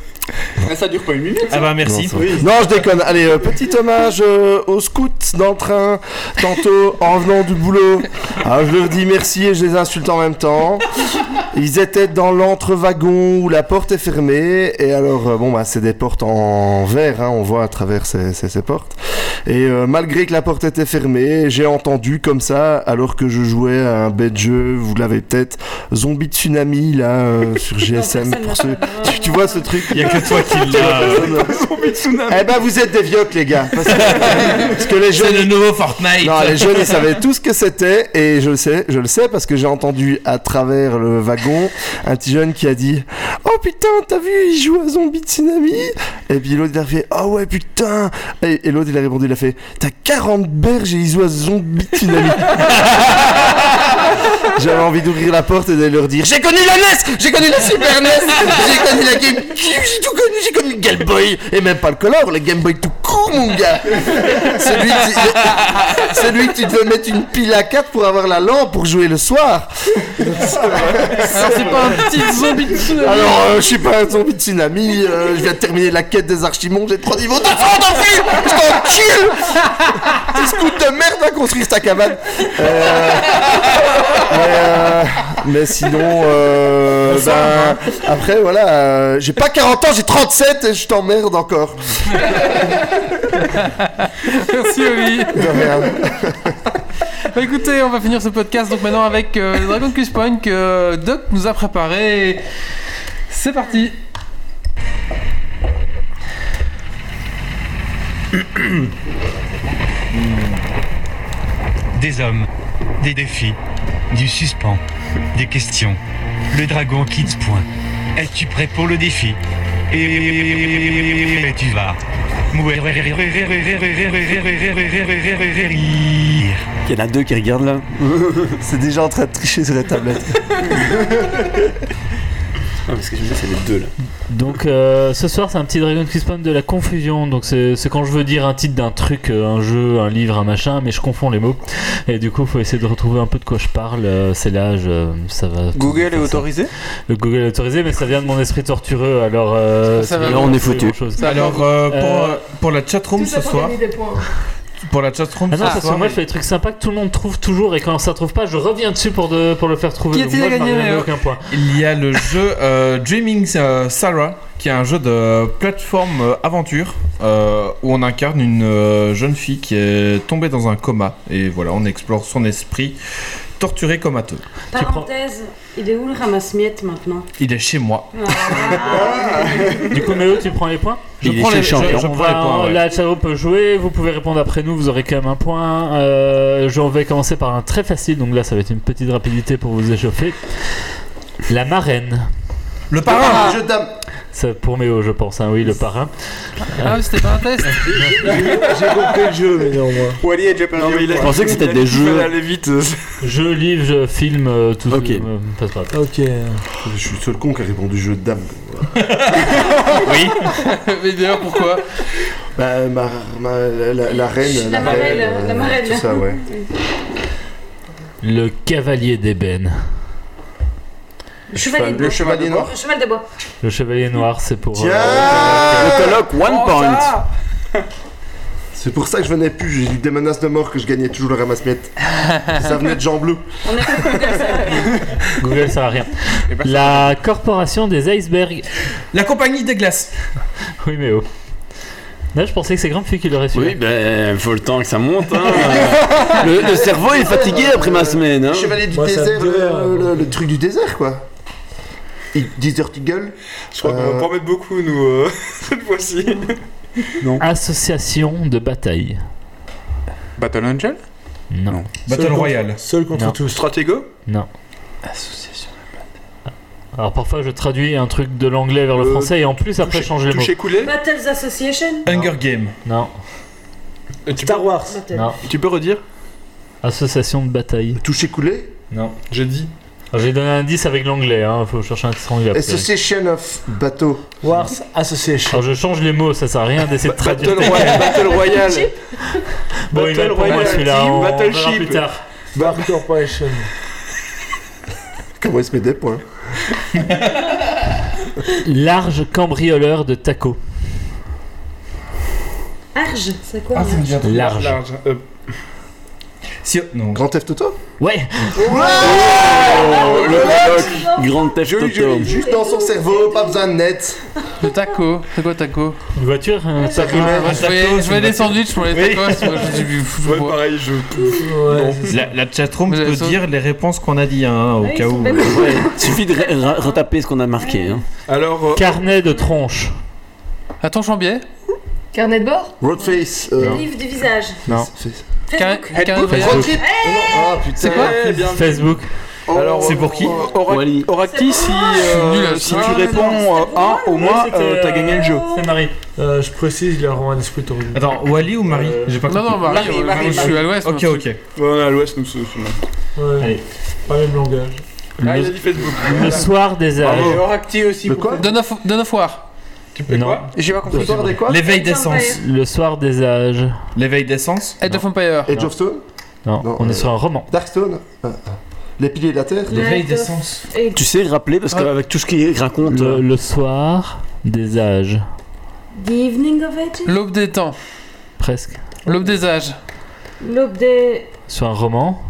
ça dure pas une minute.
Ah bah merci.
Non, ça va. Non, je déconne. Allez, euh, petit hommage euh, aux scouts dans le train, tantôt en venant du boulot. Ah, je leur dis merci et je les insulte en même temps. Ils étaient dans l'entre-wagon où la porte est fermée. Et alors, euh, bon, bah, c'est des portes en verre, hein, on voit à travers ces, ces- ces portes. Et euh, malgré que la porte était fermée, j'ai entendu comme ça, alors que je jouais à un bête jeu, vous l'avez peut-être, Zombie Tsunami, là, euh, sur GSM. pour ceux... tu, tu vois ce truc
Il y a que toi qui l'as. euh,
eh ben vous êtes des vioques les gars. Parce que, parce que les jeunes.
C'est le nouveau Fortnite.
Non, les jeunes ils savaient tout ce que c'était et je le sais, je le sais parce que j'ai entendu à travers le wagon un petit jeune qui a dit "Oh putain, t'as vu, il joue à Zombie Tsunami." Et puis l'autre il a fait "Ah ouais putain." Et, et l'autre il a répondu, il a fait "T'as 40 berges et il joue à Zombie Tsunami." J'avais envie d'ouvrir la porte et de leur dire J'ai connu la NES J'ai connu la Super NES J'ai connu la Game Cube, J'ai tout connu J'ai connu le Game Boy Et même pas le color, le Game Boy tout court, mon gars Celui que tu- celui que tu devais mettre une pile à 4 pour avoir la lampe pour jouer le soir
Alors, c'est pas un petit zombie de tsunami.
Alors, euh, je suis pas un zombie de tsunami, euh, je viens de terminer la quête des Archimons, j'ai trois niveaux de fond d'enfil Je t'encule Tu scout de merde va construire ta cabane Euh, mais, euh, mais sinon, euh, ben, après, voilà, euh, j'ai pas 40 ans, j'ai 37 et je t'emmerde encore.
Merci, Oli.
De rien.
Bah écoutez, on va finir ce podcast donc maintenant avec euh, le Dragon Quest Point que euh, Doc nous a préparé. C'est parti.
Des hommes, des défis, du suspens, des questions. Le dragon Kids Point. Es-tu prêt pour le défi Et tu vas.
Il y en a deux qui regardent là.
C'est déjà en train de tricher sur la tablette.
Ah, parce que j'aime bien, c'est les deux là.
Donc euh, ce soir c'est un petit Dragon Quest Spawn de la confusion. Donc c'est c'est quand je veux dire un titre d'un truc, euh, un jeu, un livre, un machin, mais je confonds les mots. Et du coup faut essayer de retrouver un peu de quoi je parle. Euh, c'est l'âge, euh, ça va.
Google est autorisé
Le Google est autorisé, mais ça vient de mon esprit tortureux. Alors euh,
Ça
c'est
va.
pas
Là, on est foutu.
forcément grand-chose.
Alors, euh, pour, euh, pour la chatroom
Tout ça
ce
pour
soir.
gagner des points.
Pour la chatroom
Ah non,
ce
parce que
soir.
moi je fais des trucs sympas que tout le monde trouve toujours et quand ça trouve pas, je reviens dessus pour, de, pour le faire trouver.
Qui
Donc
a-t-il
moi, je
gagné,
marque jamais
Léo
aucun point.
Il y a le jeu euh, Dreaming euh, Sarah, qui est un jeu de plateforme euh, aventure euh, où on incarne une euh, jeune fille qui est tombée dans un coma et voilà, on explore son esprit torturé comateux.
Parenthèse, il est où le ramasse-miettes maintenant
Il est chez moi.
Ah. Du coup, Méo, tu prends les points
Je prends les- je- je
on
prends
va-
les points, ouais.
La Chao peut jouer, vous pouvez répondre après nous, vous aurez quand même un point. Euh, je vais commencer par un très facile, donc là ça va être une petite rapidité pour vous échauffer. La marraine.
Le parrain,
je dame. C'est pour Méo, je pense, hein, oui, le parrain.
Ah, mais c'était pas un test
J'ai compris le jeu, mais non, moi.
Wally a déjà perdu.
Non, mais il a-
au
Je
point.
pensais que c'était
Il a
des
dit qu'il
jeux.
fallait aller vite.
Jeu, livre, jeu, film, euh, tout Ok. Ok.
Je suis le seul con qui a répondu jeu de dame.
oui.
Mais d'ailleurs, pourquoi
Bah, ma, ma- la, la- la reine.
La marelle,
euh,
la marelle.
Tout ça, ouais.
Le cavalier d'ébène.
Le chevalier de bois.
Le chevalier noir.
Le cheval de bois.
Le chevalier noir, c'est pour.
Tiens
euh,
Oh,
one point C'est pour ça que je venais plus, j'ai eu des menaces de mort que je gagnais toujours le ramasse-miettes. ça venait de Jean Bleu.
Google sert à rien. La corporation des icebergs.
bah, La compagnie des glaces.
Oui, mais oh. Là, je pensais que c'est Grumpy qui l'aurait suivi.
Oui, ben faut le temps que ça monte. hein. le, le cerveau est fatigué après ma semaine. Hein.
Chevalier du désert, le,
hein.
le- le truc du désert, quoi. Il- Desert Eagle.
Je crois qu'on va pas en mettre beaucoup, nous, euh, cette fois-ci.
Association de bataille.
Battle Angel
Non.
Battle
Seul contre-
Royale.
seul contre Non. tous.
Stratego
Non. Association de bataille. Alors parfois, je traduis un truc de l'anglais vers le français et en plus, après, changer les mots.
coulé. Battles Association
Hunger Game.
Non.
Euh,
Star Wars.
Non.
Tu peux redire
Association de bataille.
Toucher coulé
Non.
J'ai dit.
J'ai donné un indice avec l'anglais, hein. faut chercher un accent anglais.
Association of Bateau.
Wars Association. Alors je change les mots, ça sert à rien d'essayer de traduire.
Battle Royale, Battle Royale.
Chip. Bon, il va être pour moi celui-là, on verra plus tard.
Bar Corporation.
Comment il se met des points
Large cambrioleur de tacos.
Arge, c'est
Ah,
Ah,
quoi Arge
Large.
euh,
Si, non.
Grand Theft Auto
Ouais
Oh,
Ah,
le- le- Grand Theft
Joli,
Auto.
joli, Juste dans son cerveau, pas besoin de net.
Le taco, c'est quoi taco
Une voiture un
taco. je voyais- je voyais des sandwichs pour les tacos, moi, je me suis dit, Ouais,
pareil, je. La, la chatroom
Vous
peut
avez ça
dire les réponses qu'on a dit, hein, au
Ah, ils
cas
sont
où.
bêtes.
Ouais, suffit de re- ra- retaper ce qu'on a marqué. Hein.
oh.
Alors.
Carnet de tronche.
Attends, Chambier
Carnet de bord
Roadface.
Euh,
Le livre du visage.
Non.
Facebook.
Headbook.
Road trip. Ah putain.
C'est quoi
Facebook.
Oh,
Alors,
c'est pour qui
Oracti, si, euh,
nul à
si
chier.
tu réponds euh,
Ah.
un au moins,
c'était,
euh, t'as gagné le jeu.
C'est Marie.
Euh, je précise, il a vraiment un esprit tordu.
Attends, Wally ou Marie J'ai pas
Non,
compris.
non, Marie,
Marie,
euh,
Marie,
je
Marie.
suis à l'ouest. hein.
Ok,
moi.
ok.
Ouais, on est à l'ouest, nous, c'est c'est bon.
Ouais.
Allez.
Pas le même langage.
Ah, il a
dit Facebook.
Le soir des âges.
Bravo.
Oracti aussi.
Le quoi
Donne of Dawn of War.
Non.
J'ai pas compris. Histoire des quoi
L'éveil d'essence.
Le soir des âges.
L'éveil d'essence
Edge of Empire.
Edge of Stone
Non, on est sur un roman.
Darkstone Ah, ah. Les piliers de la terre Ah.
L'éveil d'essence.
Tu sais rappeler parce qu'avec tout ce qu'il raconte. euh,
Le, le soir des âges.
The Evening of Ages
L'aube des temps.
Presque.
L'aube des âges.
L'aube des.
Sur un roman.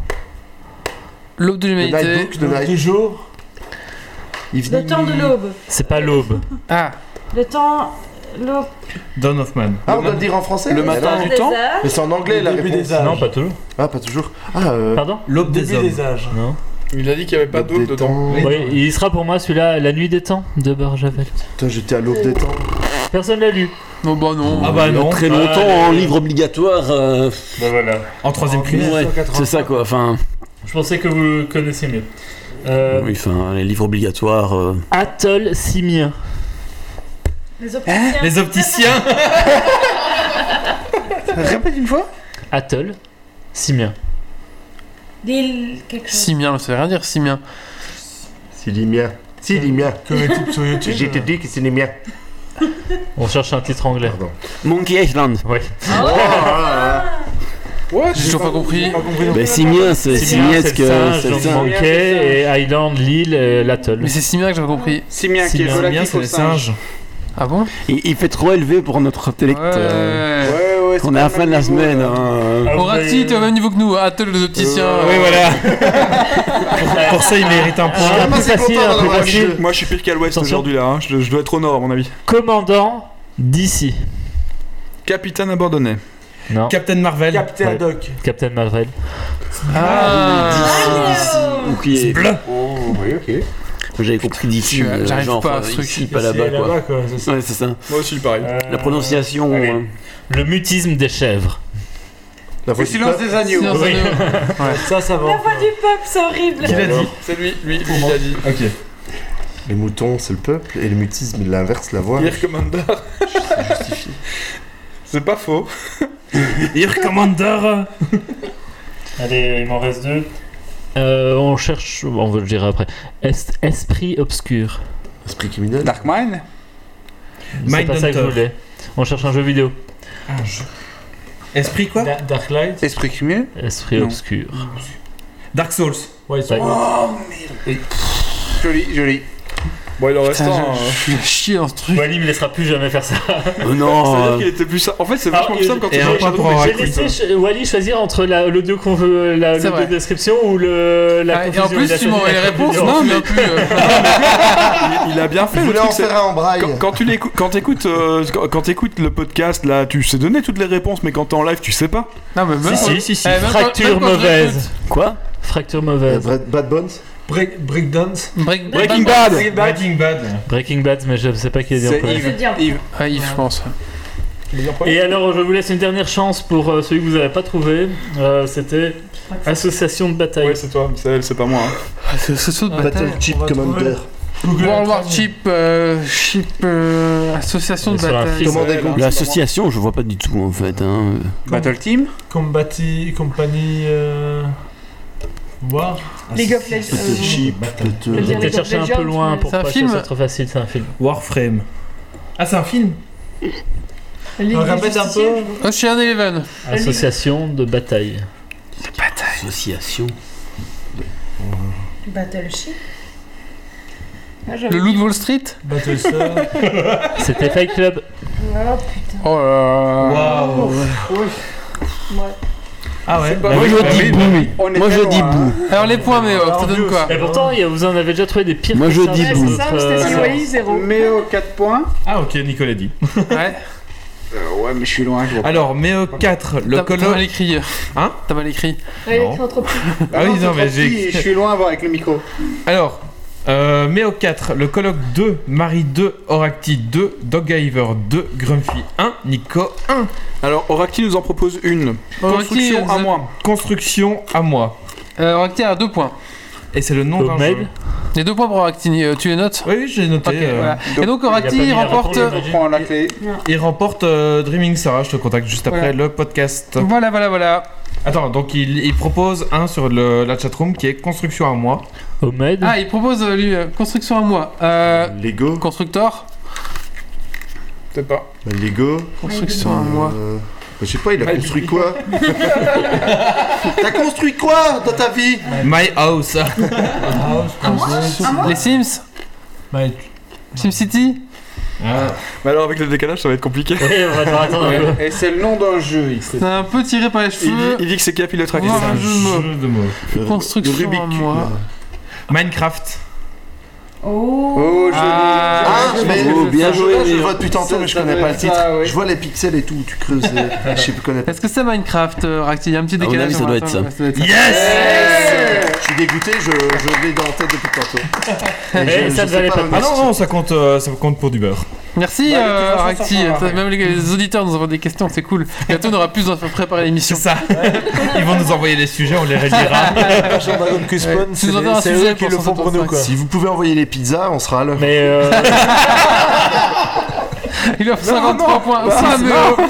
L'aube de l'humanité.
Toujours.
Le temps de l'aube.
C'est pas l'aube.
Ah.
Le temps. L'aube.
Dawn of Man.
Ah, on doit le dire en français
Le
mais
matin
alors-
du temps
Mais c'est en anglais la réponse.
Non, pas toujours.
Ah, pas toujours. Ah, euh,
Pardon
L'aube des hommes.
âges.
Non.
Il a dit qu'il n'y avait pas
L'aube
d'eau
des
dedans.
temps.
Oui, il sera pour moi celui-là, La nuit des temps de Barjavel.
Putain, j'étais à l'aube des temps.
Personne l'a lu.
Non, bah non.
Ah bah
Il y a
non.
Oh très longtemps en livre obligatoire. euh,
Bah voilà.
En troisième primaire.
ouais, c'est ça quoi. Enfin,
Je pensais que vous le connaissiez mieux. Euh,
oui, enfin, les livres obligatoires. euh.
Atoll Simien.
Hein
Les opticiens.
Les opticiens
Répète une fois.
Atoll, Simien.
Deal quelque chose.
Simien, ça veut rien dire, Simien.
C'est les miens. C'est les miens.
sur YouTube,
J'ai te
euh.
dit que c'est les miens.
On cherche un titre anglais.
Monkey Island.
Ouais.
Oh, ah, J'ai toujours ah. pas compris.
Ben, Simien, c'est Simien, ce
c'est
que.
le
c'est le
singe, donc
singe.
Monkey, et Island, l'île, et l'atoll.
Mais c'est Simien que j'avais compris.
Simien qui est
Simien,
volatif
c'est
au
les
singe.
singes.
Ah bon
il, il fait trop élevé pour notre intellect. euh,
ouais,
on est à la fin de la semaine. hein.
Ah,
Horaxi, tu es au même niveau que nous, Atoll les opticiens.
Oui, voilà. Pour ça, il mérite un point.
Un plus facile, un plus facile.
Moi, je suis pire qu'à l'ouest
Attention.
aujourd'hui là. hein. Je, je dois être au nord, à mon avis.
Commandant d'ici.
Capitaine abandonné.
Non.
Captain Marvel.
Captain Ouais. Doc. Captain Marvel.
Ah,
Ah,
Ah,
Bouclier.
Bleu.
Oh, oui, ok. J'avais compris d'ici.
Je-
euh,
j'arrive
genre,
pas à
euh,
ce truc.
Ici, pas
Ici,
là-bas,
là-bas,
quoi.
quoi, c'est ça. Euh,
Ouais, c'est ça.
Moi aussi, pareil.
La prononciation. hein.
Le mutisme des chèvres.
Le silence des agneaux.
Silence
Oui.
des agneaux.
Ça, ça
La
va.
voix du peuple, c'est horrible.
Qui l'a dit C'est lui, lui, lui il l'a dit. Ok.
Les moutons, c'est le peuple, et le mutisme, il inverse la voix.
Hier Commander. C'est pas faux.
Air Commander.
Allez, euh, il m'en reste deux. Euh, on cherche, on veut le dire après. Est- esprit obscur.
Esprit criminel.
Dark Mine
C'est pas ça que je
Mindhunter.
voulais. On cherche un jeu vidéo.
Un jeu. Esprit quoi
Darklight.
Esprit criminel
Esprit
Non.
obscur.
Dark Souls.
Ouais,
c'est
Oh merde Joli, joli.
Bon, il en reste
Putain,
un. hein.
je- je suis chier dans ce truc.
Wally me laissera plus jamais faire ça.
Oh non.
C'est-à-dire
euh,
qu'il était plus simple. En fait, c'est
Ah,
vachement
et-
plus simple quand
et
tu
un
joues à
point
Shadow
pour
of the
un
J'ai
Dead.
laissé ch- Wally choisir entre la- l'audio qu'on veut, la
C'est
l'audio
vrai.
description ou le, la
Ah, et
confusion.
en plus,
Il a
tu m'envoies
choisi
les
la
réponses
confusion.
Non, mais plus. euh,
Il- Il a bien fait
Je
le
voulais
truc.
en
c'est-
faire un en braille.
Quand, quand tu l'écou- quand t'écoutes, euh, quand, quand t'écoutes le podcast, là, tu sais donner toutes les réponses, mais quand t'es en live, tu sais pas.
Non, mais même.
Si, si, si, si.
Eh, même quand- même
Fracture
quand je
mauvaise.
Quoi
Fracture mauvaise.
Bad, Bad Bones
Break, breakdance.
l'écoute- Break-
Breaking Bad.
Bad.
Breaking Bad.
Breaking Bad.
Breaking Bad, mais je sais pas qui est dit en premier.
Je veux dire,
Yves. Ouais, Ah, Yves, je pense.
Et alors, je vous laisse une dernière chance pour euh, celui que vous n'avez pas trouvé. Euh, C'était Association de bataille.
Ouais, c'est toi, c'est elle, c'est pas moi. hein.
Ah, C'est ce saut de bataille.
Battle Chip Commander.
World War Chip, euh, Chip, euh, association
On est
de
sur un
bataille.
fils.
Commandez
Ouais,
euh,
compte.
L'association, je vois pas du tout en fait. hein.
Battle Team
Combati, compagnie. Euh... War.
League of Legends.
Battle Chip.
J'ai
Battle.
League of
peut-être cherché un
Legends,
peu loin
mais-
pour
C'est un
pas que
film
ça soit trop facile, c'est un film.
Warframe. Ah, c'est un film
La Ligue
On
des
répète un
Justiciers,
peu.
je crois.
Ocean Eleven.
Association de bataille.
Association.
Battleship. Ah, j'avais
Le Loup de Wall Street
Battlestar.
C'était Fight Club.
Oh putain.
Oh là là.
Waouh
Ouais.
Ah ouais
Moi je dis boum.
On est
Moi
très
je
loin,
dis
hein.
boum.
Alors les points, mais oh, ça donne quoi
Et pourtant, il y a- vous en avez déjà trouvé des pires.
Moi,
que
je
ça
dis
dans
Ouais,
boum.
c'est ça,
notre,
c'était
euh,
si Wally, zéro.
Méo 4 points.
Ah, ok, Nicolas dit.
Ouais.
Euh, ouais, mais je suis loin, gros.
Alors, Méo 4, le
T'as t'as
colon.
mal écrit. euh.
Hein
T'as mal écrit.
Ouais,
Non.
c'est entre plus.
Ah oui,
c'est
non, mais
trop petit,
j'ai.
Je suis loin, voir avec le micro.
Alors, euh, Méo 4, le colloque 2, Marie 2, Oracti 2, Doggiver 2, Grumpy 1, Nico 1.
Alors, Oraki nous en propose une.
Construction
à moi.
Construction à moi.
Euh, Oracti a deux points.
Et c'est le nom d'un
Homemade.
jeu.
Les deux points pour Oracti, euh, tu les notes
Oui, oui, j'ai noté.
Ok,
euh,
voilà.
donc,
Et donc
il a pas mis
Oracti
la
remporte.
réponse,
Je prends la clé.
Il remporte euh, Dreaming Sarah, je te contacte juste après
Voilà.
le podcast.
Voilà, voilà, voilà.
Attends, donc il, il propose un sur le, la chatroom qui est Construction à moi.
Homemade.
Ah, il propose euh, lui euh, construction à moi. Euh,
Lego. Bah,
constructeur.
C'est pas.
Lego.
Construction à moi. Bah,
Euh, Je sais pas, il a construit quoi T'as construit quoi dans ta vie
My House.
Les Sims.
Ouais.
SimCity.
Ah.
Mais alors, avec le décalage, ça va être compliqué.
Eh, on va devoir attendre un peu.
Et c'est le nom d'un jeu ici.
C'est un peu tiré par les
Il dit,
cheveux.
il dit que c'est qui a pilote
Voir un jeu de mots.
Jeu de mots.
Construction à moi.
Minecraft.
Oh, joli.
Ah,
je
mais
pense que
oh,
c'est
bien
ça.
joué.
je vois depuis tantôt, mais je
Ça, ça
connais
doit
pas le
être
titre.
ça, oui.
Je vois les pixels et tout, tu creuses. et- Je sais plus connais pas.
Est-ce que c'est Minecraft, euh, Oracti Il y a un petit
mon
décalage.
avis, ça
on
doit
attend,
être ça.
ouais, doit être ça.
Je suis dégoûté, je, je l'ai dans la tête depuis tantôt.
Eh, ça valait pas
Ah non, non, ça compte, euh, ça compte pour du beurre.
Merci
Bah, de toute
euh,
façon,
Oracti.
ça sera-
Même les, les auditeurs nous envoient des questions, c'est cool. Bientôt on aura plus d'en faire préparer
C'est
l'émission.
ça. Ils vont nous envoyer les sujets, on les réglera.
Dragon Quest
Ah
Ouais.
Spawn,
Tu
c'est
nous en donnes
les-
un
c'est
sujet
eux qui
pour
le font pour nous quoi.
Si vous pouvez envoyer les pizzas, on sera à l'heure.
Mais euh,
Il offre 53 points.
Bah,
Ça, mais oh.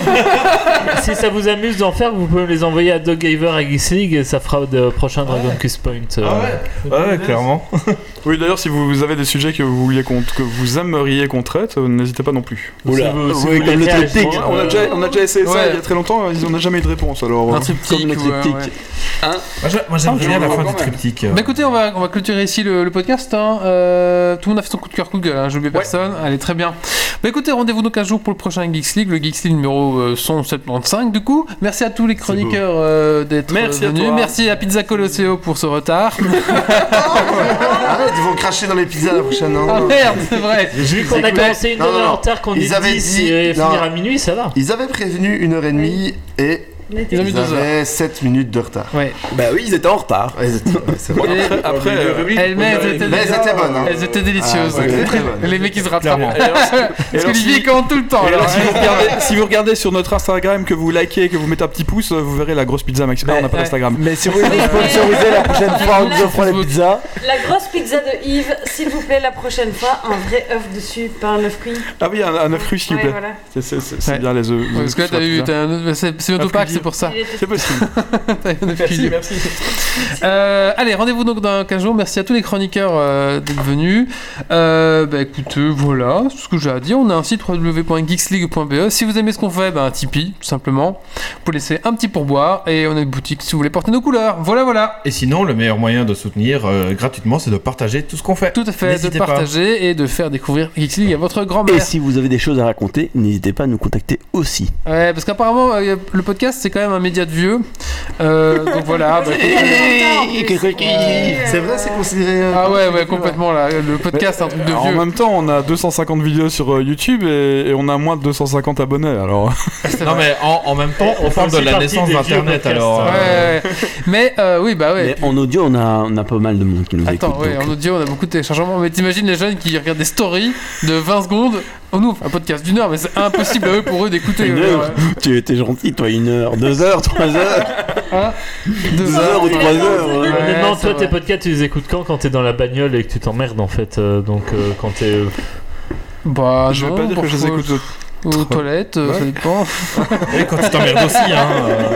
si ça vous amuse d'en faire, vous pouvez me les envoyer à Doggiver à Geeks League et ça fera de prochain Dragon Quest Point. euh,
Ah Ouais, clairement. oui, d'ailleurs, si vous avez des sujets que vous, vouliez qu'on- que vous aimeriez qu'on traite, euh, n'hésitez pas non plus.
Oula.
Si vous- si
Ouais,
vous
comme le
voulez-
triptyque.
On a déjà, on a déjà essayé ça
Ouais.
il y a très longtemps, euh, on n'a jamais eu de réponse alors.
Un
euh,
triptyque,
comme le
ouais, ouais.
triptyque.
moi, j'aime bien la fin du
triptyque.
Bah écoutez, on va, on va clôturer ici le, le podcast. hein. Euh, tout le monde a fait son coup de cœur, coup de gueule. Hein. J'ai oublié personne. Allez, très bien. Bah écoutez, rendez-vous donc un jour pour le prochain Geeks League, le Geeks League numéro euh, 175 du coup. Merci à tous les chroniqueurs euh, d'être
Merci à
venus.
toi.
Merci à Pizza Colosseo pour ce retard.
Arrête, ils vont cracher dans les pizzas la prochaine. non,
Ah
non.
merde, c'est vrai.
J'ai juste
On a
écouté-
commencé une
Non, non,
heure en
non.
retard qu'on
Ils
dit
avaient
10 et
non.
finir à minuit, ça va.
Ils avaient prévenu une heure et demie et
Ils ont mis
ils
deux
avaient 7 minutes de retard.
Ouais.
Bah oui, ils étaient en retard. euh,
Et-
Ah,
euh,
Elles- mais elles étaient-
Mais elles étaient bonnes. hein.
Elles étaient délicieuses.
Ah, ouais, très bonnes.
Les mecs qui se rattrapent.
Clairement.
Parce que
alors,
Olivier
si-
commande tout le temps.
Et alors,
alors, hein.
si, vous regardez, si vous regardez sur notre Instagram, que vous likez et que vous mettez un petit pouce, euh, vous verrez la grosse pizza maximum. on n'a pas d'Instagram.
Mais si vous voulez nous sponsoriser la prochaine fois, on vous offre les pizzas.
La grosse pizza de Yves, s'il vous plaît, la prochaine fois, un vrai œuf dessus, pas un œuf cuit.
Ah oui, un, un œuf cru, s'il vous
Ouais,
plaît.
voilà.
C'est- C'est c'est- c'est bien les œufs. les
Ouais,
œufs
parce que là,
sur
t'as
la
eu.
pizza.
t'as un- mais C'est c'est
Pas
autopack,
plus
c'est pour ça.
vieux.
C'est possible.
T'as eu un
Merci,
vieux.
merci.
Euh, allez, rendez-vous donc dans 15 jours. Merci à tous les chroniqueurs euh, d'être venus. Euh, bah écoutez, voilà c'est ce que j'ai à dire. On a un site www.geeksleague.be. Si vous aimez ce qu'on fait, bah, un Tipeee, tout simplement. Vous laissez un petit pourboire et on a une boutique si vous voulez porter nos couleurs. Voilà, voilà.
Et sinon, le meilleur moyen de soutenir euh, gratuitement, c'est de partager tout ce qu'on fait.
Tout à fait, de
N'hésitez pas.
partager et de faire découvrir Geeks League à votre grand-mère.
Et si vous avez des choses à raconter, n'hésitez pas à nous contacter aussi.
Ouais, parce qu'apparemment, euh, le podcast, c'est quand même un média de vieux. Euh, donc voilà. bah,
C'est vrai, c'est considéré. euh,
ah ouais, ouais, complètement. Là, le podcast, c'est un truc de
Alors,
vieux.
en même temps, on a 250 vidéos sur euh, YouTube et, et on a moins de 250 abonnés. Alors,
Non, mais en, en même temps, on,
fait
parle de
aussi
la
partie
naissance
des vieux
d'Internet,
podcasts,
alors.
hein.
euh,
Ouais, ouais. Mais euh, oui, bah ouais.
Mais en audio, on a, on a pas mal de monde qui nous
Attends,
écoute.
ouais,
donc.
en audio, on a beaucoup de téléchargements. Mais t'imagines les jeunes qui regardent des stories de 20 secondes. On ouvre un podcast d'une heure, mais c'est impossible à eux pour eux d'écouter.
Une
euh,
heure.
ouais.
Tu étais gentil, toi, une heure, deux heures, trois heures.
Hein
Deux heures ou trois heures. ouais.
Euh, Honnêtement,
c'est
toi,
vrai.
tes podcasts, tu les écoutes quand Quand t'es dans la bagnole et que tu t'emmerdes, en fait. euh, donc, euh, quand t'es. euh,
Bah,
je vais
non,
pas dire que je les
parfois,
écoute.
Aux toilettes, euh,
Ouais.
ça dépend.
Et quand tu t'emmerdes aussi, hein. euh.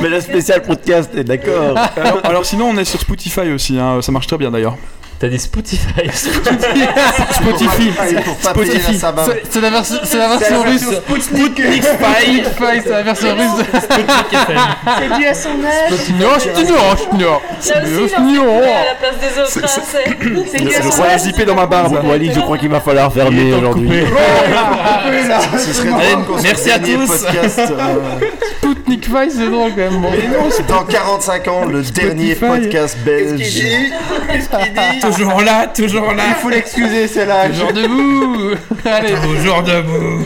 Mais la spéciale podcast, t'es d'accord
Ah,
alors, alors sinon, on est sur Spotify aussi. hein, Ça marche très bien d'ailleurs.
T'as dit Spotify
Spotify.
Pour pas payer la
Spotify.
sabbat.
C'est- C'est la, vers- c'est
C'est
la version
la
russe.
version Spoutnik.
Spoutnik Spy, c'est la version russe.
C'est dû à son âge.
Senior, senior, senior.
Là aussi,
Senior,
j'en suis
senior.
à la place des autres. hein, C'est
C'est dû à son
Voilà,
âge.
zippé dans ma barbe.
Wally, je crois qu'il va falloir fermer aujourd'hui.
Ah, Ce serait drôle qu'on soit
merci à
le dernier
tous.
podcast, euh,
Spoutnik Spy, c'est drôle quand même. bon.
Dans 45 ans, le dernier podcast belge.
Toujours là, toujours là.
Il faut l'excuser, c'est l'âge.
Toujours debout. Allez,
Toujours debout.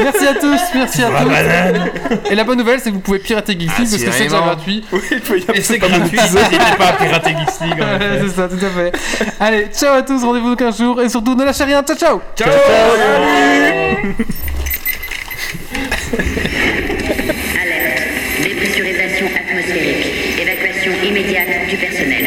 merci à tous, merci à
La
tous.
banane.
Et la bonne nouvelle, c'est que vous pouvez pirater Geeks League parce que c'est déjà
Assurément.
gratuit.
Et c'est gratuit, n'hésitez pas à pirater Geeks League. en
Ouais,
effet.
c'est ça, tout à fait. Allez, ciao à tous, rendez-vous dans 15 jours et surtout ne lâchez rien. Ciao, ciao.
Ciao
Alerte. Dépressurisation atmosphérique. Évacuation immédiate du personnel.